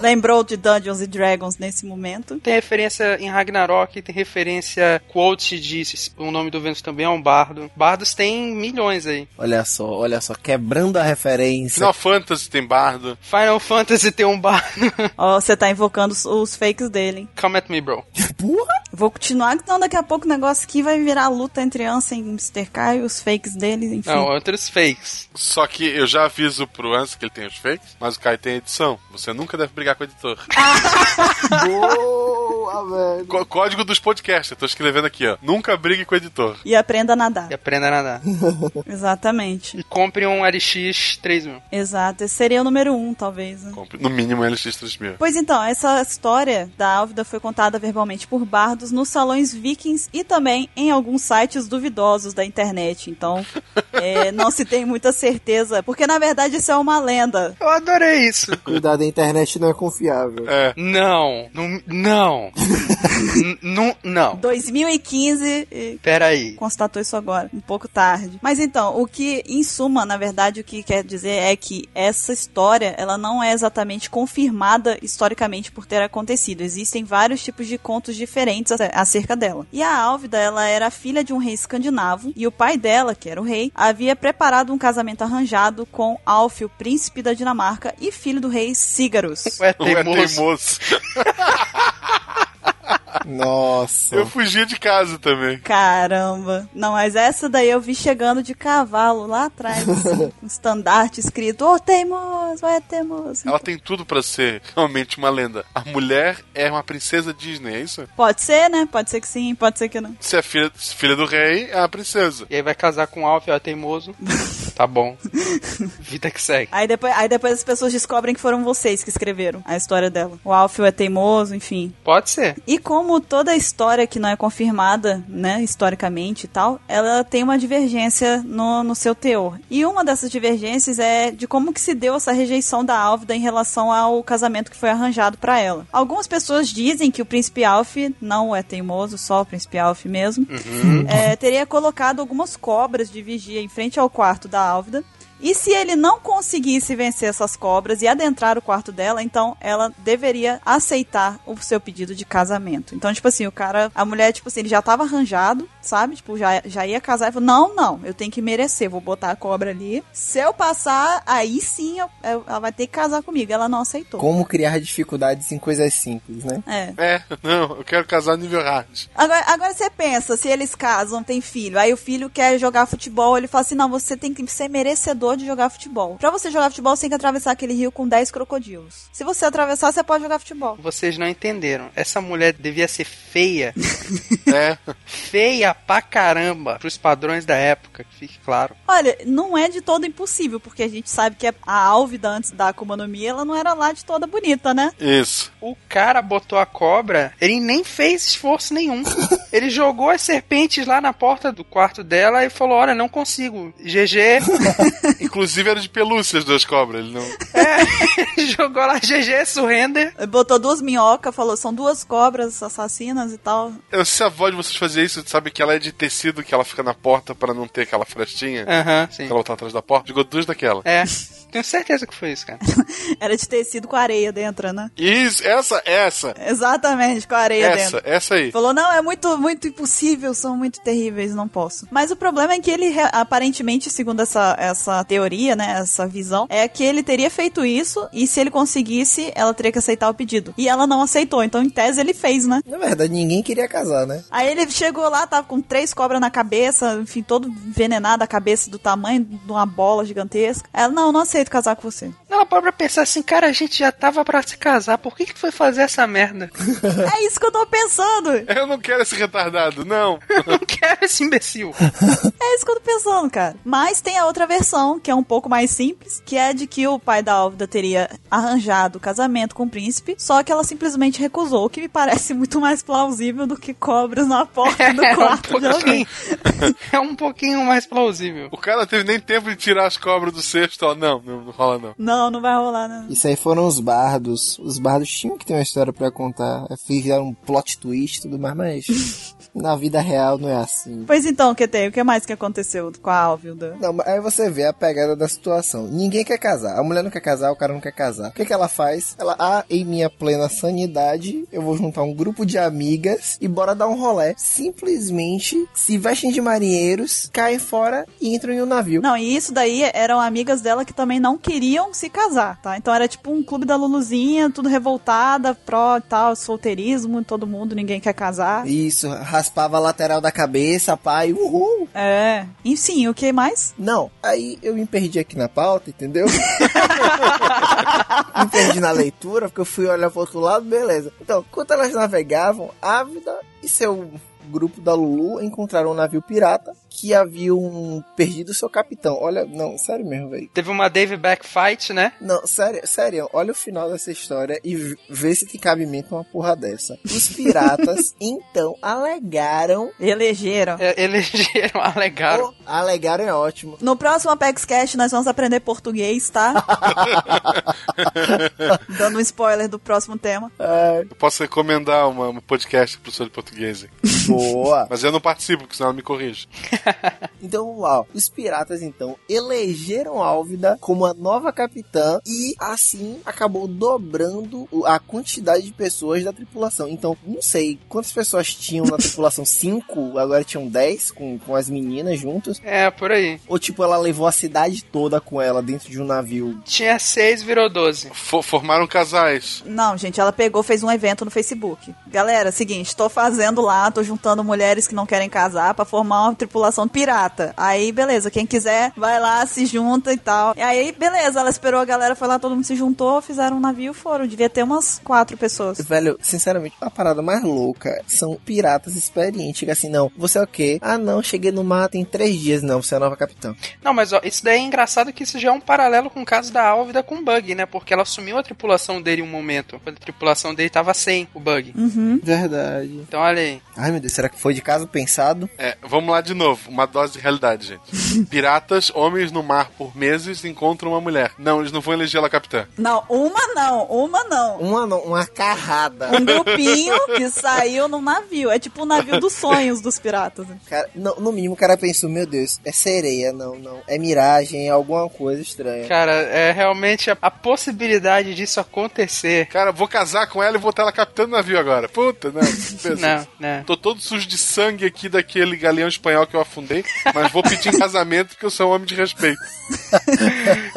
S1: Lembrou de Dungeons and Dragons nesse momento.
S8: Tem referência em Ragnarok, tem referência quote de O Nome do Vento também é um bardo. Bardos tem milhões aí.
S3: Olha só, olha só, quebrando a referência.
S4: Final Fantasy tem bardo.
S8: Final Fantasy tem um bardo.
S1: Ó, você tá invocando os, os fakes dele, hein?
S8: Come at me, bro.
S3: Porra!
S1: Vou continuar, então daqui a pouco o negócio aqui vai virar luta entre Ansem e Mr. Kai, os fakes dele, enfim.
S8: Não, entre os fakes.
S4: Só que eu já aviso pro Ansa que ele tem os fakes, mas o Kai tem edição. Você nunca deve brigar com o editor.
S3: Boa, velho.
S4: Có- Código dos podcasts, eu tô escrevendo aqui, ó. Nunca brigue com o editor.
S1: E aprenda a nadar.
S8: E aprenda a nadar.
S1: Exatamente.
S8: E compre um LX 3000.
S1: Exato. Esse seria o número um, talvez. Né?
S4: Compre no mínimo LX3000.
S1: Pois então, essa história da Álvida foi contada verbalmente por bardos nos salões vikings e também em alguns sites duvidosos da internet. Então, é, não se tem muita certeza, porque na verdade isso é uma lenda.
S8: Eu adorei isso.
S3: Cuidado, a internet não é confiável.
S4: É,
S8: Não, não, não, N- não, não.
S1: 2015 e
S8: Peraí.
S1: constatou isso agora, um pouco tarde. Mas então, o que, em suma, na verdade, o que quer dizer é que essa história, ela não é exatamente confirmada historicamente por ter acontecido. Existem vários tipos de contos diferentes ace- acerca dela. E a Álvida, ela era filha de um rei escandinavo, e o pai dela, que era o rei, havia preparado um casamento arranjado com Alfio, príncipe da Dinamarca e filho do rei Sigarus.
S8: Ué,
S4: não é
S8: teimoso.
S4: teimoso.
S3: Nossa.
S4: Eu fugia de casa também.
S1: Caramba. Não, mas essa daí eu vi chegando de cavalo lá atrás, assim, um estandarte escrito, ô teimoso, é teimoso.
S4: Ela tem tudo pra ser realmente uma lenda. A mulher é uma princesa Disney, é isso?
S1: Pode ser, né? Pode ser que sim, pode ser que não.
S4: Se é filha, se filha do rei, é uma princesa.
S8: E aí vai casar com o Alf, ó, é teimoso. Tá bom. Vida que segue.
S1: Aí depois, aí depois as pessoas descobrem que foram vocês que escreveram a história dela. O Alfio é teimoso, enfim.
S8: Pode ser.
S1: E como toda história que não é confirmada, né, historicamente e tal, ela tem uma divergência no, no seu teor. E uma dessas divergências é de como que se deu essa rejeição da Álvida em relação ao casamento que foi arranjado pra ela. Algumas pessoas dizem que o príncipe Alf não é teimoso, só o príncipe Alf mesmo, é, teria colocado algumas cobras de vigia em frente ao quarto da Álvida. E se ele não conseguisse vencer essas cobras e adentrar o quarto dela, então ela deveria aceitar o seu pedido de casamento. Então, tipo assim, o cara, a mulher, tipo assim, ele já tava arranjado, sabe? Tipo, já, já ia casar e falou: Não, não, eu tenho que merecer, vou botar a cobra ali. Se eu passar, aí sim eu- eu- ela vai ter que casar comigo. Ela não aceitou.
S3: Como criar dificuldades em coisas simples, né?
S1: É.
S4: É, não, eu quero casar nível hard.
S1: Agora, agora você pensa, se eles casam, tem filho, aí o filho quer jogar futebol, ele fala assim: não, você tem que ser merecedor de jogar futebol. Pra você jogar futebol, você tem que atravessar aquele rio com 10 crocodilos. Se você atravessar, você pode jogar futebol.
S8: Vocês não entenderam. Essa mulher devia ser feia.
S4: É,
S8: feia pra caramba. Pros padrões da época, que fique claro.
S1: Olha, não é de todo impossível, porque a gente sabe que a Álvida, antes da Akuma no Mi, ela não era lá de toda bonita, né?
S4: isso.
S8: O cara botou a cobra, ele nem fez esforço nenhum. Ele jogou as serpentes lá na porta do quarto dela e falou: Olha, não consigo. GG.
S4: Inclusive era de pelúcia as duas cobras. Ele não...
S8: Ele jogou lá GG, surrender.
S1: Botou duas minhocas, falou: são duas cobras assassinas e tal.
S4: Eu, se a avó de vocês fazia isso, sabe que ela é de tecido que ela fica na porta pra não ter aquela frestinha?
S8: Aham, sim.
S4: Que ela tá atrás da porta, jogou duas daquela.
S8: É. Tenho certeza que foi isso, cara.
S1: Era de tecido com areia dentro, né?
S4: Isso, essa, essa,
S1: Exatamente, com areia dentro.
S4: essa, essa aí.
S1: Falou, não, é muito, muito impossível, são muito terríveis, não posso. Mas o problema é que ele, re- aparentemente, segundo essa, essa teoria, né, essa visão, é que ele teria feito isso e se ele conseguisse, ela teria que aceitar o pedido. E ela não aceitou, então em tese ele fez, né?
S3: Na verdade, ninguém queria casar, né?
S1: Aí ele chegou lá, tava com três cobras na cabeça, enfim, todo envenenado a cabeça do tamanho de uma bola gigantesca. Ela, não, não aceito casar com você.
S8: Ela parou pra pensar assim, cara, a gente já tava pra se casar, por que que foi fazer essa merda?
S1: é isso que eu tô pensando!
S4: Eu não quero esse retardado, não.
S8: Eu não quero esse imbecil.
S1: É isso que eu tô pensando, cara. Mas tem a outra versão, que é um pouco mais simples, que é de que o pai da Álvida teria arranjado o casamento com o príncipe, só que ela simplesmente recusou, o que me parece muito mais plausível do que cobras na porta do
S8: É um
S1: quarto de alguém.
S8: pouquinho, é um pouquinho mais plausível.
S4: O cara não teve nem tempo de tirar as cobras do cesto, ó. Não, não, não rola não.
S1: Não, não vai rolar, né?
S3: Isso aí foram os bardos. Os bardos tinham que ter uma história pra contar. Fizeram um plot twist e tudo mais, mas na vida real não é sim.
S1: Pois então, QT, o que mais que aconteceu com a Álvilda?
S3: Não, mas aí você vê a pegada da situação. Ninguém quer casar. A mulher não quer casar, o cara não quer casar. O que, que ela faz? Ela, ah, em minha plena sanidade, eu vou juntar um grupo de amigas e bora dar um rolé. Simplesmente se vestem de marinheiros, caem fora e entram em um navio.
S1: Não, e isso daí eram amigas dela que também não queriam se casar, tá? Então era tipo um clube da Luluzinha, tudo revoltada, pró e tal, solteirismo, todo mundo, ninguém quer casar.
S3: Isso, raspava a lateral da cabeça, pai, uhul.
S1: É. E sim, o que mais?
S3: Não, aí eu me perdi aqui na pauta, entendeu? me perdi na leitura, porque eu fui olhar pro outro lado, beleza. Então, enquanto elas navegavam, Ávida e seu grupo da Lulu encontraram um navio pirata que haviam perdido seu capitão. Olha, não, sério mesmo, velho.
S8: Teve uma Dave Back Fight, né?
S3: Não, sério, sério, olha o final dessa história e v- vê se tem cabimento uma porra dessa. Os piratas, então, alegaram.
S1: Elegeram.
S8: É, Elegeram, alegaram.
S3: Oh, alegaram é ótimo.
S1: No próximo Apex Cash nós vamos aprender português, tá? Dando um spoiler do próximo tema.
S3: É,
S4: Eu posso recomendar uma, um podcast pro professor de português. hein?
S3: boa.
S4: Mas eu não participo, porque senão ela me corrige.
S3: Então, vamos lá. ó. Os piratas, então, elegeram Álvida como a nova capitã e, assim, acabou dobrando o- a quantidade de pessoas da tripulação. Então, não sei quantas pessoas tinham na tripulação. Cinco? Agora tinham dez com, com as meninas juntos?
S8: É, por aí.
S3: Ou, tipo, ela levou a cidade toda com ela dentro de um navio?
S8: Tinha 6, virou 12.
S4: Fo- formaram casais.
S1: Não, gente, ela pegou, fez um evento no Facebook. Galera, seguinte, tô fazendo lá, tô juntando mulheres que não querem casar pra formar uma tripulação pirata. Aí, beleza, quem quiser, vai lá, se junta e tal. E aí, beleza, ela esperou a galera, foi lá, todo mundo se juntou, fizeram um navio e foram. Devia ter umas quatro pessoas.
S3: Velho, sinceramente, a parada mais louca são piratas experientes. Chega assim, não, você é o quê? Ah, não, cheguei no mar tem três dias. Não, você é a nova capitã.
S8: Não, mas ó, isso daí é engraçado que isso já é um paralelo com o caso da Álvida com o Bug, né? Porque ela assumiu a tripulação dele em um momento. Quando a tripulação dele tava sem o Bug.
S1: Uhum.
S3: Verdade.
S8: Então olha aí.
S3: Ai, meu Deus, será que foi de caso pensado?
S4: É, vamos lá de novo. Uma dose de realidade, gente. Piratas, homens no mar por meses, encontram uma mulher. Não, eles não vão eleger ela capitã.
S1: Não, uma não, uma não.
S3: Uma, não, uma carrada.
S1: Um grupinho que saiu num navio. É tipo o navio dos sonhos dos piratas.
S3: Cara, não, no mínimo o cara pensou, meu Deus, é sereia, não, não. É miragem, é alguma coisa estranha.
S8: Cara, é realmente a, a possibilidade disso acontecer.
S4: Cara, vou casar com ela e vou botar ela capitã do navio agora. Puta, não.
S8: Não, né?
S4: Tô todo sujo de sangue aqui daquele galeão espanhol que eu afundei, mas vou pedir em casamento porque eu sou um homem de respeito.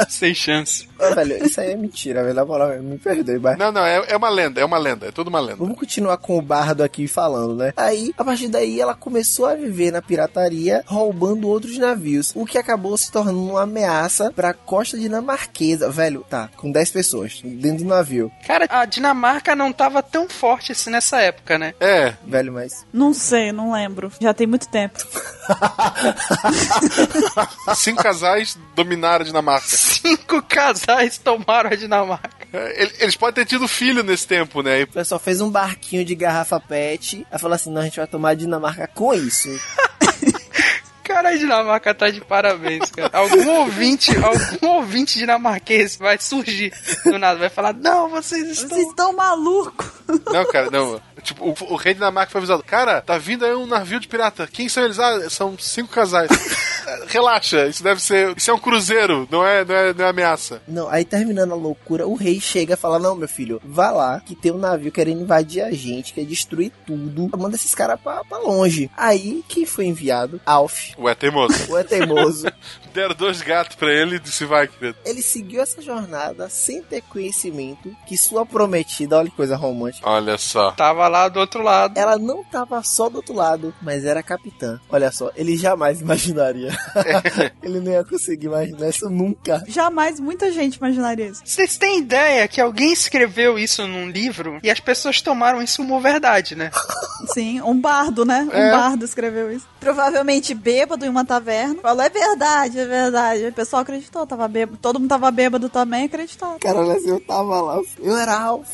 S8: Sem chance.
S3: Ô, velho, isso aí é mentira, velho. Na moral, me perdoe, mas...
S4: Não, não, é, é uma lenda, é uma lenda, é tudo uma lenda.
S3: Vamos continuar com o bardo aqui falando, né? Aí, a partir daí, ela começou a viver na pirataria, roubando outros navios, o que acabou se tornando uma ameaça pra costa dinamarquesa. Velho, tá, com 10 pessoas dentro do navio.
S8: Cara, a Dinamarca não tava tão forte assim nessa época, né?
S4: É,
S3: Velho, mas.
S1: Não sei, não lembro. Já tem muito tempo.
S4: cinco casais dominaram a Dinamarca.
S8: Cinco casais tomaram a Dinamarca.
S4: É, ele- Eles podem ter tido filho nesse tempo, né? E
S3: O pessoal fez um barquinho de garrafa PET. Aí falou assim: não, a gente vai tomar a Dinamarca com isso.
S8: Cara, a Dinamarca tá de parabéns, cara. Algum ouvinte, algum ouvinte dinamarquês vai surgir do nada, vai falar: Não, vocês estão.
S1: Vocês estão malucos.
S4: Não, cara, não. Tipo, o, o rei da Dinamarca foi avisado. Cara, tá vindo aí um navio de pirata. Quem são eles? Ah, são cinco casais. É, Relaxa, isso deve ser. Isso é um cruzeiro, não é, não é, não é ameaça.
S3: Não, aí terminando a loucura, o rei chega e fala: Não, meu filho, vá lá, que tem um navio querendo invadir a gente, quer destruir tudo. Manda esses caras pra, pra longe. Aí, quem foi enviado? Alf.
S4: Ué, teimoso.
S3: O é teimoso.
S4: Deram dois gatos pra ele e disse: vai, querido.
S3: Ele seguiu essa jornada sem ter conhecimento que sua prometida, olha que coisa romântica,
S4: Olha só.
S8: Tava lá do outro lado.
S3: ela não tava só do outro lado, mas era capitã. Olha só, ele jamais imaginaria. ele não ia conseguir imaginar isso nunca.
S1: Jamais muita gente imaginaria isso.
S8: Vocês têm ideia que alguém escreveu isso num livro e as pessoas tomaram isso como verdade, né?
S1: Sim, um bardo, né? Um
S4: É.
S1: bardo escreveu isso. Provavelmente bêbado em uma taverna. Falou, é verdade, é verdade. O pessoal acreditou, tava bêbado. Todo mundo tava bêbado também, acreditou.
S3: Cara, olha assim, eu tava lá, eu era Alf.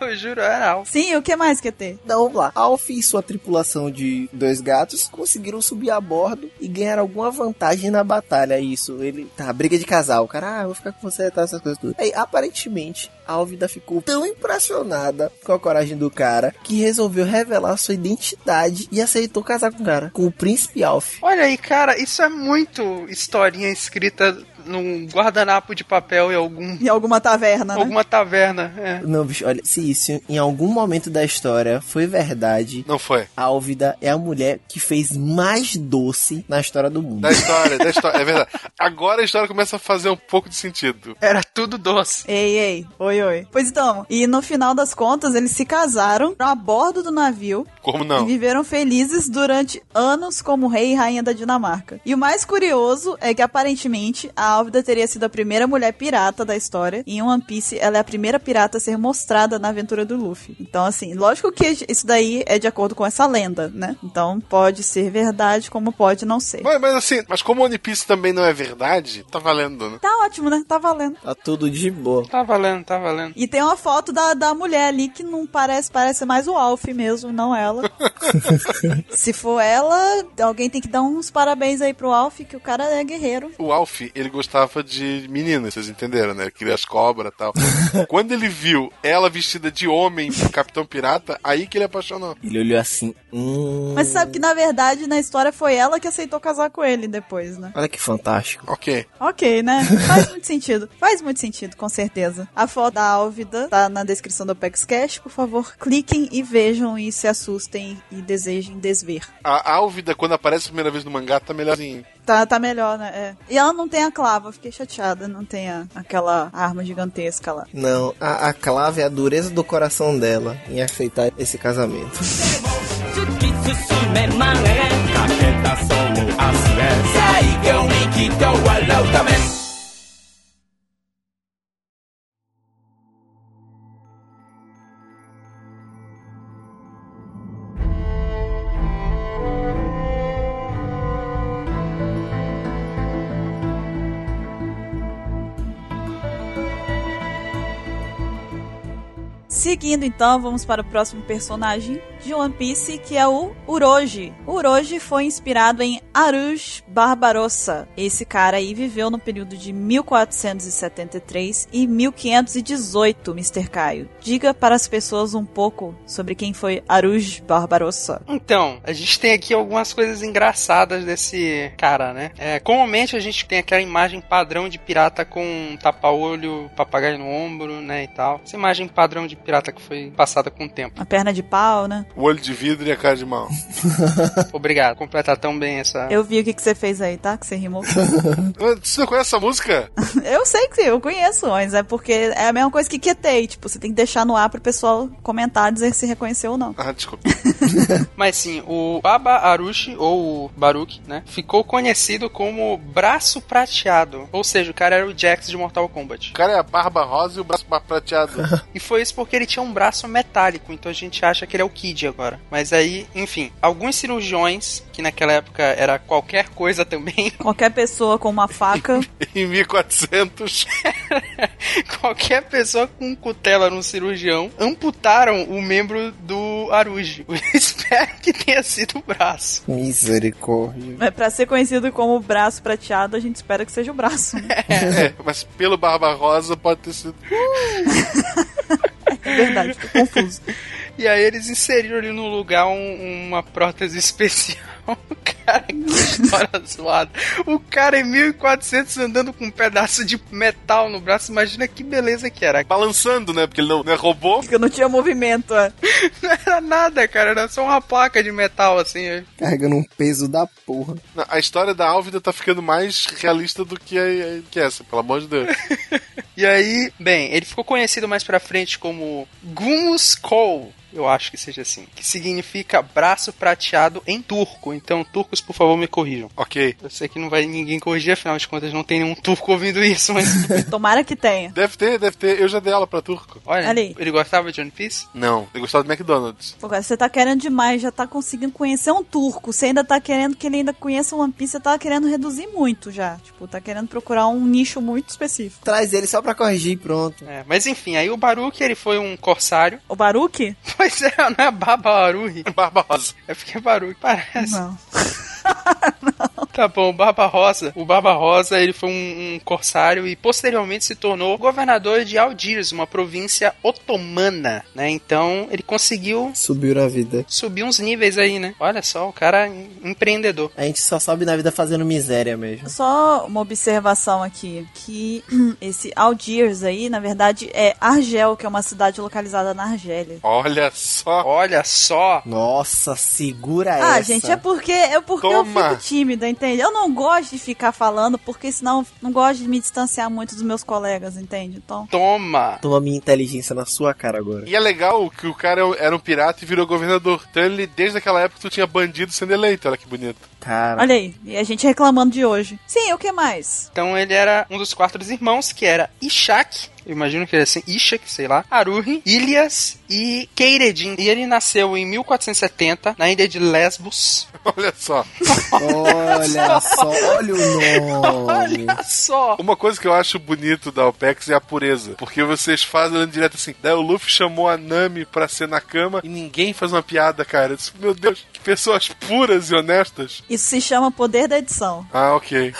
S8: Eu juro, é era alto.
S1: Sim, o que mais que ter?
S3: Então vamos lá. Alf e sua tripulação de dois gatos conseguiram subir a bordo e ganhar alguma vantagem na batalha. É Isso, ele. Tá, briga de casal. O cara, ah, eu vou ficar com você, tá, essas coisas tudo. Aí, aparentemente, a Alvida ficou tão impressionada com a coragem do cara que resolveu revelar sua identidade e aceitou casar com o cara, com o príncipe Alf.
S8: Olha aí, cara, isso é muito historinha escrita num guardanapo de papel em algum,
S1: Em alguma taverna, né?
S8: alguma taverna. é.
S3: Não, bicho, olha, se isso em algum momento da história foi verdade,
S4: Não foi.
S3: a Álvida é a mulher que fez mais doce na história do mundo.
S4: Da história, da história. É verdade. Agora a história começa a fazer um pouco de sentido.
S8: Era tudo doce.
S1: Ei, ei, oi, oi. Pois então, e no final das contas, eles se casaram a bordo do navio
S4: Como
S1: e
S4: não?
S1: viveram felizes durante anos como rei e rainha da Dinamarca. E o mais curioso é que aparentemente a Álvida teria sido a primeira mulher pirata da história. E em One Piece, ela é a primeira pirata a ser mostrada na aventura do Luffy. Então, assim, lógico que isso daí é de acordo com essa lenda, né? Então pode ser verdade, como pode não ser.
S4: Mas, mas assim, mas como One Piece também não é verdade, tá valendo, né?
S1: Tá ótimo, né? Tá valendo.
S3: Tá tudo de boa.
S8: Tá valendo, tá valendo.
S1: E tem uma foto da, da mulher ali que não parece, parece mais o Alf mesmo, não ela. Se for ela, alguém tem que dar uns parabéns aí pro Alf, que o cara é guerreiro.
S4: O Alf, ele gostava de meninas, vocês entenderam, né? Ele queria as cobras e tal. Quando ele viu ela vestida de homem, Capitão Pirata, aí que ele apaixonou.
S3: Ele olhou assim, hum.
S1: Mas sabe que na verdade na história foi ela que aceitou casar com ele depois, né?
S3: Olha que fantástico.
S4: Ok.
S1: Ok, né? Faz muito sentido. Faz muito sentido, com certeza. A foto da Álvida tá na descrição do Apex Cash. Por favor, cliquem e vejam e se assustem e desejem desver.
S4: A Álvida, quando aparece a primeira vez no mangá, tá melhorzinho.
S1: Tá, tá melhor, né? É. E ela não tem a clava, eu fiquei chateada, não tem a- aquela arma gigantesca lá.
S3: Não, a, a clave é a dureza do coração dela em aceitar esse casamento.
S1: Seguindo então, vamos para o próximo personagem de One Piece, que é o Uroji. O Uroji foi inspirado em Aruj Barbarossa. Esse cara aí viveu no período de 1473 e 1518, Mr. Caio. Diga para as pessoas um pouco sobre quem foi Aruj Barbarossa.
S8: Então, a gente tem aqui algumas coisas engraçadas desse cara, né? É, comumente a gente tem aquela imagem padrão de pirata com um tapa-olho, papagaio no ombro, né, e tal. Essa imagem padrão de pirata que foi passada com o tempo.
S1: A perna de pau, né?
S4: O olho de vidro e a cara de mal.
S8: Obrigado, completar tão bem essa...
S1: Eu vi o que, que você fez aí, tá? Que você rimou.
S4: Ah, Você não conhece essa música?
S1: Eu sei que eu conheço, mas é porque é a mesma coisa que Ketei. Tipo, você tem que deixar no ar pro pessoal comentar, dizer se reconheceu ou não.
S4: Ah, desculpa.
S8: Mas sim, o Baba Arushi, ou o Baruch, né? Ficou conhecido como Braço Prateado. Ou seja, o cara era o Jax de Mortal Kombat.
S4: O cara é a barba rosa e o braço prateado.
S8: E foi isso porque ele tinha um braço metálico, então a gente acha que ele é o Kid agora. Mas aí, enfim, alguns cirurgiões, que naquela época era qualquer coisa também,
S1: Qualquer pessoa com uma faca.
S4: em 1400.
S8: qualquer pessoa com um cutela num cirurgião, amputaram o membro do Aruji. Eu espero que tenha sido o braço.
S3: Misericórdia.
S1: é, pra ser conhecido como braço prateado, a gente espera que seja o braço. né?
S4: É, mas pelo barba rosa pode ter sido.
S1: É verdade, tô confuso.
S8: E aí eles inseriram ali no lugar um- uma prótese especial. Cara, que história zoada. O cara em 1400 andando com um pedaço de metal no braço. Imagina que beleza que era.
S4: Balançando, né? Porque ele não, não é robô.
S1: Porque eu não tinha movimento, é.
S8: Não era nada, cara. Era só uma placa de metal, assim.
S3: Carregando um peso da porra.
S4: Não, A história da Álvida tá ficando mais realista do que, a- a- que essa, pelo amor de Deus.
S8: E aí, bem, ele ficou conhecido mais pra frente como Gumus Cole. eu acho que seja assim, que significa braço prateado em turco. Então, turcos, por favor, me corrijam.
S4: Ok.
S8: Eu sei que não vai ninguém corrigir, afinal de contas, não tem nenhum turco ouvindo isso, mas.
S1: Tomara que tenha.
S4: Deve ter, deve ter. Eu já dei aula pra turco.
S8: Olha,
S1: Ali.
S8: ele gostava de One Piece?
S4: Não. Eu gostava do McDonald's.
S1: Pô, cara, você tá querendo demais, já tá conseguindo conhecer um turco. Você ainda tá querendo que ele ainda conheça One Piece, você tá querendo reduzir muito já. Tipo, tá querendo procurar um nicho muito específico.
S3: Traz ele só pra corrigir e pronto.
S8: É, mas enfim, aí o Baruque ele foi um corsário.
S1: O Baruque?
S8: Pois é, não é Barbaruhi?
S4: Barbarosa.
S8: É porque é Baruque, parece.
S1: Não.
S8: Tá bom, o Barba Rosa. O Barba Rosa, ele foi um, um corsário e posteriormente se tornou governador de Algiers, uma província otomana, né? Então, ele conseguiu
S3: Subiu na vida.
S8: subir uns níveis aí, né? Olha só, o cara é em- empreendedor.
S3: A gente só sobe na vida fazendo miséria mesmo.
S1: Só uma observação aqui, que esse Algiers aí, na verdade, é Argel, que é uma cidade localizada na Argélia.
S4: Olha só.
S8: Olha só,
S3: Nossa, segura essa.
S1: Ah, gente, é porque, é porque eu
S4: Toma.
S1: fico tímida, entende? Eu não gosto de ficar falando, porque senão eu não gosto de me distanciar muito dos meus colegas, entende? Então,
S8: toma.
S3: Toma minha inteligência na sua cara agora.
S4: E é legal que o cara era um pirata e virou governador. Então ele, desde aquela época, tu tinha bandido sendo eleito. Olha que bonito.
S3: Cara.
S1: olha aí, e a gente reclamando de hoje. Sim, o que mais?
S8: Então ele era um dos quatro irmãos, que era Ishak, eu imagino que ele é assim, Ishak, sei lá, Aruhi, Ilias e Keiredin. E ele nasceu em 1470, na ilha de Lesbos.
S4: Olha só.
S3: Olha só, olha o nome.
S8: Olha só!
S4: Uma coisa que eu acho bonito da OPEX é a pureza. Porque vocês fazem olhando direto assim. Daí o Luffy chamou a Nami pra ser na cama e ninguém faz uma piada, cara. Eu disse, meu Deus, que pessoas puras e honestas.
S1: Isso se chama poder da edição.
S4: Ah, ok.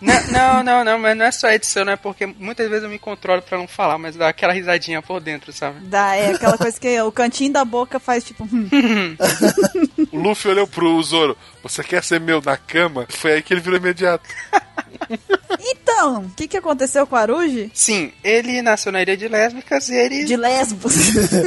S8: Não, não, não, não, mas não é só edição, né? Porque muitas vezes eu me controlo pra não falar, mas dá aquela risadinha por dentro, sabe?
S1: Da, é aquela coisa que o cantinho da boca faz tipo. hum.
S4: O Luffy olhou pro Zoro. Você quer ser meu na cama? Foi aí que ele virou imediato.
S1: Então, o que, que aconteceu com a Aruji?
S8: Sim, ele nasceu na ilha de lésbicas e ele.
S1: De Lesbos.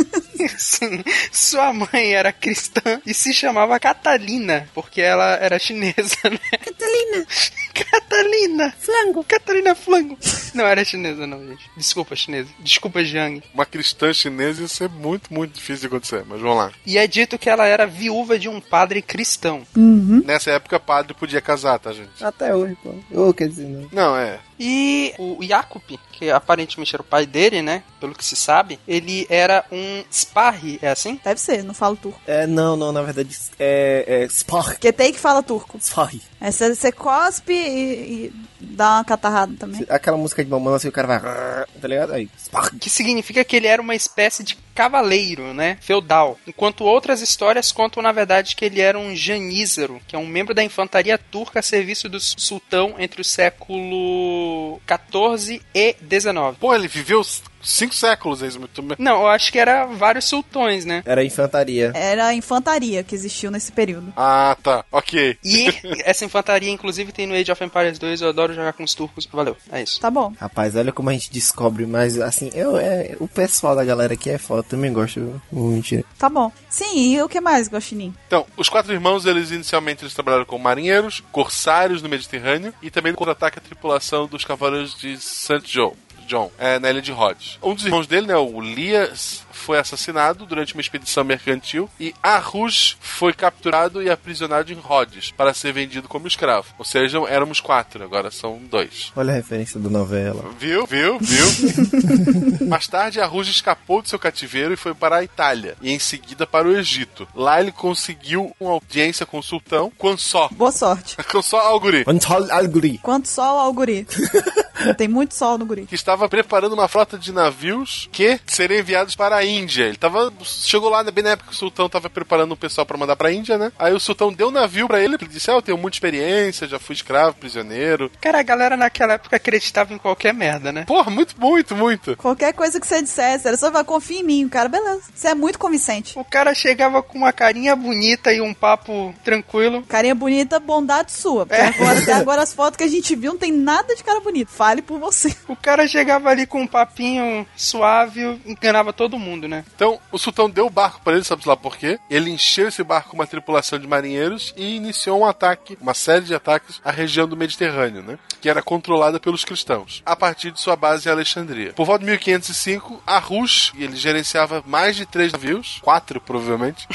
S8: Sim, sua mãe era cristã e se chamava Catalina, porque ela era chinesa, né? Catalina! Catalina! Flango! Catalina Flango! Não era chinesa, não, gente. Desculpa, chinesa. Desculpa, Jiang.
S4: Uma cristã chinesa ia ser muito, muito difícil de acontecer. Mas vamos lá.
S8: E é dito que ela era viúva de um padre cristão.
S4: Nessa época, padre podia casar, tá, gente?
S3: Até hoje, pô. Ô, quer dizer, não.
S4: Não, é.
S8: E o Jacob, que aparentemente era o pai dele, né? Pelo que se sabe, ele era um sparri, é assim?
S1: Deve ser, não falo turco.
S3: É, não, não, na verdade é, é Spark.
S1: Porque tem que fala turco.
S3: Spark.
S1: Aí você você cospe e, e dá uma catarrada também.
S3: Aquela música de mamãe assim, o cara vai. Tá ligado? Aí, Spark.
S8: Que significa que ele era uma espécie de cavaleiro, né? Feudal. Enquanto outras histórias contam, na verdade, que ele era um janízaro, que é um membro da infantaria turca a serviço do sultão entre o século 14 e 19.
S4: Pô, ele viveu c- cinco séculos, ex muito me-
S8: Não, eu acho que era vários sultões, né?
S3: Era infantaria.
S1: Era a infantaria que existiu nesse período.
S4: Ah, tá. Ok.
S8: E essa infantaria, inclusive, tem no Age of Empires 2. Eu adoro jogar com os turcos. Valeu, é isso.
S1: Tá bom.
S3: Rapaz, olha como a gente descobre, mas assim, eu, é, o pessoal da galera aqui é foda, também gosto. viu? Vou mentir.
S1: Tá bom. Sim, e o que mais, Gostinim?
S4: Então, os quatro irmãos, eles inicialmente eles trabalharam como marinheiros, corsários no Mediterrâneo e também contra-ataque a tripulação dos cavaleiros de St. Joe. John, é, na ilha de Rhodes. Um dos irmãos dele, né, o Lias, foi assassinado durante uma expedição mercantil e Arrush foi capturado e aprisionado em Rhodes para ser vendido como escravo. Ou seja, éramos quatro, agora são dois.
S3: Olha a referência da novela.
S4: Viu, viu, viu? Mais tarde, a Ruge escapou do seu cativeiro e foi para a Itália, e em seguida para o Egito. Lá ele conseguiu uma audiência com o sultão Quansó.
S1: Boa sorte.
S4: Quansó Alguri,
S3: Antol Alguri.
S1: Quanto sol ao guri? Tem muito sol no guri.
S4: que estava preparando uma frota de navios que seriam enviados para a Índia. Ele tava, chegou lá né, bem na época que o sultão estava preparando o pessoal para mandar para a Índia, né? Aí o sultão deu um navio para ele, ele disse: "Ah, eu tenho muita experiência, já fui escravo, prisioneiro".
S8: Cara, a galera naquela época acreditava em qualquer merda, né?
S4: Porra, muito, muito, muito.
S1: Qualquer coisa que você dissesse, era só falar, confia em mim, o cara, beleza. Você é muito convincente.
S8: O cara chegava com uma carinha bonita e um papo tranquilo.
S1: Carinha bonita, É. bondade sua. Porque agora, até agora as fotos que a gente viu não tem nada de cara bonito. Fale por você.
S8: O cara chega chegava ali com um papinho suave, enganava todo mundo, né?
S4: Então, o sultão deu o barco pra ele, sabe lá por quê? Ele encheu esse barco com uma tripulação de marinheiros e iniciou um ataque, uma série de ataques à região do Mediterrâneo, né? Que era controlada pelos cristãos, a partir de sua base em Alexandria. Por volta de 1505, Arrush, ele gerenciava mais de três navios, quatro provavelmente,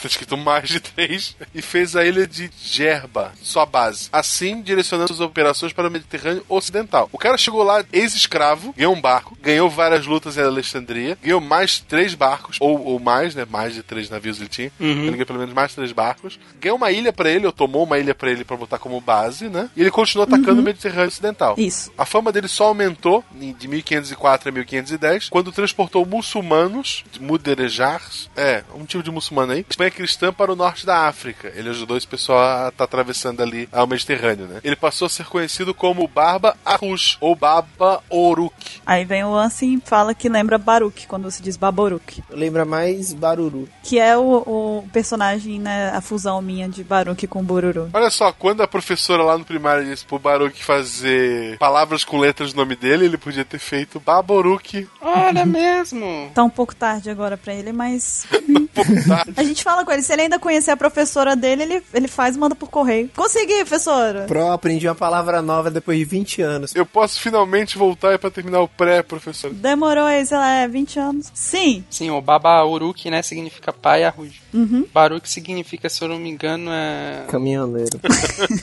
S4: Tá escrito mais de três. E fez a ilha de Gerba, sua base. Assim, direcionando suas operações para o Mediterrâneo Ocidental. O cara chegou lá ex-escravo, ganhou um barco, ganhou várias lutas em Alexandria, ganhou mais três barcos, ou, ou mais, né? Mais de três navios ele tinha. Ele ganhou pelo menos mais três barcos. Ganhou uma ilha pra ele, ou tomou uma ilha pra ele pra botar como base, né? E ele continuou atacando o Mediterrâneo Ocidental.
S1: Isso.
S4: A fama dele só aumentou em- de 1504 a 1510, quando transportou muçulmanos, muderejars, é, um tipo de muçulmano aí, da Espanha cristã para o norte da África. Ele ajudou esse pessoal a estar atravessando ali ao Mediterrâneo, né? Ele passou a ser conhecido como Barba Arrush, ou Baba Oruk.
S1: Aí vem o Ansem e fala que lembra Baruch, quando se diz Baboruch.
S3: Lembra mais Baruru.
S1: Que é o, o personagem, né, a fusão minha de Baruch com Bururu.
S4: Olha só, quando a professora lá no primário disse pro Baruch fazer palavras com letras do nome dele, ele podia ter feito Baboruk.
S8: Olha mesmo!
S1: Tá um pouco tarde agora pra ele, mas
S4: Tá?
S1: a gente fala com ele. Se ele ainda conhecer a professora dele, ele, ele faz, manda por correio. Consegui, professora!
S3: Pro, aprendi uma palavra nova depois de 20 anos.
S4: Eu posso finalmente voltar pra terminar o pré, professor.
S1: Demorou aí, sei lá, é, 20 anos. Sim,
S8: Sim, o Baba Uruki, né, significa pai arrujo. Baruque significa, se eu não me engano, é...
S3: Caminhoneiro.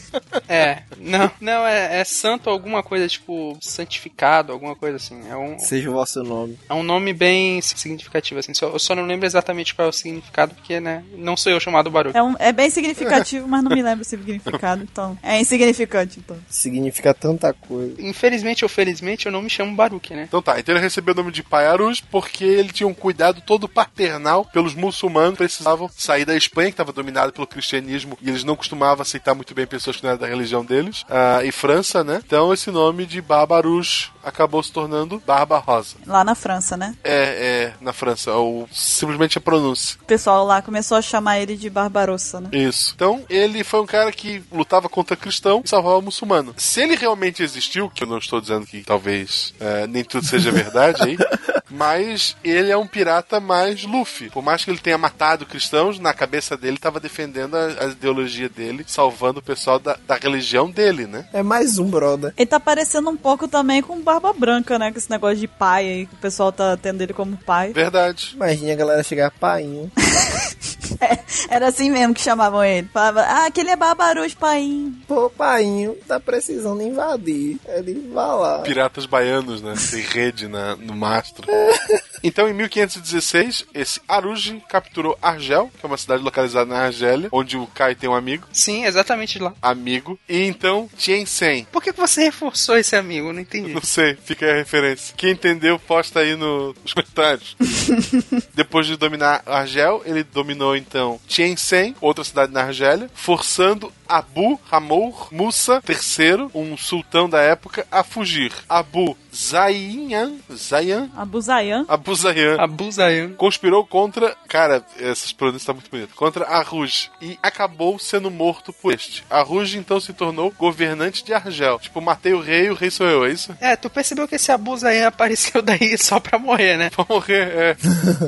S8: É, não, não, é, é santo alguma coisa, tipo, santificado, alguma coisa assim. É um,
S3: Seja o vosso nome.
S8: é um nome bem significativo, assim. Só- eu só não lembro exatamente qual é o significado, porque, né, não sou eu chamado Baruque.
S1: é, um- é bem significativo, mas não me lembro o significado, então. É insignificante, então.
S3: Significa tanta coisa.
S8: Infelizmente ou felizmente, eu não me chamo Baruque, né?
S4: Então tá, então ele recebeu o nome de Pai Arus porque ele tinha um cuidado todo paternal pelos muçulmanos que precisavam sair da Espanha, que estava dominada pelo cristianismo e eles não costumavam aceitar muito bem pessoas que não eram da religião deles, ah, e França, né? Então esse nome de Barba Arus acabou se tornando Barba Rosa.
S1: Lá na França, né?
S4: É, é, na França, ou simplesmente a pronúncia.
S1: O pessoal lá começou a chamar ele de Barbarossa, né?
S4: Isso. Então, ele foi um cara que lutava contra cristão e salvava o muçulmano. Se ele realmente existiu, que eu não estou dizendo que talvez eh, nem tudo seja verdade aí, mas ele é um pirata mais Luffy. Por mais que ele tenha matado cristãos, na cabeça dele estava defendendo a, a ideologia dele, salvando o pessoal da, da religião dele, né?
S3: É mais um, brother.
S1: Ele tá parecendo um pouco também com Barba Branca, né? Com esse negócio de pai aí, que o pessoal tá tendo ele como pai.
S4: Verdade.
S3: Imagina a galera chegar painho.
S1: Era assim mesmo que chamavam ele. Falava, ah, aquele é Barbaruz, painho.
S3: Pô, painho, tá precisando invadir. Ele vai lá.
S4: Piratas baianos, né? Sem rede na, no mastro. Então, em 1516, esse Aruji capturou Argel, que é uma cidade localizada na Argélia, onde o Kai tem um amigo.
S8: Sim, exatamente lá.
S4: amigo. E então, Tien-Sen.
S8: Por que que você reforçou esse amigo? Eu Não entendi.
S4: Não sei, fica aí a referência. Quem entendeu, posta aí no- nos comentários. Depois de dominar Argel, ele dominou então Tien-Sen, outra cidade na Argélia, forçando Abu Hamor Musa III, um sultão da época, a fugir. Abu Zayan, Zayan,
S1: Abuzayan.
S4: Abu Zayan
S8: Abusa eu.
S4: conspirou contra. Cara, essas pronúncias estão muito bonitas. Contra Arruj. E acabou sendo morto por este. Arruj então se tornou governante de Argel. Tipo, matei o rei, o rei sou eu, é isso?
S8: É, tu percebeu que esse Abusa aí apareceu daí só pra morrer, né?
S4: Pra morrer, é.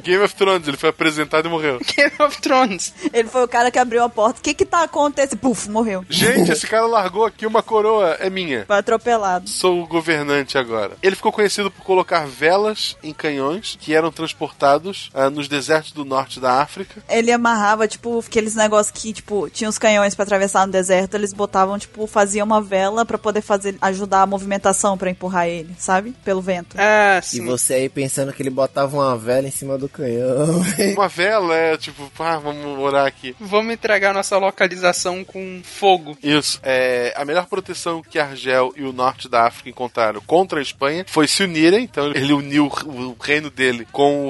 S4: Game of Thrones, ele foi apresentado e morreu.
S8: Game of Thrones.
S1: Ele foi o cara que abriu a porta. O que que tá acontecendo? Puf, morreu.
S4: Gente, esse cara largou aqui uma coroa, é minha.
S1: Foi atropelado.
S4: Sou o governante agora. Ele ficou conhecido por colocar velas em canhões que eram transportados ah, nos desertos do norte da África.
S1: Ele amarrava, tipo, aqueles negócios que, tipo, tinha os canhões pra atravessar no deserto, eles botavam, tipo, fazia uma vela pra poder fazer, ajudar a movimentação pra empurrar ele, sabe? Pelo vento.
S8: Ah,
S3: E
S8: sim.
S3: você aí pensando que ele botava uma vela em cima do canhão.
S4: Uma vela é tipo, pá, vamos orar aqui.
S8: Vamos entregar nossa localização com fogo.
S4: Isso. É, a melhor proteção que Argel e o norte da África encontraram contra a Espanha foi se unirem. Então ele uniu o reino dele com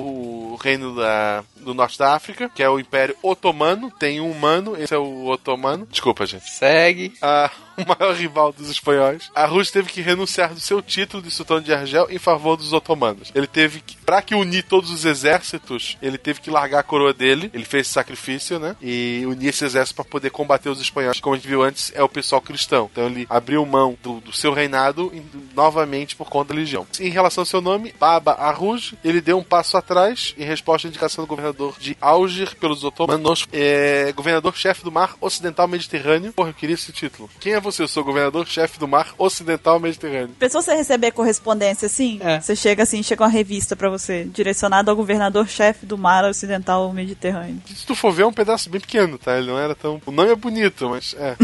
S4: o reino da- do norte da África, que é o Império Otomano. Tem um humano, esse é o otomano. Desculpa, gente.
S8: Segue.
S4: Ah, o maior rival dos espanhóis, a Rússia teve que renunciar do seu título de sultão de Argel em favor dos otomanos. Ele teve que, pra que unir todos os exércitos, ele teve que largar a coroa dele, ele fez esse sacrifício, né? E unir esse exército para poder combater os espanhóis, como a gente viu antes, é o pessoal cristão. Então ele abriu mão do, do seu reinado em- novamente por conta da religião. Em relação ao seu nome, Baba Arruj, ele deu um passo atrás em resposta à indicação do governador de Alger pelos otomanos, é, governador-chefe do mar ocidental mediterrâneo. Porra, eu queria esse título. Quem é você? Eu sou governador-chefe do mar ocidental mediterrâneo.
S1: Pensou você receber correspondência assim?
S8: É.
S1: Você chega assim, chega uma revista pra você, direcionada ao governador-chefe do mar ocidental mediterrâneo.
S4: Se tu for ver, é um pedaço bem pequeno, tá? Ele não era tão... O nome é bonito, mas... É.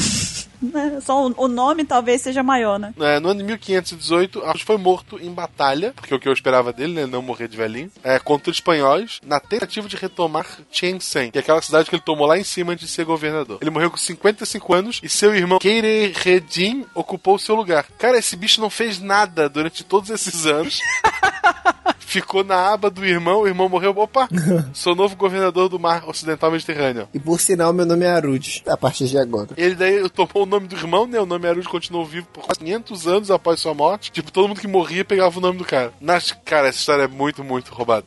S1: Né? Só o, o nome talvez seja maior, né?
S4: É, no ano de 1518, Arroz foi morto em batalha, porque é o que eu esperava dele, né? Não morrer de velhinho, é, contra os espanhóis, na tentativa de retomar Chiensén, que é aquela cidade que ele tomou lá em cima antes de ser governador. Ele morreu com 55 anos e seu irmão Queireredin ocupou o seu lugar. Cara, esse bicho não fez nada durante todos esses anos. Ficou na aba do irmão, o irmão morreu. Opa! Sou novo governador do mar ocidental mediterrâneo.
S3: E por sinal, meu nome é Arude, a partir de agora.
S4: Ele daí tomou o nome do irmão, né? O nome Arude continuou vivo por quase 500 anos após sua morte. Tipo, todo mundo que morria pegava o nome do cara. Nas... Cara, essa história é muito, muito roubada.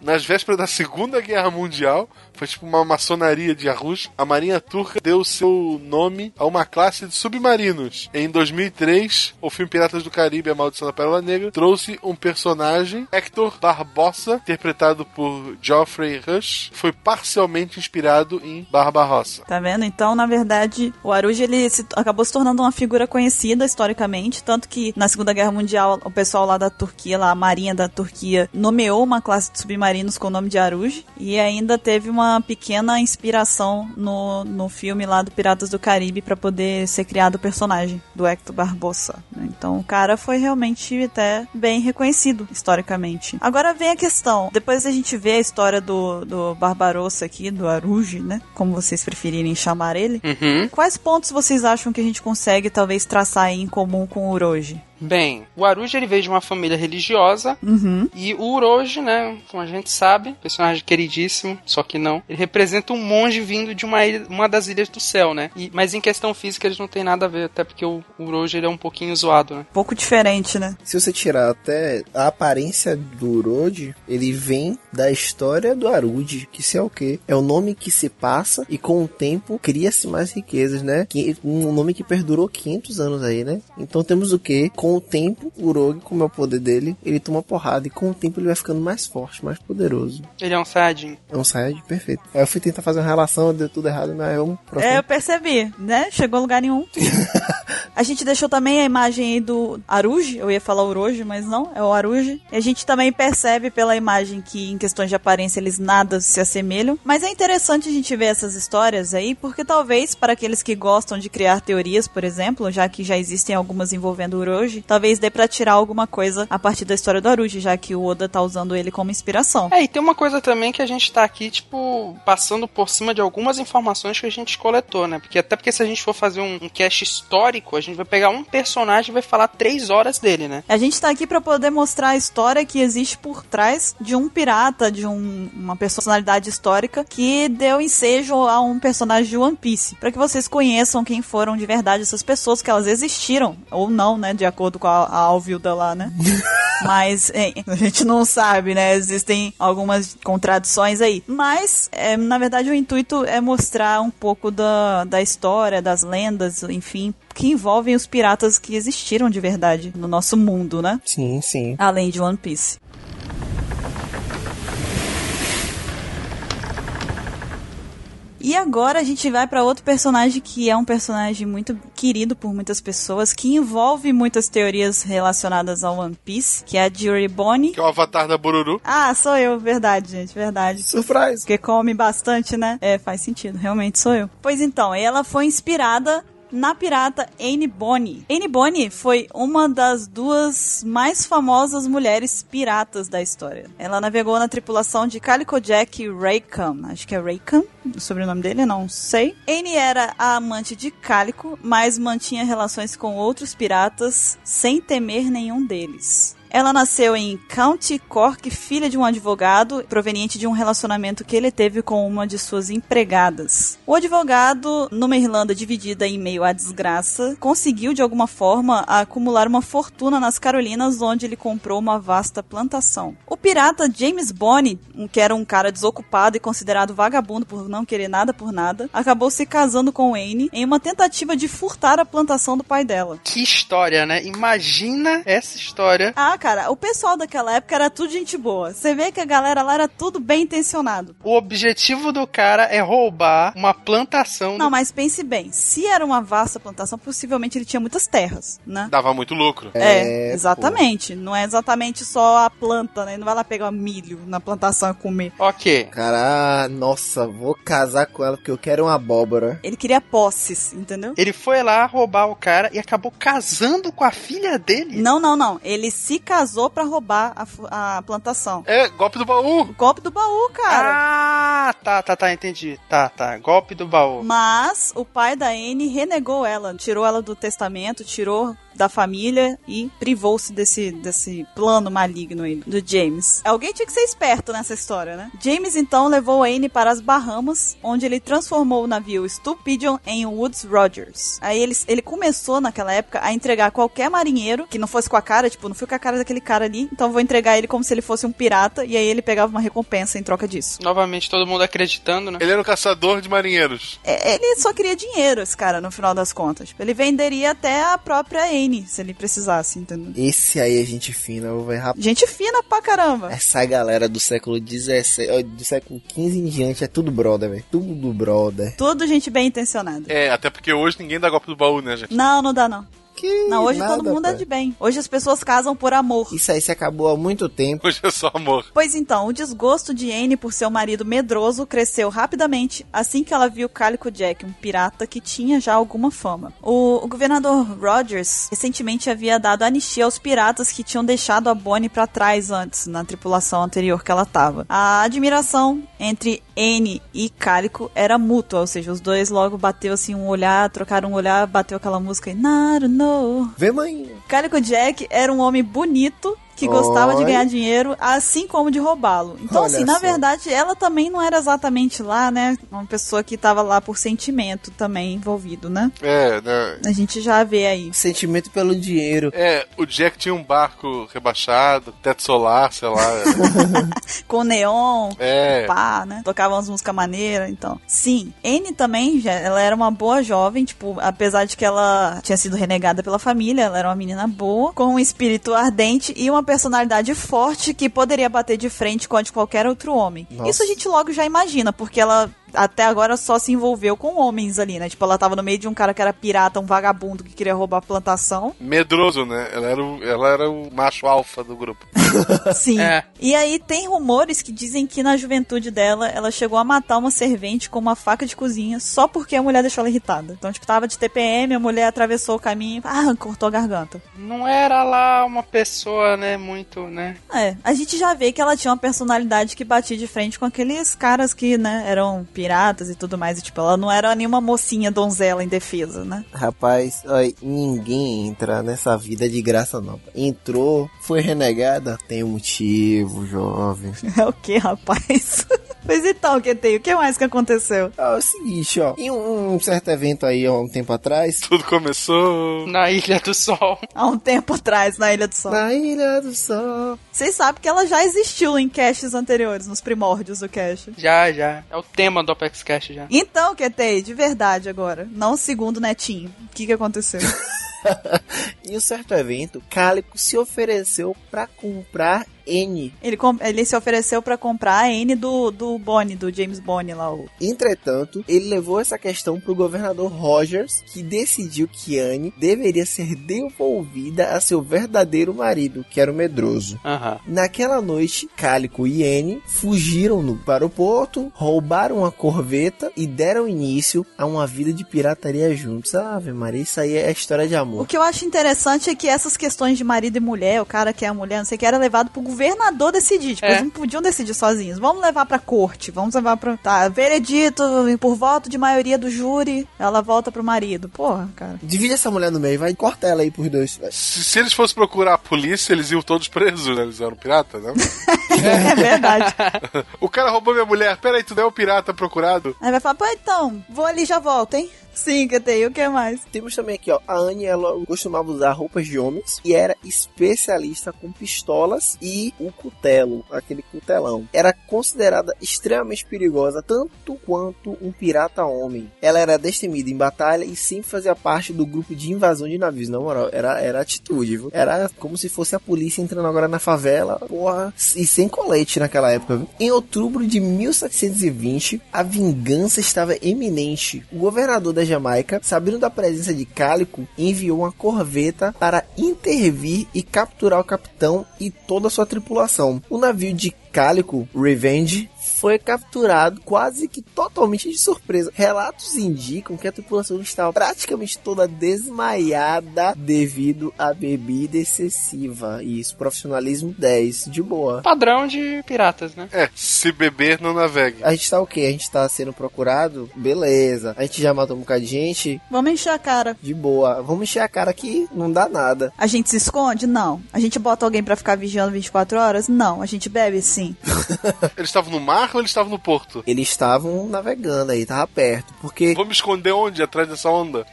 S4: Nas vésperas da Segunda Guerra Mundial, foi tipo uma maçonaria de Arrush, a Marinha Turca deu seu nome a uma classe de submarinos. Em 2003, o filme Piratas do Caribe, A Maldição da Pérola Negra, trouxe um personagem, Hector Barbossa, interpretado por Geoffrey Rush, foi parcialmente inspirado em Barbarossa.
S1: Tá vendo? Então, na verdade, o Aruj ele se- acabou se tornando uma figura conhecida historicamente, tanto que na Segunda Guerra Mundial o pessoal lá da Turquia, lá a marinha da Turquia, nomeou uma classe de submarinos com o nome de Aruj e ainda teve uma pequena inspiração no, no filme lá do Piratas do Caribe pra poder ser criado o personagem do Hector Barbosa. né? Então, o cara foi realmente até bem reconhecido historicamente. Agora vem a questão. Depois a gente vê a história do, do Barbarossa aqui, do Aruj, né? Como vocês preferirem chamar ele.
S2: Uhum.
S1: Quais pontos vocês acham que a gente consegue talvez traçar aí em comum com o Uroji?
S8: Bem, o Aruja ele veio de uma família religiosa
S1: Uhum.
S8: e o Uroji, né, como a gente sabe, personagem queridíssimo, só que não, ele representa um monge vindo de uma, ilha- uma das ilhas do céu, né? E- mas em questão física eles não tem nada a ver, até porque o Uroji ele é um pouquinho zoado, né?
S1: Pouco diferente, né?
S3: Se você tirar até a aparência do Urode, ele vem da história do Arude, que se é o quê? É o nome que se passa e com o tempo cria-se mais riquezas, né? Que, um nome que perdurou 500 anos aí, né? Então temos o quê? Com o tempo, o Urog, como é o poder dele, ele toma porrada e com o tempo ele vai ficando mais forte, mais poderoso.
S8: Ele é um sadinho.
S3: É um Saiyajin perfeito. Aí eu fui tentar fazer uma relação, deu tudo errado, mas um vamos pro
S1: É, eu percebi, né? Chegou a lugar nenhum. a gente deixou também a imagem aí do Aruj, eu ia falar Uroji, mas não, é o Aruj. E a gente também percebe pela imagem que, em questões de aparência, eles nada se assemelham. Mas é interessante a gente ver essas histórias aí, porque talvez, para aqueles que gostam de criar teorias, por exemplo, já que já existem algumas envolvendo o Uroji, talvez dê pra tirar alguma coisa a partir da história do Aruj, já que o Oda tá usando ele como inspiração.
S8: É, e tem uma coisa também que a gente tá aqui, tipo, passando por cima de algumas informações que a gente coletou, né? Porque até porque se a gente for fazer um, um cast histórico, a gente vai pegar um personagem e vai falar três horas dele, né?
S1: A gente tá aqui pra poder mostrar a história que existe por trás de um pirata, de um- uma personalidade histórica que deu ensejo a um personagem de One Piece. Pra que vocês conheçam quem foram de verdade essas pessoas, que elas existiram, ou não, né? De acordo com a, a Alvilda lá, né? Mas é, a gente não sabe, né? Existem algumas contradições aí. Mas, é, na verdade, o intuito é mostrar um pouco da, da história, das lendas, enfim, que envolvem os piratas que existiram de verdade no nosso mundo, né?
S3: Sim, sim.
S1: Além de One Piece. E agora a gente vai pra outro personagem que é um personagem muito querido por muitas pessoas, que envolve muitas teorias relacionadas ao One Piece, que é a Juri Bonnie.
S4: Que é o avatar da Bururu.
S1: Ah, sou eu, verdade, gente, verdade.
S3: Surprise!
S1: Porque come bastante, né? É, faz sentido, realmente sou eu. Pois então, ela foi inspirada na pirata Anne Bonny. Anne Bonny foi uma das duas mais famosas mulheres piratas da história. Ela navegou na tripulação de Calico Jack Raycom, acho que é Raycom, o sobrenome dele, não sei. Anne era a amante de Calico, mas mantinha relações com outros piratas sem temer nenhum deles. Ela nasceu em County Cork, filha de um advogado, proveniente de um relacionamento que ele teve com uma de suas empregadas. O advogado, numa Irlanda dividida em meio à desgraça, conseguiu de alguma forma acumular uma fortuna nas Carolinas, onde ele comprou uma vasta plantação. O pirata James Bonney, um- que era um cara desocupado e considerado vagabundo por não querer nada por nada, acabou se casando com Anne em uma tentativa de furtar a plantação do pai dela.
S8: Que história, né? Imagina essa história.
S1: Ah, cara, o pessoal daquela época era tudo gente boa. Você vê que a galera lá era tudo bem intencionado.
S8: O objetivo do cara é roubar uma plantação.
S1: Não, mas pense bem, se era uma vasta plantação, possivelmente ele tinha muitas terras, né?
S4: Dava muito lucro.
S1: É,
S3: pô.
S1: exatamente. Não é exatamente só a planta, né? Não vai lá pegar milho na plantação e comer.
S8: do... Ok.
S3: Cara, ah, nossa, vou casar com ela porque eu quero uma abóbora.
S1: Ele queria posses, entendeu?
S8: Ele foi lá roubar o cara e acabou casando com a filha dele.
S1: Não, não, não. Ele se casou pra roubar a fu- a, plantação.
S4: É, golpe do baú.
S1: O golpe do baú, cara.
S8: Ah, tá, tá, tá, entendi. Tá, tá. Golpe do baú.
S1: Mas o pai da Anne renegou ela, tirou ela do testamento, tirou da família e privou-se desse, desse plano maligno aí do James. Alguém tinha que ser esperto nessa história, né? James então levou a Anne para as Bahamas, onde ele transformou o navio Stupidion em Woods Rogers. Aí ele, ele começou naquela época a entregar qualquer marinheiro que não fosse com a cara, tipo, não fui com a cara daquele cara ali, então vou entregar ele como se ele fosse um pirata, e aí ele pegava uma recompensa em troca disso.
S8: Novamente todo mundo acreditando, né?
S4: Ele era um caçador de marinheiros.
S1: É, Ele só queria dinheiro, esse cara, no final das contas. Tipo, Ele venderia até a própria Anne, se ele precisasse, entendeu?
S3: Esse aí é gente fina, vai rapaz.
S1: Gente fina pra caramba.
S3: Essa galera do século 16, ó, do século 15 em diante é tudo brother, velho. Tudo brother.
S1: Tudo gente bem intencionada.
S4: É, até porque hoje ninguém dá golpe do baú, né, gente?
S1: Não, não dá não.
S3: Que
S1: Não, hoje
S3: nada,
S1: todo mundo é
S3: pô.
S1: de bem. Hoje as pessoas casam por amor.
S3: Isso aí se acabou há muito tempo.
S4: Hoje é só amor.
S1: Pois então, o desgosto de Anne por seu marido medroso cresceu rapidamente assim que ela viu Calico Jack, um pirata que tinha já alguma fama. O, o governador Rogers recentemente havia dado anistia aos piratas que tinham deixado a Bonnie pra trás antes, na tripulação anterior que ela tava. A admiração entre Anne e Calico era mútua, ou seja, os dois logo bateu assim um olhar, trocaram um olhar, bateu aquela música e Naru no
S3: Vê, mãe.
S1: Calico Jack era um homem bonito que gostava de
S3: Olha.
S1: ganhar dinheiro, assim como de roubá-lo. Então,
S3: Olha
S1: assim, na
S3: só.
S1: verdade, ela também não era exatamente lá, né? Uma pessoa que tava lá por sentimento também envolvido, né?
S4: É, né?
S1: A gente já vê aí.
S3: Sentimento pelo dinheiro.
S4: É, o Jack tinha um barco rebaixado, teto solar, sei lá.
S1: Com neon,
S4: é.
S1: pá, né? Tocava umas músicas maneiras, então. Sim, Anne também, já, ela era uma boa jovem, tipo, apesar de que ela tinha sido renegada pela família, ela era uma menina boa, com um espírito ardente e uma personalidade forte que poderia bater de frente contra qualquer outro homem.
S3: Nossa.
S1: Isso a gente logo já imagina, porque ela até agora só se envolveu com homens ali, né? Tipo, ela tava no meio de um cara que era pirata, um vagabundo que queria roubar a plantação.
S4: Medroso, né? Ela era, o, ela era o macho alfa do grupo.
S1: Sim.
S8: É.
S1: E aí tem rumores que dizem que na juventude dela, ela chegou a matar uma servente com uma faca de cozinha só porque a mulher deixou ela irritada. Então, tipo, tava de TPM, a mulher atravessou o caminho, ah, cortou a garganta.
S8: Não era lá uma pessoa, né, muito, né?
S1: É, a gente já vê que ela tinha uma personalidade que batia de frente com aqueles caras que, né, eram piratas e tudo mais. E, tipo, ela não era nenhuma mocinha donzela indefesa, né?
S3: Rapaz, ó, ninguém entra nessa vida de graça, não. Entrou, foi renegada. Tem um motivo, jovem.
S1: É o que, rapaz? Mas então, que tem? O que mais que aconteceu?
S3: Ah, é o seguinte, ó. Em um, um certo evento aí, há um tempo atrás.
S4: Tudo começou.
S8: Na Ilha do Sol.
S1: Há um tempo atrás, na Ilha do Sol.
S3: Na Ilha do Sol.
S1: Vocês sabem que ela já existiu em caches anteriores, nos primórdios do cache.
S8: Já, já. É o tema do Apex Cash já.
S1: Então, Ketei, de verdade agora, não segundo netinho, o que, que aconteceu?
S3: Em um certo evento, Cálico se ofereceu pra comprar N.
S1: ele, com- ele se ofereceu pra comprar a N do, do Bonnie, do James Bonnie lá. O...
S3: Entretanto, ele levou essa questão pro governador Rogers, que decidiu que Anne deveria ser devolvida a seu verdadeiro marido, que era o medroso.
S8: Aham.
S3: Naquela noite, Cálico e Anne fugiram no- para o porto, roubaram uma corveta e deram início a uma vida de pirataria juntos. Ave Maria, isso aí é história de
S1: O
S3: amor.
S1: que eu acho interessante é que essas questões de marido e mulher, o cara que é a mulher, não sei o que, era levado pro governador decidir. Tipo,
S8: É.
S1: eles não podiam decidir sozinhos. Vamos levar pra corte, vamos levar pra. Tá, veredito, por voto de maioria do júri, ela volta pro marido. Porra, cara.
S3: Divide essa mulher no meio, vai corta ela aí por dois. vai.
S4: Se, se eles fossem procurar a polícia, eles iam todos presos, né? Eles eram piratas, né?
S1: É verdade.
S4: o cara roubou minha mulher. Peraí, tu não é o pirata procurado?
S1: Aí vai falar, pô, então, vou ali e já volto, hein? Sim, que tem, o que mais?
S3: Temos também aqui, ó. A Anne, ela costumava usar roupas de homens e era especialista com pistolas e o cutelo, aquele cutelão. Era considerada extremamente perigosa, tanto quanto um pirata homem. Ela era destemida em batalha e sempre fazia parte do grupo de invasão de navios. Na moral, era, era atitude, viu? Era como se fosse a polícia entrando agora na favela, porra, e sem colete naquela época, viu? Em outubro de 1720, a vingança estava iminente. O governador da Jamaica, sabendo da presença de Cálico, enviou uma corveta para intervir e capturar o capitão e toda a sua tripulação. O navio de Cálico, Revenge, foi capturado quase que totalmente de surpresa. Relatos indicam que a tripulação estava praticamente toda desmaiada devido à bebida excessiva. E isso, profissionalismo 10, de boa.
S8: Padrão de piratas, né?
S4: É, se beber, não navegue.
S3: A gente tá o quê? A gente tá sendo procurado? Beleza. A gente já matou um bocado de gente?
S1: Vamos encher a cara.
S3: De boa. Vamos encher a cara que não dá nada.
S1: A gente se esconde? Não. A gente bota alguém pra ficar vigiando 24 horas? Não. A gente bebe? Sim.
S4: Eles estavam no mar ou eles estavam no porto?
S3: Eles estavam navegando aí, tava perto. Porque,
S4: Vou me esconder onde? Atrás dessa onda?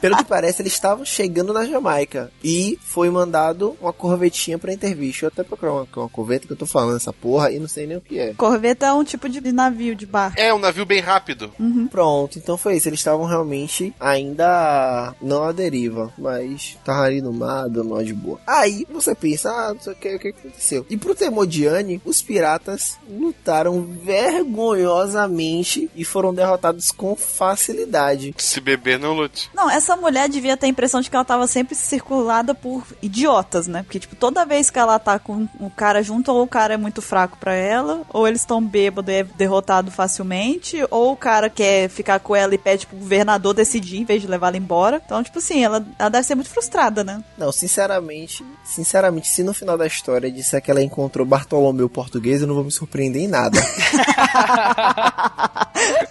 S3: pelo que parece, eles estavam chegando na Jamaica. E foi mandado uma corvetinha pra intervir. Deixa eu até procurar uma, uma corveta que eu tô falando essa porra e não sei nem o que é.
S1: Corveta é um tipo de navio de barco.
S4: É, um navio bem rápido.
S3: Pronto, então foi isso. Eles estavam realmente ainda não à deriva, mas estavam ali no mar, dando uma de boa. Aí você pensa, ah, não sei o que, o que aconteceu. E pro temor de Anne, os piratas lutaram vergonhosamente e foram derrotados com facilidade.
S4: Se beber, não lute.
S1: Não, essa mulher devia ter a impressão de que ela tava sempre circulada por idiotas, né? Porque, tipo, toda vez que ela tá com o cara junto, ou o cara é muito fraco pra ela, ou eles estão bêbados e é derrotado facilmente, ou o cara quer ficar com ela e pede pro governador decidir em vez de levá-la embora. Então, tipo assim, ela, ela deve ser muito frustrada, né?
S3: Não, sinceramente, sinceramente, se no final da história disser que ela encontrou Bartolomeu português, eu não vou me surpreender em nada.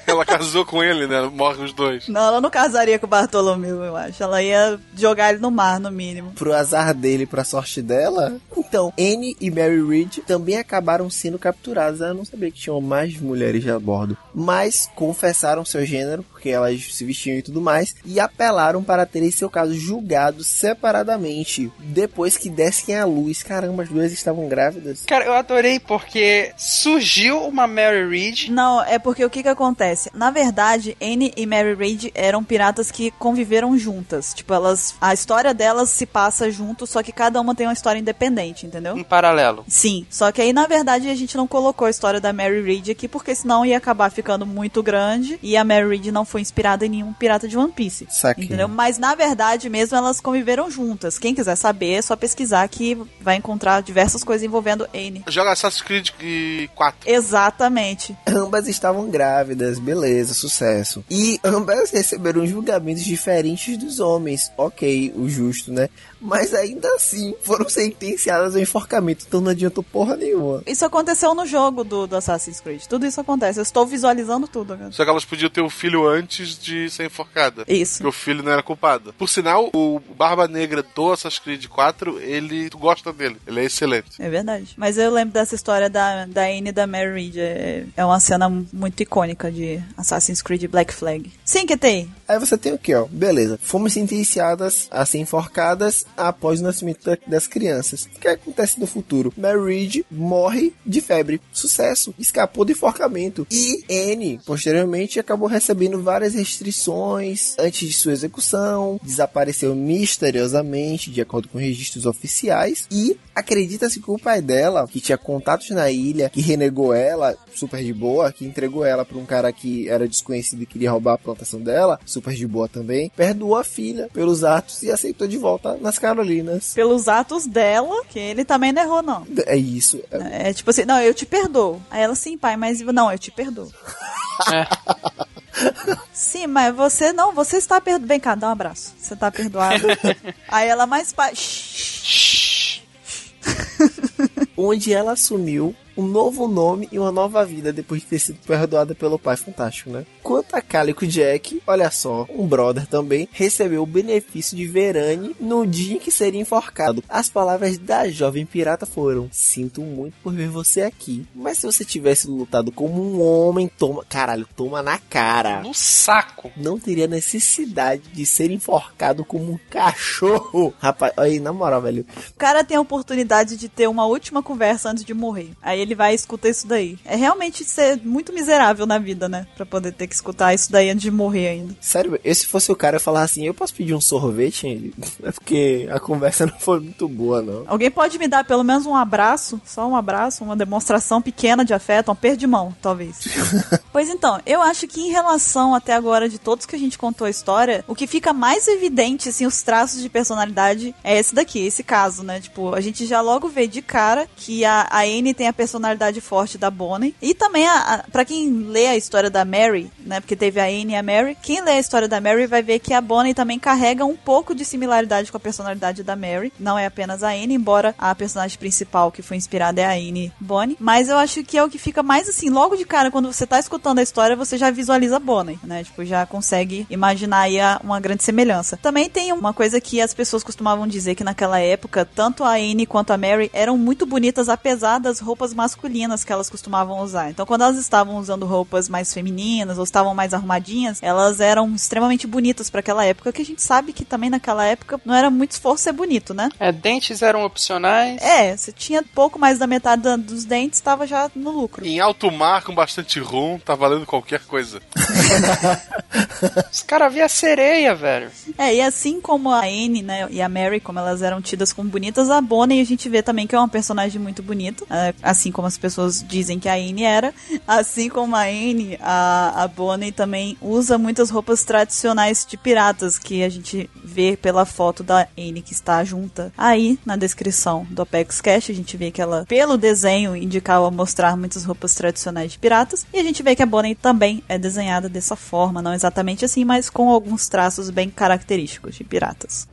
S4: Ela casou com ele, né? Morrem os dois.
S1: Não, ela não casaria com o Bartolomeu, eu acho. Ela ia jogar ele no mar, no mínimo.
S3: pro azar dele, pra sorte dela. Então, Anne e Mary Read também acabaram sendo capturadas. Eu não sabia que tinham mais mulheres a bordo. Mas confessaram seu gênero, porque elas se vestiam e tudo mais, e apelaram para terem seu caso julgado separadamente, depois que dessem à luz. Caramba, as duas estavam grávidas.
S8: Cara, eu adorei porque surgiu uma Mary Read.
S1: Não, é porque o que que acontece? Na verdade, Anne e Mary Read eram piratas que conviveram juntas. Tipo, elas, a história delas se passa junto, só que cada uma tem uma história independente, entendeu?
S8: Em paralelo.
S1: Sim, só que aí na verdade a gente não colocou a história da Mary Read aqui porque senão ia acabar ficando muito grande e a Mary Read não foi inspirada em nenhum pirata de One Piece.
S3: Saquei.
S1: Entendeu? Mas na verdade mesmo elas conviveram juntas. Quem quiser saber é só pesquisar que vai encontrar diversas coisas envolvendo Anne.
S4: Joga Assassin's Creed eh, 4.
S1: Exatamente.
S3: Ambas estavam grávidas, beleza, sucesso. E ambas receberam julgamentos diferentes dos homens. Ok, o justo, né? Mas ainda assim foram sentenciadas ao enforcamento, então não adiantou porra nenhuma.
S1: Isso aconteceu no jogo do, do Assassin's Creed. Tudo isso acontece. Eu estou visualizando tudo, cara.
S4: Só que elas podiam ter o filho antes de ser enforcada.
S1: Isso.
S4: Porque o filho não era culpado. Por sinal, o Barba Negra do Assassin's Creed 4, ele tu gosta dele. Ele é excelente.
S1: É verdade. Mas eu lembro dessa história da, da Anne e da Mary Read. É, é uma cena muito icônica de Assassin's Creed Black Flag. Sim, que tem.
S3: Aí você tem o que, ó? Beleza. Fomos sentenciadas a ser enforcadas após o nascimento da- das crianças. O que acontece no futuro? Mary Read morre de febre. Sucesso. Escapou do enforcamento. E Anne, posteriormente, acabou recebendo várias restrições antes de sua execução. Desapareceu misteriosamente, de acordo com registros oficiais. E acredita-se que o pai dela, que tinha contatos na ilha, que renegou ela, super de boa, que entregou ela pra um cara que era desconhecido e queria roubar a plantação dela, super de boa também, perdoou a filha pelos atos e aceitou de volta nas Carolinas.
S1: Pelos atos dela, que ele também não errou, não.
S3: É isso. É-
S1: É tipo assim, não, eu te perdoo. Aí ela, sim, pai, mas não, eu te perdoo. Sim, mas você não, você está perdoado. Vem cá, dá um abraço. Você está perdoado. Aí ela, mas pai. shh.
S3: onde ela assumiu um novo nome e uma nova vida depois de ter sido perdoada pelo Pai Fantástico, né? Quanto a Calico Jack, olha só, um brother também recebeu o benefício de Verane no dia em que seria enforcado. As palavras da jovem pirata foram: Sinto muito por ver você aqui, mas se você tivesse lutado como um homem, toma, caralho, toma na cara.
S8: No saco.
S3: Não teria necessidade de ser enforcado como um cachorro. Rapaz, aí, na moral, velho,
S1: O cara tem a oportunidade de ter uma última conversa antes de morrer. Aí ele vai e escuta isso daí. É realmente ser muito miserável na vida, né? Pra poder ter que escutar isso daí antes de morrer ainda.
S3: Sério, eu, se fosse o cara eu falar assim, eu posso pedir um sorvete? Ele, É porque a conversa não foi muito boa, não.
S1: Alguém pode me dar pelo menos um abraço, só um abraço, uma demonstração pequena de afeto, um perto de mão, talvez. pois então, eu acho que em relação até agora de todos que a gente contou a história, o que fica mais evidente, assim, os traços de personalidade é esse daqui, esse caso, né? Tipo, a gente já logo vê de cara que a, a Anne tem a personalidade forte da Bonnie. E também, a, a, pra quem lê a história da Mary, né? Porque teve a Anne e a Mary, quem lê a história da Mary vai ver que a Bonnie também carrega um pouco de similaridade com a personalidade da Mary. Não é apenas a Anne, embora a personagem principal que foi inspirada é a Anne Bonnie. Mas eu acho que é o que fica mais assim, logo de cara, quando você tá escutando a história, você já visualiza a Bonnie, né? Tipo, já consegue imaginar aí a- uma grande semelhança. Também tem uma coisa que as pessoas costumavam dizer que naquela época, tanto a Anne quanto a Mary eram muito bonitas, apesar das roupas masculinas que elas costumavam usar. Então, quando elas estavam usando roupas mais femininas ou estavam mais arrumadinhas, elas eram extremamente bonitas pra aquela época, que a gente sabe que também naquela época não era muito esforço ser bonito, né?
S8: É, dentes eram opcionais.
S1: É, você tinha pouco mais da metade da- dos dentes, tava já no lucro.
S4: Em alto mar, com bastante rum, tá valendo qualquer coisa.
S8: Os caras via sereia, velho.
S1: É, e assim como a Anne, né, e a Mary, como elas eram tidas como bonitas, a Bonnie a gente vê também que é uma personagem muito bonita, é, assim como as pessoas dizem que a Anne era, assim como a Anne, a, a Bonnie também usa muitas roupas tradicionais de piratas, que a gente vê pela foto da Anne que está junta aí na descrição do Apex Cash, a gente vê que ela, pelo desenho, indicava mostrar muitas roupas tradicionais de piratas, e a gente vê que a Bonnie também é desenhada dessa forma, não exatamente assim, mas com alguns traços bem característicos de piratas.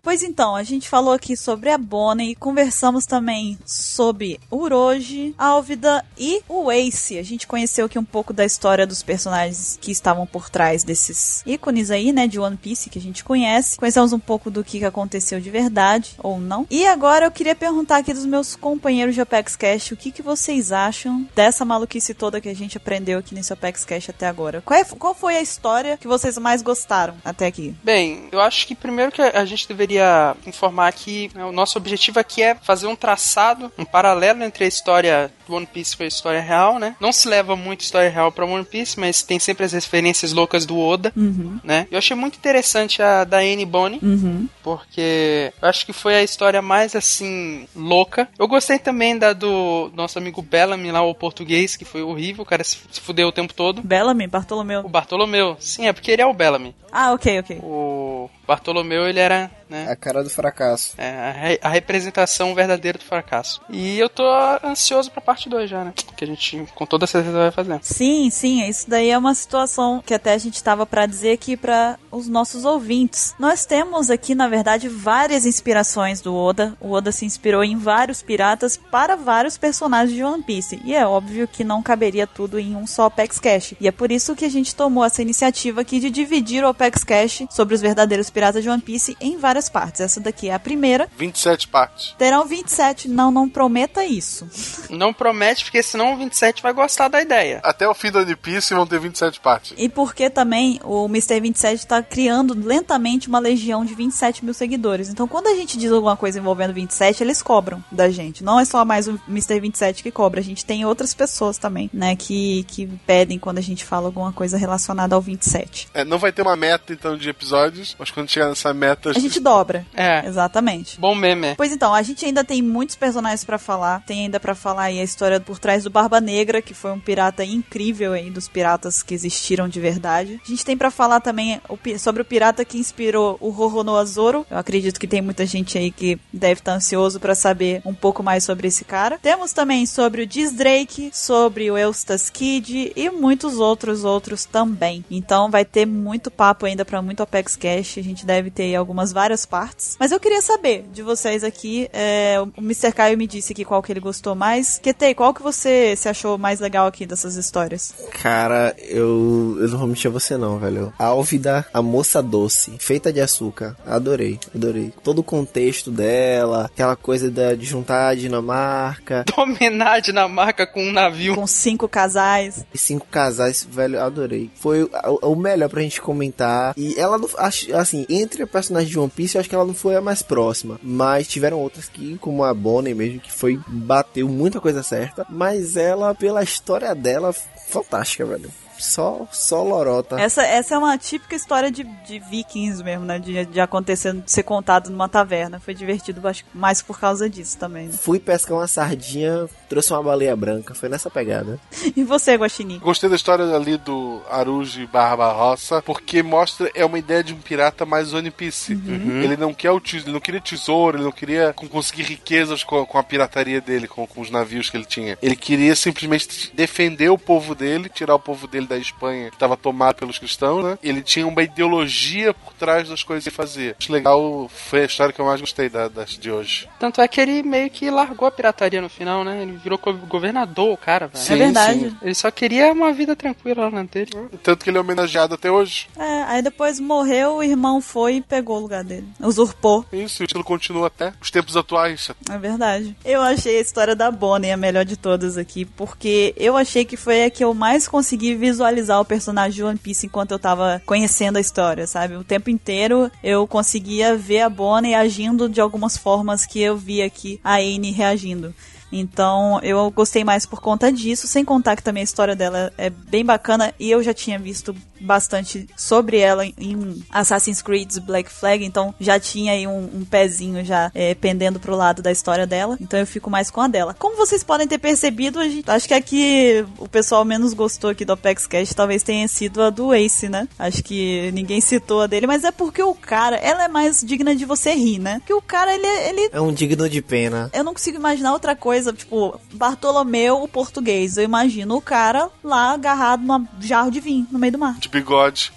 S1: Pois então, a gente falou aqui sobre a Bonnie, conversamos também sobre Uroji, Álvida e o Ace. A gente conheceu aqui um pouco da história dos personagens que estavam por trás desses ícones aí, né, de One Piece que a gente conhece. Conhecemos um pouco do que aconteceu de verdade ou não. E agora eu queria perguntar aqui dos meus companheiros de Apex Cash, o que, que vocês acham dessa maluquice toda que a gente aprendeu aqui nesse Apex Cash até agora? Qual, é- qual foi a história que vocês mais gostaram até aqui?
S8: Bem, eu acho que primeiro que a gente deveria informar que né, o nosso objetivo aqui é fazer um traçado, um paralelo entre a história do One Piece com a história real, né? Não se leva muito história real pra One Piece, mas tem sempre as referências loucas do Oda,
S1: Uhum.
S8: né? Eu achei muito interessante a da Anne Bonnie,
S1: Uhum.
S8: porque eu acho que foi a história mais assim louca. Eu gostei também da do nosso amigo Bellamy lá, o português, que foi horrível, o cara se se fudeu o tempo todo.
S1: Bellamy, Bartolomeu.
S8: O Bartolomeu, sim, é porque ele é o Bellamy.
S1: Ah, ok, ok.
S8: O Bartolomeu, ele era, né?
S3: A cara do fracasso.
S8: é, a, re- a representação verdadeira do fracasso. E eu tô ansioso pra parte 2 já, né? Que a gente com toda certeza vai fazer.
S1: Sim, sim, isso daí é uma situação que até a gente estava pra dizer aqui pra os nossos ouvintes. Nós temos aqui, na verdade, várias inspirações do Oda. O Oda se inspirou em vários piratas para vários personagens de One Piece. E é óbvio que não caberia tudo em um só Apex Cash. E é por isso que a gente tomou essa iniciativa aqui de dividir o Apex Cash sobre os verdadeiros piratas de One Piece em várias partes. Essa daqui é a primeira.
S4: 27 partes.
S1: Terão 27, não, não prometa isso.
S8: Não promete, porque senão o 27 vai gostar da ideia.
S4: Até o fim do One Piece vão ter 27 partes.
S1: E porque também o Mr. 27 está tá criando lentamente uma legião de 27 mil seguidores. Então, quando a gente diz alguma coisa envolvendo 27, eles cobram da gente. Não é só mais o Mr. 27 que cobra. A gente tem outras pessoas também, né, que, que pedem quando a gente fala alguma coisa relacionada ao 27.
S4: É, não vai ter uma meta, então, de episódios, mas quando chegar nessa meta.
S1: A gente dobra.
S8: É.
S1: Exatamente.
S8: Bom meme.
S1: Pois então, a gente ainda tem muitos personagens pra falar. Tem ainda pra falar aí a história por trás do Barba Negra, que foi um pirata incrível aí, dos piratas que existiram de verdade. A gente tem pra falar também o pi- sobre o pirata que inspirou o Roronoa Zoro. Eu acredito que tem muita gente aí que deve estar ansioso pra saber um pouco mais sobre esse cara. Temos também sobre o Diz Drake, sobre o Eustace Kid e muitos outros outros também. Então vai ter muito papo ainda pra muito Apex Cash. A gente gente deve ter aí algumas várias partes. Mas eu queria saber de vocês aqui. é, o Mr. Caio me disse aqui qual que ele gostou mais. Ketei, qual que você se achou mais legal aqui dessas histórias?
S3: Cara, eu, eu não vou mentir a você não, velho. Álvida, a moça doce, feita de açúcar. Adorei, adorei. Todo o contexto dela, aquela coisa da, de juntar a Dinamarca,
S8: Dominar a Dinamarca com um navio.
S1: Com cinco casais.
S3: e cinco casais, velho, adorei. Foi o, o melhor pra gente comentar. E ela, não, acho- assim, entre a personagem de One Piece, eu acho que ela não foi a mais próxima. Mas tiveram outras que, como a Bonnie mesmo, que foi, bateu muita coisa certa. Mas ela, pela história dela, fantástica, velho. Só, só lorota.
S1: Essa, essa é uma típica história de, de vikings mesmo, né? De, de acontecendo, de ser contado numa taverna. Foi divertido acho que mais por causa disso também. né?
S3: Fui pescar uma sardinha, trouxe uma baleia branca. Foi nessa pegada.
S1: E você, Guaxinim?
S4: Gostei da história ali do Aruji barra Barrossa, porque mostra é uma ideia de um pirata mais One Piece. Ele não quer o tesouro, ele não queria tesouro, ele não queria con- conseguir riquezas com, com a pirataria dele, com, com os navios que ele tinha. Ele queria simplesmente defender o povo dele, tirar o povo dele da Espanha, que estava tomado pelos cristãos, né? Ele tinha uma ideologia por trás das coisas que ele fazia. Acho legal, foi a história que eu mais gostei da, das de hoje.
S8: Tanto é que ele meio que largou a pirataria no final, né? Ele virou co- governador, o cara, velho.
S4: Sim,
S1: é verdade.
S4: sim.
S8: Ele só queria uma vida tranquila lá dele.
S4: Tanto que ele é homenageado até hoje.
S1: É, aí depois morreu, o irmão foi e pegou o lugar dele. Usurpou.
S4: É Isso, e o estilo continua até os tempos atuais.
S1: É verdade. Eu achei a história da Bonnie a melhor de todas aqui, porque eu achei que foi a que eu mais consegui visualizar o personagem de One Piece enquanto eu tava conhecendo a história, sabe? O tempo inteiro eu conseguia ver a Bonnie agindo de algumas formas que eu via aqui a Anne reagindo. Então eu gostei mais por conta disso, sem contar que também a história dela é bem bacana e eu já tinha visto bastante sobre ela em Assassin's Creed Black Flag, então já tinha aí um, um pezinho já é, pendendo pro lado da história dela, então eu fico mais com a dela. Como vocês podem ter percebido, a gente, acho que aqui o pessoal menos gostou aqui do Apex Cash talvez tenha sido a do Ace, né? Acho que ninguém citou a dele, mas é porque o cara, ela é mais digna de você rir, né? Porque o cara, ele, é- ele
S3: É um digno de pena.
S1: eu não consigo imaginar outra coisa, tipo, Bartolomeu, o português. Eu imagino o cara lá agarrado numa jarro de vinho no meio do mar.
S4: De bigode.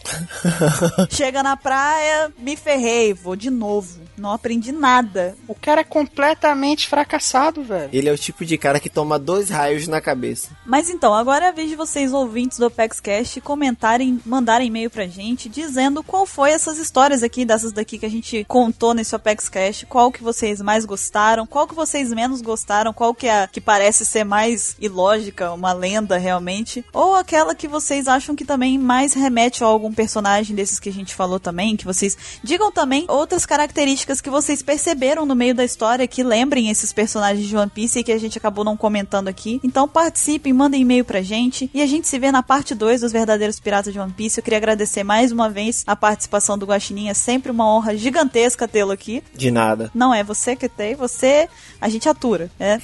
S1: Chega na praia, me ferrei, vou de novo. Não aprendi nada.
S8: O cara é completamente fracassado, velho.
S3: Ele é o tipo de cara que toma dois raios na cabeça.
S1: Mas então, agora é a vez de vocês, ouvintes do ApexCast, comentarem, mandarem e-mail pra gente dizendo qual foi essas histórias aqui, dessas daqui que a gente contou nesse ApexCast, qual que vocês mais gostaram, qual que vocês menos gostaram, qual que é a que parece ser mais ilógica, uma lenda realmente, ou aquela que vocês acham que também mais remete a algum personagem desses que a gente falou também, que vocês digam também outras características que vocês perceberam no meio da história que lembrem esses personagens de One Piece e que a gente acabou não comentando aqui. Então participem, mandem e-mail pra gente e a gente se vê na parte 2 dos Verdadeiros Piratas de One Piece. Eu queria agradecer mais uma vez a participação do Guaxinim, é sempre uma honra gigantesca tê-lo aqui.
S3: De nada.
S1: Não é você que tem, você a gente atura, é.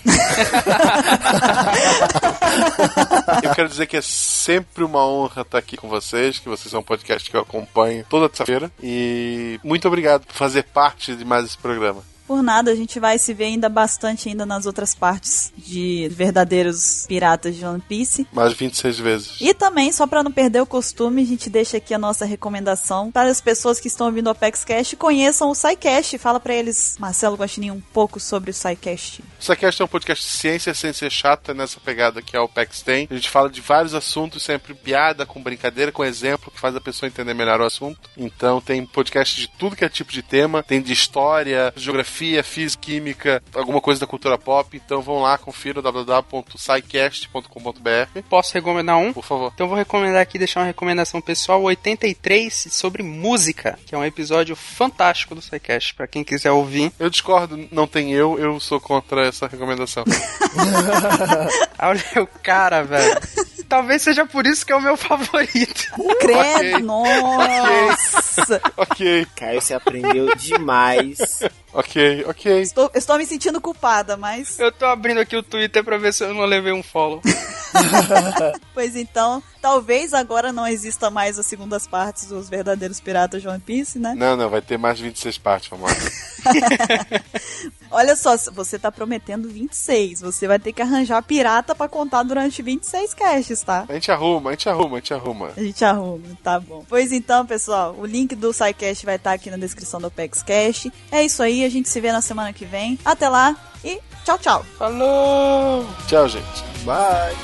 S4: Eu quero dizer que é sempre uma honra estar aqui com vocês, que vocês são um podcast que eu acompanho toda terça-feira. E muito obrigado por fazer parte de mais esse programa.
S1: Por nada, a gente vai se ver ainda bastante ainda nas outras partes de Verdadeiros Piratas de One Piece.
S4: Mais 26 vezes.
S1: E também, só para não perder o costume, a gente deixa aqui a nossa recomendação para as pessoas que estão ouvindo o Apex Cash, conheçam o SciCast, fala para eles, Marcelo Guaxinim, um pouco sobre o SciCast.
S4: Isso aqui acho que é um podcast de ciência sem ser chata nessa pegada que a OPEX tem. A gente fala de vários assuntos, sempre piada, com brincadeira, com exemplo, que faz a pessoa entender melhor o assunto. Então tem podcast de tudo que é tipo de tema. Tem de história, geografia, física, química, alguma coisa da cultura pop. Então vão lá, confira www.sicast.com.br.
S8: Posso recomendar um?
S4: Por favor.
S8: Então eu vou recomendar aqui, deixar uma recomendação pessoal, o 83 sobre música, que é um episódio fantástico do SciCast, pra quem quiser ouvir.
S4: Eu discordo, não tem eu, eu sou contra essa recomendação.
S8: Olha o cara, velho. Talvez seja por isso que é o meu favorito.
S1: Ah, Credo, nossa!
S4: ok,
S3: Caio se aprendeu demais.
S4: ok, ok.
S1: estou, estou me sentindo culpada, mas...
S8: Eu tô abrindo aqui o Twitter pra ver se eu não levei um follow.
S1: Pois então, talvez agora não exista mais as segundas partes dos verdadeiros piratas de One Piece, né?
S4: Não, não, vai ter mais 26 partes, vamos lá.
S1: Olha só, você tá prometendo 26. Você vai ter que arranjar pirata pra contar durante 26 caches, tá?
S4: A gente arruma, a gente arruma, a gente arruma.
S1: A gente arruma, tá bom. Pois então, pessoal, o link do SciCast vai estar aqui na descrição do Opex Cash. É isso aí, a gente se vê na semana que vem. Até lá e tchau, tchau.
S8: Falou!
S4: Tchau, gente.
S3: Bye.